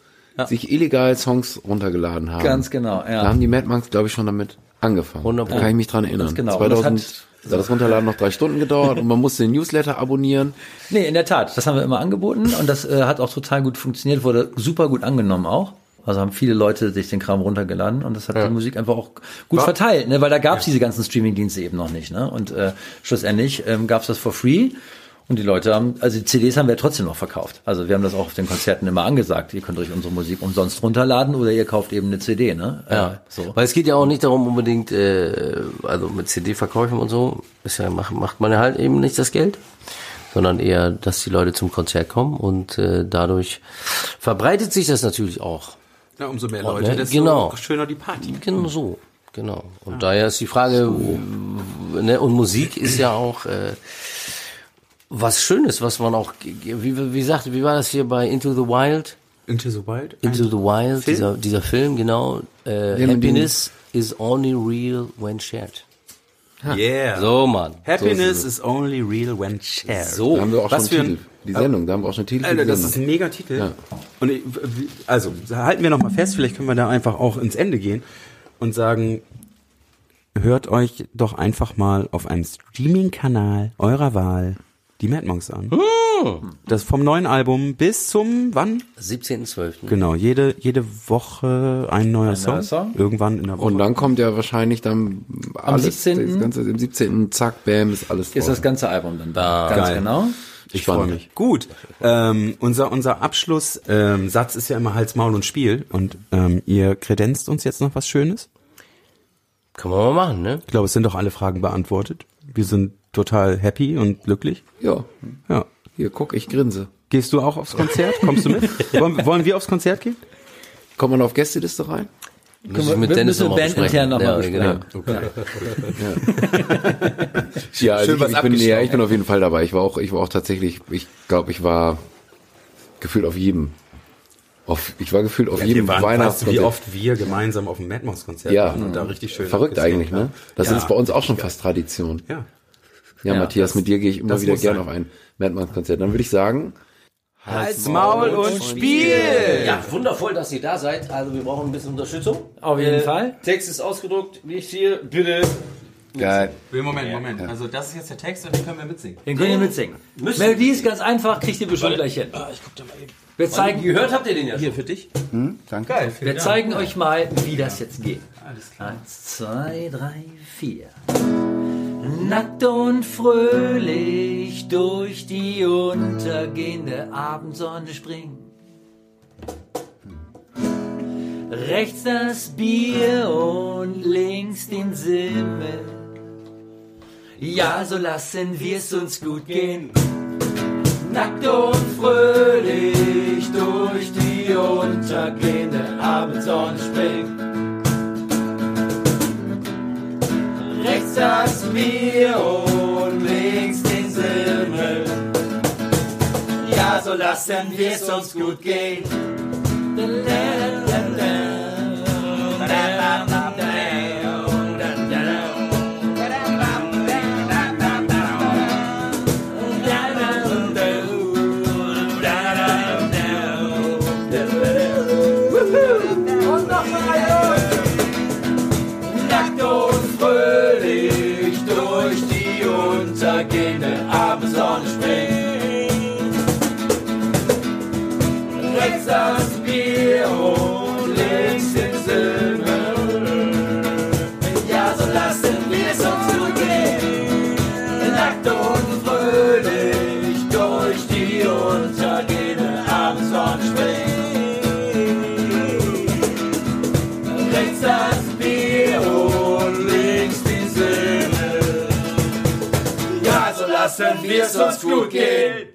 [SPEAKER 1] sich illegal Songs runtergeladen haben.
[SPEAKER 6] Ganz genau, ja.
[SPEAKER 1] Da haben die Mad Monks, glaube ich, schon damit angefangen.
[SPEAKER 5] Wunderbar.
[SPEAKER 1] Da kann ich mich dran erinnern.
[SPEAKER 6] Ganz genau. Und das
[SPEAKER 1] 2000
[SPEAKER 6] hat-
[SPEAKER 1] da hat das Runterladen noch drei Stunden gedauert und man musste den Newsletter abonnieren.
[SPEAKER 6] Nee, in der Tat. Das haben wir immer angeboten und das äh, hat auch total gut funktioniert, wurde super gut angenommen auch. Also haben viele Leute sich den Kram runtergeladen und das hat die Musik einfach auch gut verteilt, ne? weil da gab es diese ganzen Streaming-Dienste eben noch nicht. Ne? Und äh, schlussendlich ähm, gab es das for free und die Leute haben, also die CDs haben wir trotzdem noch verkauft. Also wir haben das auch auf den Konzerten immer angesagt, ihr könnt euch unsere Musik umsonst runterladen oder ihr kauft eben eine CD. Ne? Äh,
[SPEAKER 5] Ja,
[SPEAKER 6] so.
[SPEAKER 5] Weil es geht ja auch nicht darum unbedingt, äh, also mit CD-Verkäufen und so, ist ja, macht, macht man ja halt eben nicht das Geld, sondern eher, dass die Leute zum Konzert kommen und äh, dadurch verbreitet sich das natürlich auch.
[SPEAKER 2] Na, umso mehr
[SPEAKER 5] Oh,
[SPEAKER 2] Leute,
[SPEAKER 5] ne?
[SPEAKER 2] desto
[SPEAKER 5] Genau.
[SPEAKER 2] schöner die Party.
[SPEAKER 5] Genau so, genau. Und daher ist die Frage, ne, und Musik ist ja auch äh, was Schönes, was man auch, wie, wie sagt, wie war das hier bei Into the Wild?
[SPEAKER 2] Into the Wild?
[SPEAKER 5] Into the Wild,
[SPEAKER 2] Film?
[SPEAKER 5] Dieser, dieser Film, genau.
[SPEAKER 1] Ja,
[SPEAKER 5] Äh,
[SPEAKER 1] mit dem-
[SPEAKER 5] Happiness is only real when shared.
[SPEAKER 2] Yeah.
[SPEAKER 5] So, Mann.
[SPEAKER 2] Happiness is only real when shared.
[SPEAKER 5] So.
[SPEAKER 1] Da haben wir auch
[SPEAKER 2] Was
[SPEAKER 1] schon
[SPEAKER 2] für
[SPEAKER 1] einen
[SPEAKER 2] ein-
[SPEAKER 1] Titel. Die Sendung, da haben wir auch schon einen Titel. für
[SPEAKER 2] Alter,
[SPEAKER 1] die
[SPEAKER 2] das
[SPEAKER 1] Sendung.
[SPEAKER 2] ist ein mega Titel.
[SPEAKER 1] Ja.
[SPEAKER 2] Und ich, wie- also halten wir noch mal fest, vielleicht können wir da einfach auch ins Ende gehen und sagen, hört euch doch einfach mal auf einem Streaming-Kanal eurer Wahl die Mad Monks an. Das vom neuen Album bis zum wann?
[SPEAKER 5] 17.12.
[SPEAKER 2] Genau, jede, jede Woche ein neuer Song.
[SPEAKER 3] Song.
[SPEAKER 2] Irgendwann in der Woche.
[SPEAKER 1] Und dann kommt ja wahrscheinlich dann alles,
[SPEAKER 3] 17..
[SPEAKER 1] das ganze, im 17. Zack, bam, ist alles
[SPEAKER 3] Ist
[SPEAKER 1] drauf.
[SPEAKER 3] das ganze Album dann da? Ganz
[SPEAKER 2] Geil.
[SPEAKER 3] genau.
[SPEAKER 1] Ich
[SPEAKER 2] Freu
[SPEAKER 1] freue
[SPEAKER 2] mich. Gut. Ähm, unser unser Abschlusssatz ähm, Satz ist ja immer Hals, Maul und Spiel. Und ähm, ihr kredenzt uns jetzt noch was Schönes?
[SPEAKER 5] Kann man mal machen, ne?
[SPEAKER 2] Ich glaube, es sind doch alle Fragen beantwortet. Wir sind total happy und glücklich.
[SPEAKER 1] Ja,
[SPEAKER 2] Ja.
[SPEAKER 1] hier, guck, ich grinse.
[SPEAKER 2] Gehst du auch aufs Konzert? Kommst du mit? wollen, wollen wir aufs Konzert gehen?
[SPEAKER 1] Kommt man auf Gästeliste rein?
[SPEAKER 5] Müssen
[SPEAKER 3] wir-
[SPEAKER 5] wir mit
[SPEAKER 3] wir
[SPEAKER 5] Dennis
[SPEAKER 3] müssen
[SPEAKER 5] nochmal
[SPEAKER 3] Band intern
[SPEAKER 5] besprechen.
[SPEAKER 3] noch mal
[SPEAKER 5] ja,
[SPEAKER 3] besprechen.
[SPEAKER 5] genau.
[SPEAKER 1] Ja, also
[SPEAKER 2] schön was
[SPEAKER 1] ich, ich bin,
[SPEAKER 2] abgestaubt.
[SPEAKER 1] ja, ich bin auf jeden Fall dabei. Ich war auch, ich war auch tatsächlich, ich glaube, ich war gefühlt auf jedem. Auf, ich war gefühlt auf jedem
[SPEAKER 2] weißt du, wie
[SPEAKER 1] Weihnachtskonzert.
[SPEAKER 2] oft wir gemeinsam auf dem Madmouse-Konzert
[SPEAKER 1] Ja.
[SPEAKER 2] waren und da richtig schön
[SPEAKER 1] Verrückt
[SPEAKER 2] abgesehen
[SPEAKER 1] eigentlich, ne?
[SPEAKER 2] haben.
[SPEAKER 1] Das
[SPEAKER 2] Ja.
[SPEAKER 1] ist bei uns auch schon fast Tradition.
[SPEAKER 2] Ja.
[SPEAKER 1] Ja, Matthias, mit dir gehe ich immer
[SPEAKER 2] das
[SPEAKER 1] wieder
[SPEAKER 2] muss
[SPEAKER 1] gerne
[SPEAKER 2] sein.
[SPEAKER 1] auf ein Madman-Konzert. Dann würde ich sagen,
[SPEAKER 2] Hals, Maul und Spiel!
[SPEAKER 5] Ja, wundervoll, dass ihr da seid. Also wir brauchen ein bisschen Unterstützung. Äh,
[SPEAKER 3] Auf jeden Fall.
[SPEAKER 5] Text ist ausgedruckt, nicht hier, bitte.
[SPEAKER 1] geil.
[SPEAKER 2] Moment, Moment. Also das ist jetzt der Text und den können wir mitsingen.
[SPEAKER 3] Den könnt ihr
[SPEAKER 5] Hm.
[SPEAKER 3] mitsingen. Melodie ist ganz einfach, kriegt ihr bestimmt gleich hin.
[SPEAKER 5] Ah,
[SPEAKER 3] Wir zeigen,
[SPEAKER 5] Gehört habt ihr den ja schon.
[SPEAKER 2] Hier für dich.
[SPEAKER 9] Danke.
[SPEAKER 3] wir zeigen euch mal, wie das jetzt geht. Eins, zwei, drei, vier. Nackt und fröhlich durch die untergehende Abendsonne springen. Rechts das Bier und links den Simmel. Ja, so lassen wir's uns gut gehen. Nackt und fröhlich durch die untergehende Abendsonne springt. Rechts das Bier und links den Simmel. Ja, so lassen wir's uns gut gehen. nackt und fröhlich durch die untergehende Abendsonne springt. Rechts das Bier und links den Silber. Ja, so lassen wir es uns gut gehen. Nackt und fröhlich durch die untergehende Abendsonne springt rechts das Bier und links die Sinne. Ja, so lassen wir es uns gut gehen.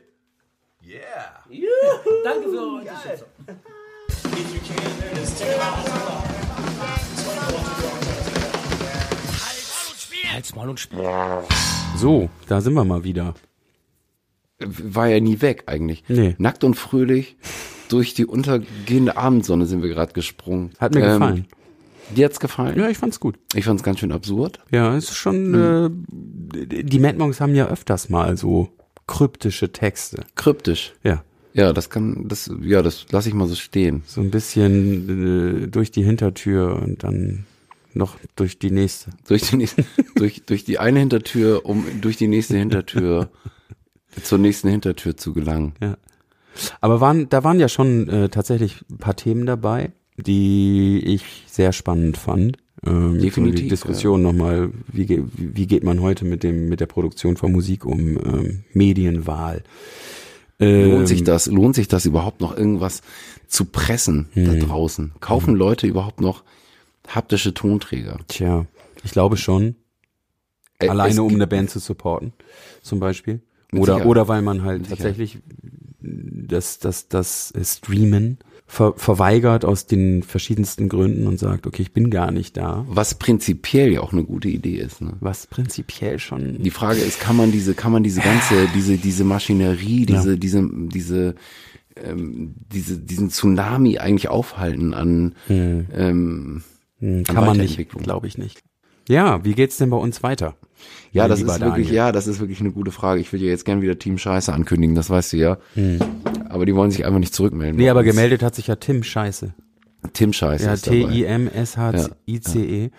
[SPEAKER 2] So, da sind wir mal wieder.
[SPEAKER 1] War ja nie weg eigentlich.
[SPEAKER 2] Nee.
[SPEAKER 1] Nackt und fröhlich durch die untergehende Abendsonne sind wir gerade gesprungen.
[SPEAKER 2] Hat mir
[SPEAKER 1] Ähm,
[SPEAKER 2] gefallen.
[SPEAKER 1] Dir hat's gefallen?
[SPEAKER 2] Ja, ich fand's gut.
[SPEAKER 1] Ich fand's ganz schön absurd.
[SPEAKER 2] Ja, es ist schon.
[SPEAKER 1] Hm.
[SPEAKER 2] Äh, die Mad Monks haben ja öfters mal so kryptische Texte.
[SPEAKER 1] Kryptisch.
[SPEAKER 2] Ja,
[SPEAKER 1] Ja, das kann, das, ja, das lasse ich mal so stehen.
[SPEAKER 2] so ein bisschen äh, durch die Hintertür und dann noch durch die nächste.
[SPEAKER 1] Durch die nächste, durch, durch die eine Hintertür, um durch die nächste Hintertür zur nächsten Hintertür zu gelangen.
[SPEAKER 2] Aber waren, da waren ja schon äh, tatsächlich ein paar Themen dabei, die ich sehr spannend fand. Ähm,
[SPEAKER 1] Definitiv,
[SPEAKER 2] so Die Diskussion nochmal, wie, ge- wie wie geht man heute mit dem mit der Produktion von Musik um, ähm, Medienwahl.
[SPEAKER 1] Lohnt
[SPEAKER 2] Ähm,
[SPEAKER 1] sich das, lohnt sich das überhaupt noch irgendwas zu pressen da
[SPEAKER 2] Hm.
[SPEAKER 1] draußen? Kaufen Leute überhaupt noch haptische Tonträger?
[SPEAKER 2] Tja, ich glaube schon.
[SPEAKER 1] Äh, es
[SPEAKER 2] Alleine um
[SPEAKER 1] gibt-
[SPEAKER 2] eine Band zu supporten, zum Beispiel.
[SPEAKER 1] Mit
[SPEAKER 2] Oder,
[SPEAKER 1] Sicherheit.
[SPEAKER 2] oder weil man halt tatsächlich das, das, das äh, Streamen ver verweigert aus den verschiedensten Gründen und sagt, okay, ich bin gar nicht da.
[SPEAKER 1] Was prinzipiell ja auch eine gute Idee ist. Ne?
[SPEAKER 2] Was prinzipiell schon.
[SPEAKER 1] Die Frage ist, kann man diese, kann man diese ganze, diese, diese Maschinerie, diese,
[SPEAKER 2] Ja.
[SPEAKER 1] diese, diese, ähm, diese, diesen Tsunami eigentlich aufhalten an, ähm,
[SPEAKER 2] Hm,
[SPEAKER 1] an
[SPEAKER 2] Kann man nicht,
[SPEAKER 1] Weiterentwicklung.
[SPEAKER 2] glaube ich nicht. Ja, wie geht's denn bei uns weiter?
[SPEAKER 1] Ja, das
[SPEAKER 2] Lieber
[SPEAKER 1] ist wirklich,
[SPEAKER 2] Daniel.
[SPEAKER 1] ja, das ist wirklich eine gute Frage. Ich will ja jetzt gern wieder Team Scheiße ankündigen, das weißt du ja. Aber die wollen sich einfach nicht zurückmelden.
[SPEAKER 2] Hm. Nee,
[SPEAKER 1] Bei
[SPEAKER 2] aber
[SPEAKER 1] uns.
[SPEAKER 2] gemeldet hat sich ja Tim Scheiße.
[SPEAKER 1] Tim Scheiße
[SPEAKER 2] Ja,
[SPEAKER 1] ist dabei.
[SPEAKER 2] T-I-M-S-H-I-C-E.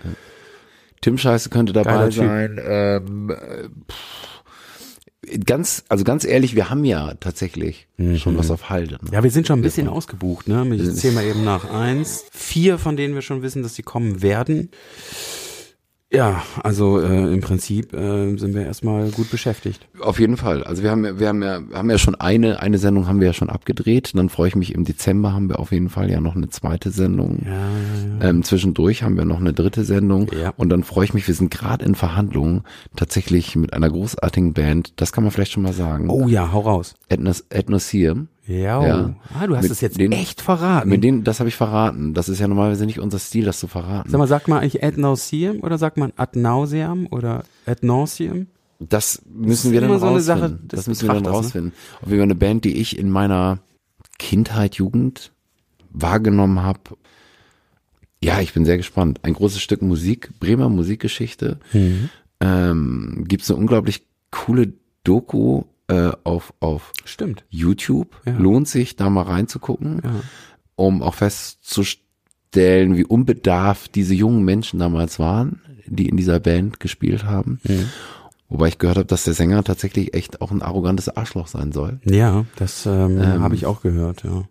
[SPEAKER 1] Tim Scheiße könnte dabei
[SPEAKER 2] Geiler Typ.
[SPEAKER 1] sein. Ähm, äh, pff, ganz, also ganz ehrlich, wir haben ja tatsächlich
[SPEAKER 2] Mhm.
[SPEAKER 1] schon was auf Halde. Ne?
[SPEAKER 2] Ja, wir sind schon ein bisschen ausgebucht, ne? Ich zähle mal eben nach. Eins, vier, von denen wir schon wissen, dass die kommen werden. Ja, also äh, im Prinzip äh, sind wir erstmal gut beschäftigt.
[SPEAKER 1] Auf jeden Fall. Also wir haben, ja- wir haben ja, haben ja schon eine, eine Sendung haben wir ja schon abgedreht. Dann freue ich mich, im Dezember haben wir auf jeden Fall ja noch eine zweite Sendung. Ähm, zwischendurch haben wir noch eine dritte Sendung.
[SPEAKER 2] Ja.
[SPEAKER 1] Und dann freue ich mich, wir sind gerade in Verhandlungen tatsächlich mit einer großartigen Band. Das kann man vielleicht schon mal sagen.
[SPEAKER 2] Oh ja, hau raus.
[SPEAKER 1] Ethnos, Ethnoseum.
[SPEAKER 2] Ja.
[SPEAKER 1] Ja.
[SPEAKER 2] Ah, du hast
[SPEAKER 1] Mit
[SPEAKER 2] es jetzt
[SPEAKER 1] den-
[SPEAKER 2] echt verraten.
[SPEAKER 1] Mit denen, das habe ich verraten. Das ist ja normalerweise nicht unser Stil, das zu verraten.
[SPEAKER 2] Sag mal, sagt man eigentlich ad nauseam oder sagt man ad nauseam oder ad nauseam?
[SPEAKER 1] Das müssen wir
[SPEAKER 2] ist
[SPEAKER 1] dann
[SPEAKER 2] immer so eine
[SPEAKER 1] rausfinden.
[SPEAKER 2] Sache
[SPEAKER 1] das,
[SPEAKER 2] des
[SPEAKER 1] müssen wir dann
[SPEAKER 2] Betrachters, ne?
[SPEAKER 1] rausfinden. Ob wir eine Band, die ich in meiner Kindheit, Jugend wahrgenommen habe. Ja, ich bin sehr gespannt. Ein großes Stück Musik, Bremer Musikgeschichte.
[SPEAKER 2] Mhm.
[SPEAKER 1] Ähm, Gibt es eine unglaublich coole Doku äh, auf, auf
[SPEAKER 2] Stimmt.
[SPEAKER 1] YouTube.
[SPEAKER 2] Ja.
[SPEAKER 1] Lohnt sich, da mal reinzugucken, um auch festzustellen, wie unbedarft diese jungen Menschen damals waren, die in dieser Band gespielt haben. Wobei ich gehört habe, dass der Sänger tatsächlich echt auch ein arrogantes Arschloch sein soll.
[SPEAKER 2] Ja, das ähm, habe ich auch gehört, ja.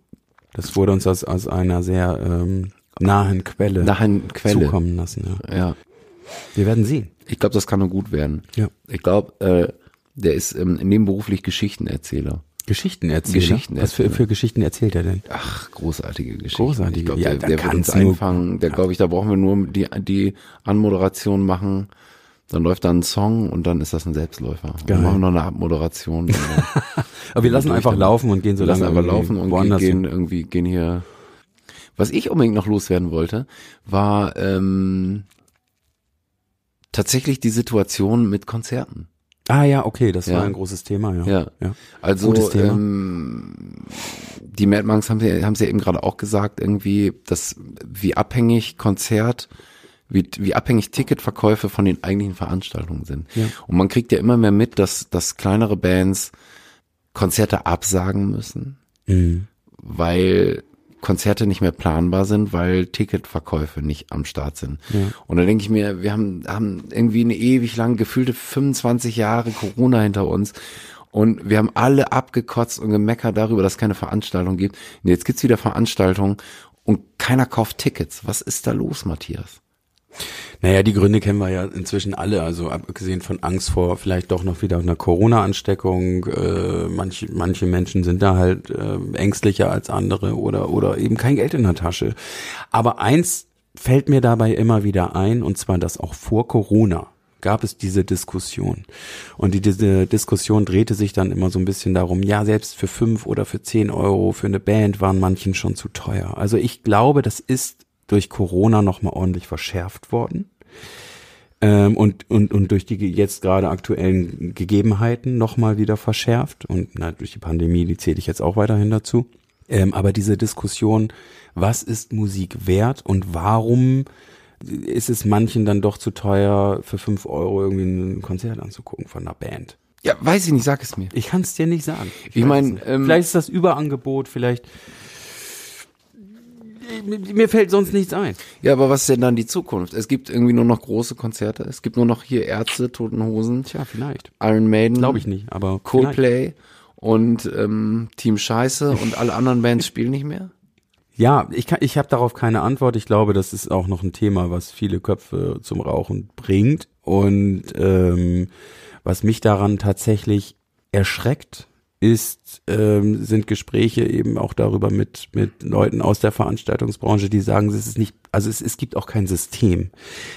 [SPEAKER 2] Das wurde uns aus, aus einer sehr ähm, nahen Quelle,
[SPEAKER 1] Nach einer Quelle.
[SPEAKER 2] zukommen lassen. Ja.
[SPEAKER 1] Ja.
[SPEAKER 2] Wir werden sehen.
[SPEAKER 1] Ich glaube, das kann nur gut werden.
[SPEAKER 2] Ja.
[SPEAKER 1] Ich glaube, äh, der ist ähm, nebenberuflich Geschichtenerzähler.
[SPEAKER 2] Geschichten erzählen. ne?
[SPEAKER 1] Geschichten
[SPEAKER 2] Was für,
[SPEAKER 1] erzählen.
[SPEAKER 2] für Geschichten erzählt er denn?
[SPEAKER 1] Ach, großartige Geschichte.
[SPEAKER 2] Großartige,
[SPEAKER 1] Ich glaube,
[SPEAKER 2] ja,
[SPEAKER 1] der,
[SPEAKER 2] da
[SPEAKER 1] der wird uns
[SPEAKER 2] kann's nur-
[SPEAKER 1] einfangen. Der glaube ich, da brauchen wir nur die, die Anmoderation machen. Dann läuft da ein Song und dann ist das ein Selbstläufer. Und
[SPEAKER 2] Geil.
[SPEAKER 1] Dann machen wir noch eine Abmoderation. und dann-
[SPEAKER 2] Aber wir lassen
[SPEAKER 1] durch
[SPEAKER 2] einfach
[SPEAKER 1] damit.
[SPEAKER 2] laufen und gehen so
[SPEAKER 1] wir lassen
[SPEAKER 2] lange
[SPEAKER 1] aber
[SPEAKER 2] irgendwie
[SPEAKER 1] laufen und gehen,
[SPEAKER 2] woanders
[SPEAKER 1] gehen
[SPEAKER 2] hin.
[SPEAKER 1] irgendwie gehen hier. Was ich unbedingt noch loswerden wollte, war ähm, tatsächlich die Situation mit Konzerten.
[SPEAKER 2] Ah ja, okay, das
[SPEAKER 1] Ja.
[SPEAKER 2] war ein großes Thema, ja.
[SPEAKER 1] Ja. Also
[SPEAKER 2] Gutes Thema.
[SPEAKER 1] Ähm, die Mad Monks haben sie, haben sie eben gerade auch gesagt, irgendwie, dass wie abhängig Konzert, wie, wie abhängig Ticketverkäufe von den eigentlichen Veranstaltungen sind.
[SPEAKER 2] Ja.
[SPEAKER 1] Und man kriegt ja immer mehr mit, dass, dass kleinere Bands Konzerte absagen müssen,
[SPEAKER 2] Mhm.
[SPEAKER 1] weil Konzerte nicht mehr planbar sind, weil Ticketverkäufe nicht am Start sind. Und da denke ich mir, wir haben, haben irgendwie eine ewig lang gefühlte 25 Jahre Corona hinter uns. Und wir haben alle abgekotzt und gemeckert darüber, dass es keine Veranstaltung gibt. Und jetzt gibt's wieder Veranstaltungen und keiner kauft Tickets. Was ist da los, Matthias?
[SPEAKER 2] Naja, die Gründe kennen wir ja inzwischen alle. Also abgesehen von Angst vor vielleicht doch noch wieder einer Corona-Ansteckung. Äh, manche, manche Menschen sind da halt äh, ängstlicher als andere oder, oder eben kein Geld in der Tasche. Aber eins fällt mir dabei immer wieder ein, und zwar, dass auch vor Corona gab es diese Diskussion. Und die, diese Diskussion drehte sich dann immer so ein bisschen darum, ja, selbst für fünf oder für zehn Euro für eine Band waren manchen schon zu teuer. Also ich glaube, das ist durch Corona nochmal ordentlich verschärft worden. Ähm, und, und, und durch die ge- jetzt gerade aktuellen Gegebenheiten nochmal wieder verschärft. Und na, durch die Pandemie, die zähle ich jetzt auch weiterhin dazu. Ähm, aber diese Diskussion, was ist Musik wert und warum ist es manchen dann doch zu teuer, für fünf Euro irgendwie ein Konzert anzugucken von einer Band?
[SPEAKER 1] Ja, weiß ich nicht, sag es mir.
[SPEAKER 2] Ich kann es dir nicht sagen.
[SPEAKER 1] Ich
[SPEAKER 2] weiß
[SPEAKER 1] mein,
[SPEAKER 2] es nicht.
[SPEAKER 1] ähm,
[SPEAKER 2] vielleicht ist das Überangebot, vielleicht. Mir- Mir fällt sonst nichts ein.
[SPEAKER 1] Ja, aber was ist denn dann die Zukunft? Es gibt irgendwie nur noch große Konzerte. Es gibt nur noch hier Ärzte, Toten Hosen,
[SPEAKER 2] Tja, vielleicht.
[SPEAKER 1] Iron Maiden.
[SPEAKER 2] Glaube ich nicht, aber vielleicht.
[SPEAKER 1] Coldplay und ähm, Team Scheiße und alle anderen Bands spielen nicht mehr?
[SPEAKER 2] Ja, ich, kann- ich habe darauf keine Antwort. Ich glaube, das ist auch noch ein Thema, was viele Köpfe zum Rauchen bringt. Und ähm, was mich daran tatsächlich erschreckt, ist, ähm, sind Gespräche eben auch darüber mit, mit Leuten aus der Veranstaltungsbranche, die sagen, es ist nicht, also es, es gibt auch kein System.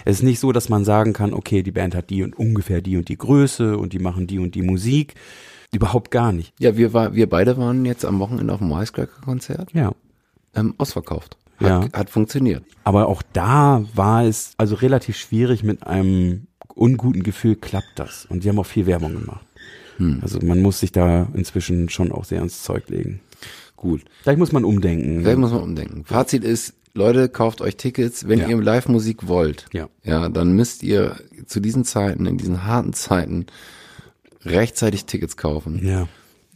[SPEAKER 2] Es ist nicht so, dass man sagen kann, okay, die Band hat die und ungefähr die und die Größe und die machen die und die Musik. Überhaupt gar nicht.
[SPEAKER 1] Ja, wir, war, wir beide waren jetzt am Wochenende auf dem Wisecracker-Konzert,
[SPEAKER 2] Ja.
[SPEAKER 1] ähm, ausverkauft. Hat,
[SPEAKER 2] Ja.
[SPEAKER 1] hat funktioniert.
[SPEAKER 2] Aber auch da war es also relativ schwierig mit einem unguten Gefühl klappt das. Und die haben auch viel Werbung gemacht.
[SPEAKER 1] Hm.
[SPEAKER 2] Also man muss sich da inzwischen schon auch sehr ins Zeug legen.
[SPEAKER 1] Gut.
[SPEAKER 2] Vielleicht muss man umdenken.
[SPEAKER 1] Vielleicht muss man umdenken. Fazit ist, Leute, kauft euch Tickets, wenn
[SPEAKER 2] Ja.
[SPEAKER 1] ihr Live-Musik wollt.
[SPEAKER 2] Ja.
[SPEAKER 1] Ja, dann müsst ihr zu diesen Zeiten, in diesen harten Zeiten, rechtzeitig Tickets kaufen.
[SPEAKER 2] ja.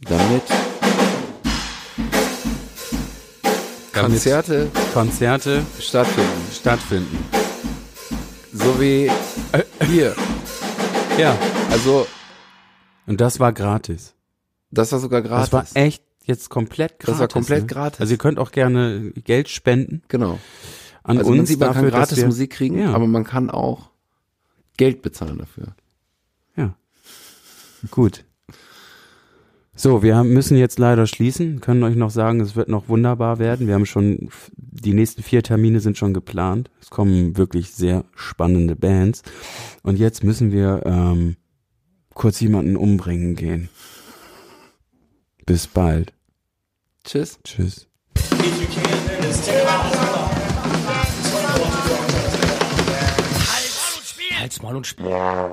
[SPEAKER 1] Damit Konzerte
[SPEAKER 2] Konzerte
[SPEAKER 1] stattfinden.
[SPEAKER 2] stattfinden.
[SPEAKER 1] So wie hier.
[SPEAKER 2] Ja.
[SPEAKER 1] Also
[SPEAKER 2] Und das war gratis.
[SPEAKER 1] Das war sogar
[SPEAKER 2] Das
[SPEAKER 1] gratis.
[SPEAKER 2] war echt jetzt komplett gratis.
[SPEAKER 1] Das war komplett
[SPEAKER 2] ne?
[SPEAKER 1] gratis.
[SPEAKER 2] Also ihr könnt auch gerne Geld spenden
[SPEAKER 1] genau.
[SPEAKER 2] an
[SPEAKER 1] Also man
[SPEAKER 2] uns
[SPEAKER 1] sieht, man
[SPEAKER 2] dafür,
[SPEAKER 1] kann gratis
[SPEAKER 2] dass wir,
[SPEAKER 1] Musik kriegen,
[SPEAKER 2] Ja.
[SPEAKER 1] aber man kann auch Geld bezahlen dafür.
[SPEAKER 2] Ja. Gut. So, wir haben- müssen jetzt leider schließen, können euch noch sagen, es wird noch wunderbar werden. Wir haben schon, f- die nächsten vier Termine sind schon geplant. Es kommen wirklich sehr spannende Bands. Und jetzt müssen wir ähm, kurz jemanden umbringen gehen. Bis bald.
[SPEAKER 1] Tschüss.
[SPEAKER 2] Tschüss.
[SPEAKER 5] Halt's mal und spiel.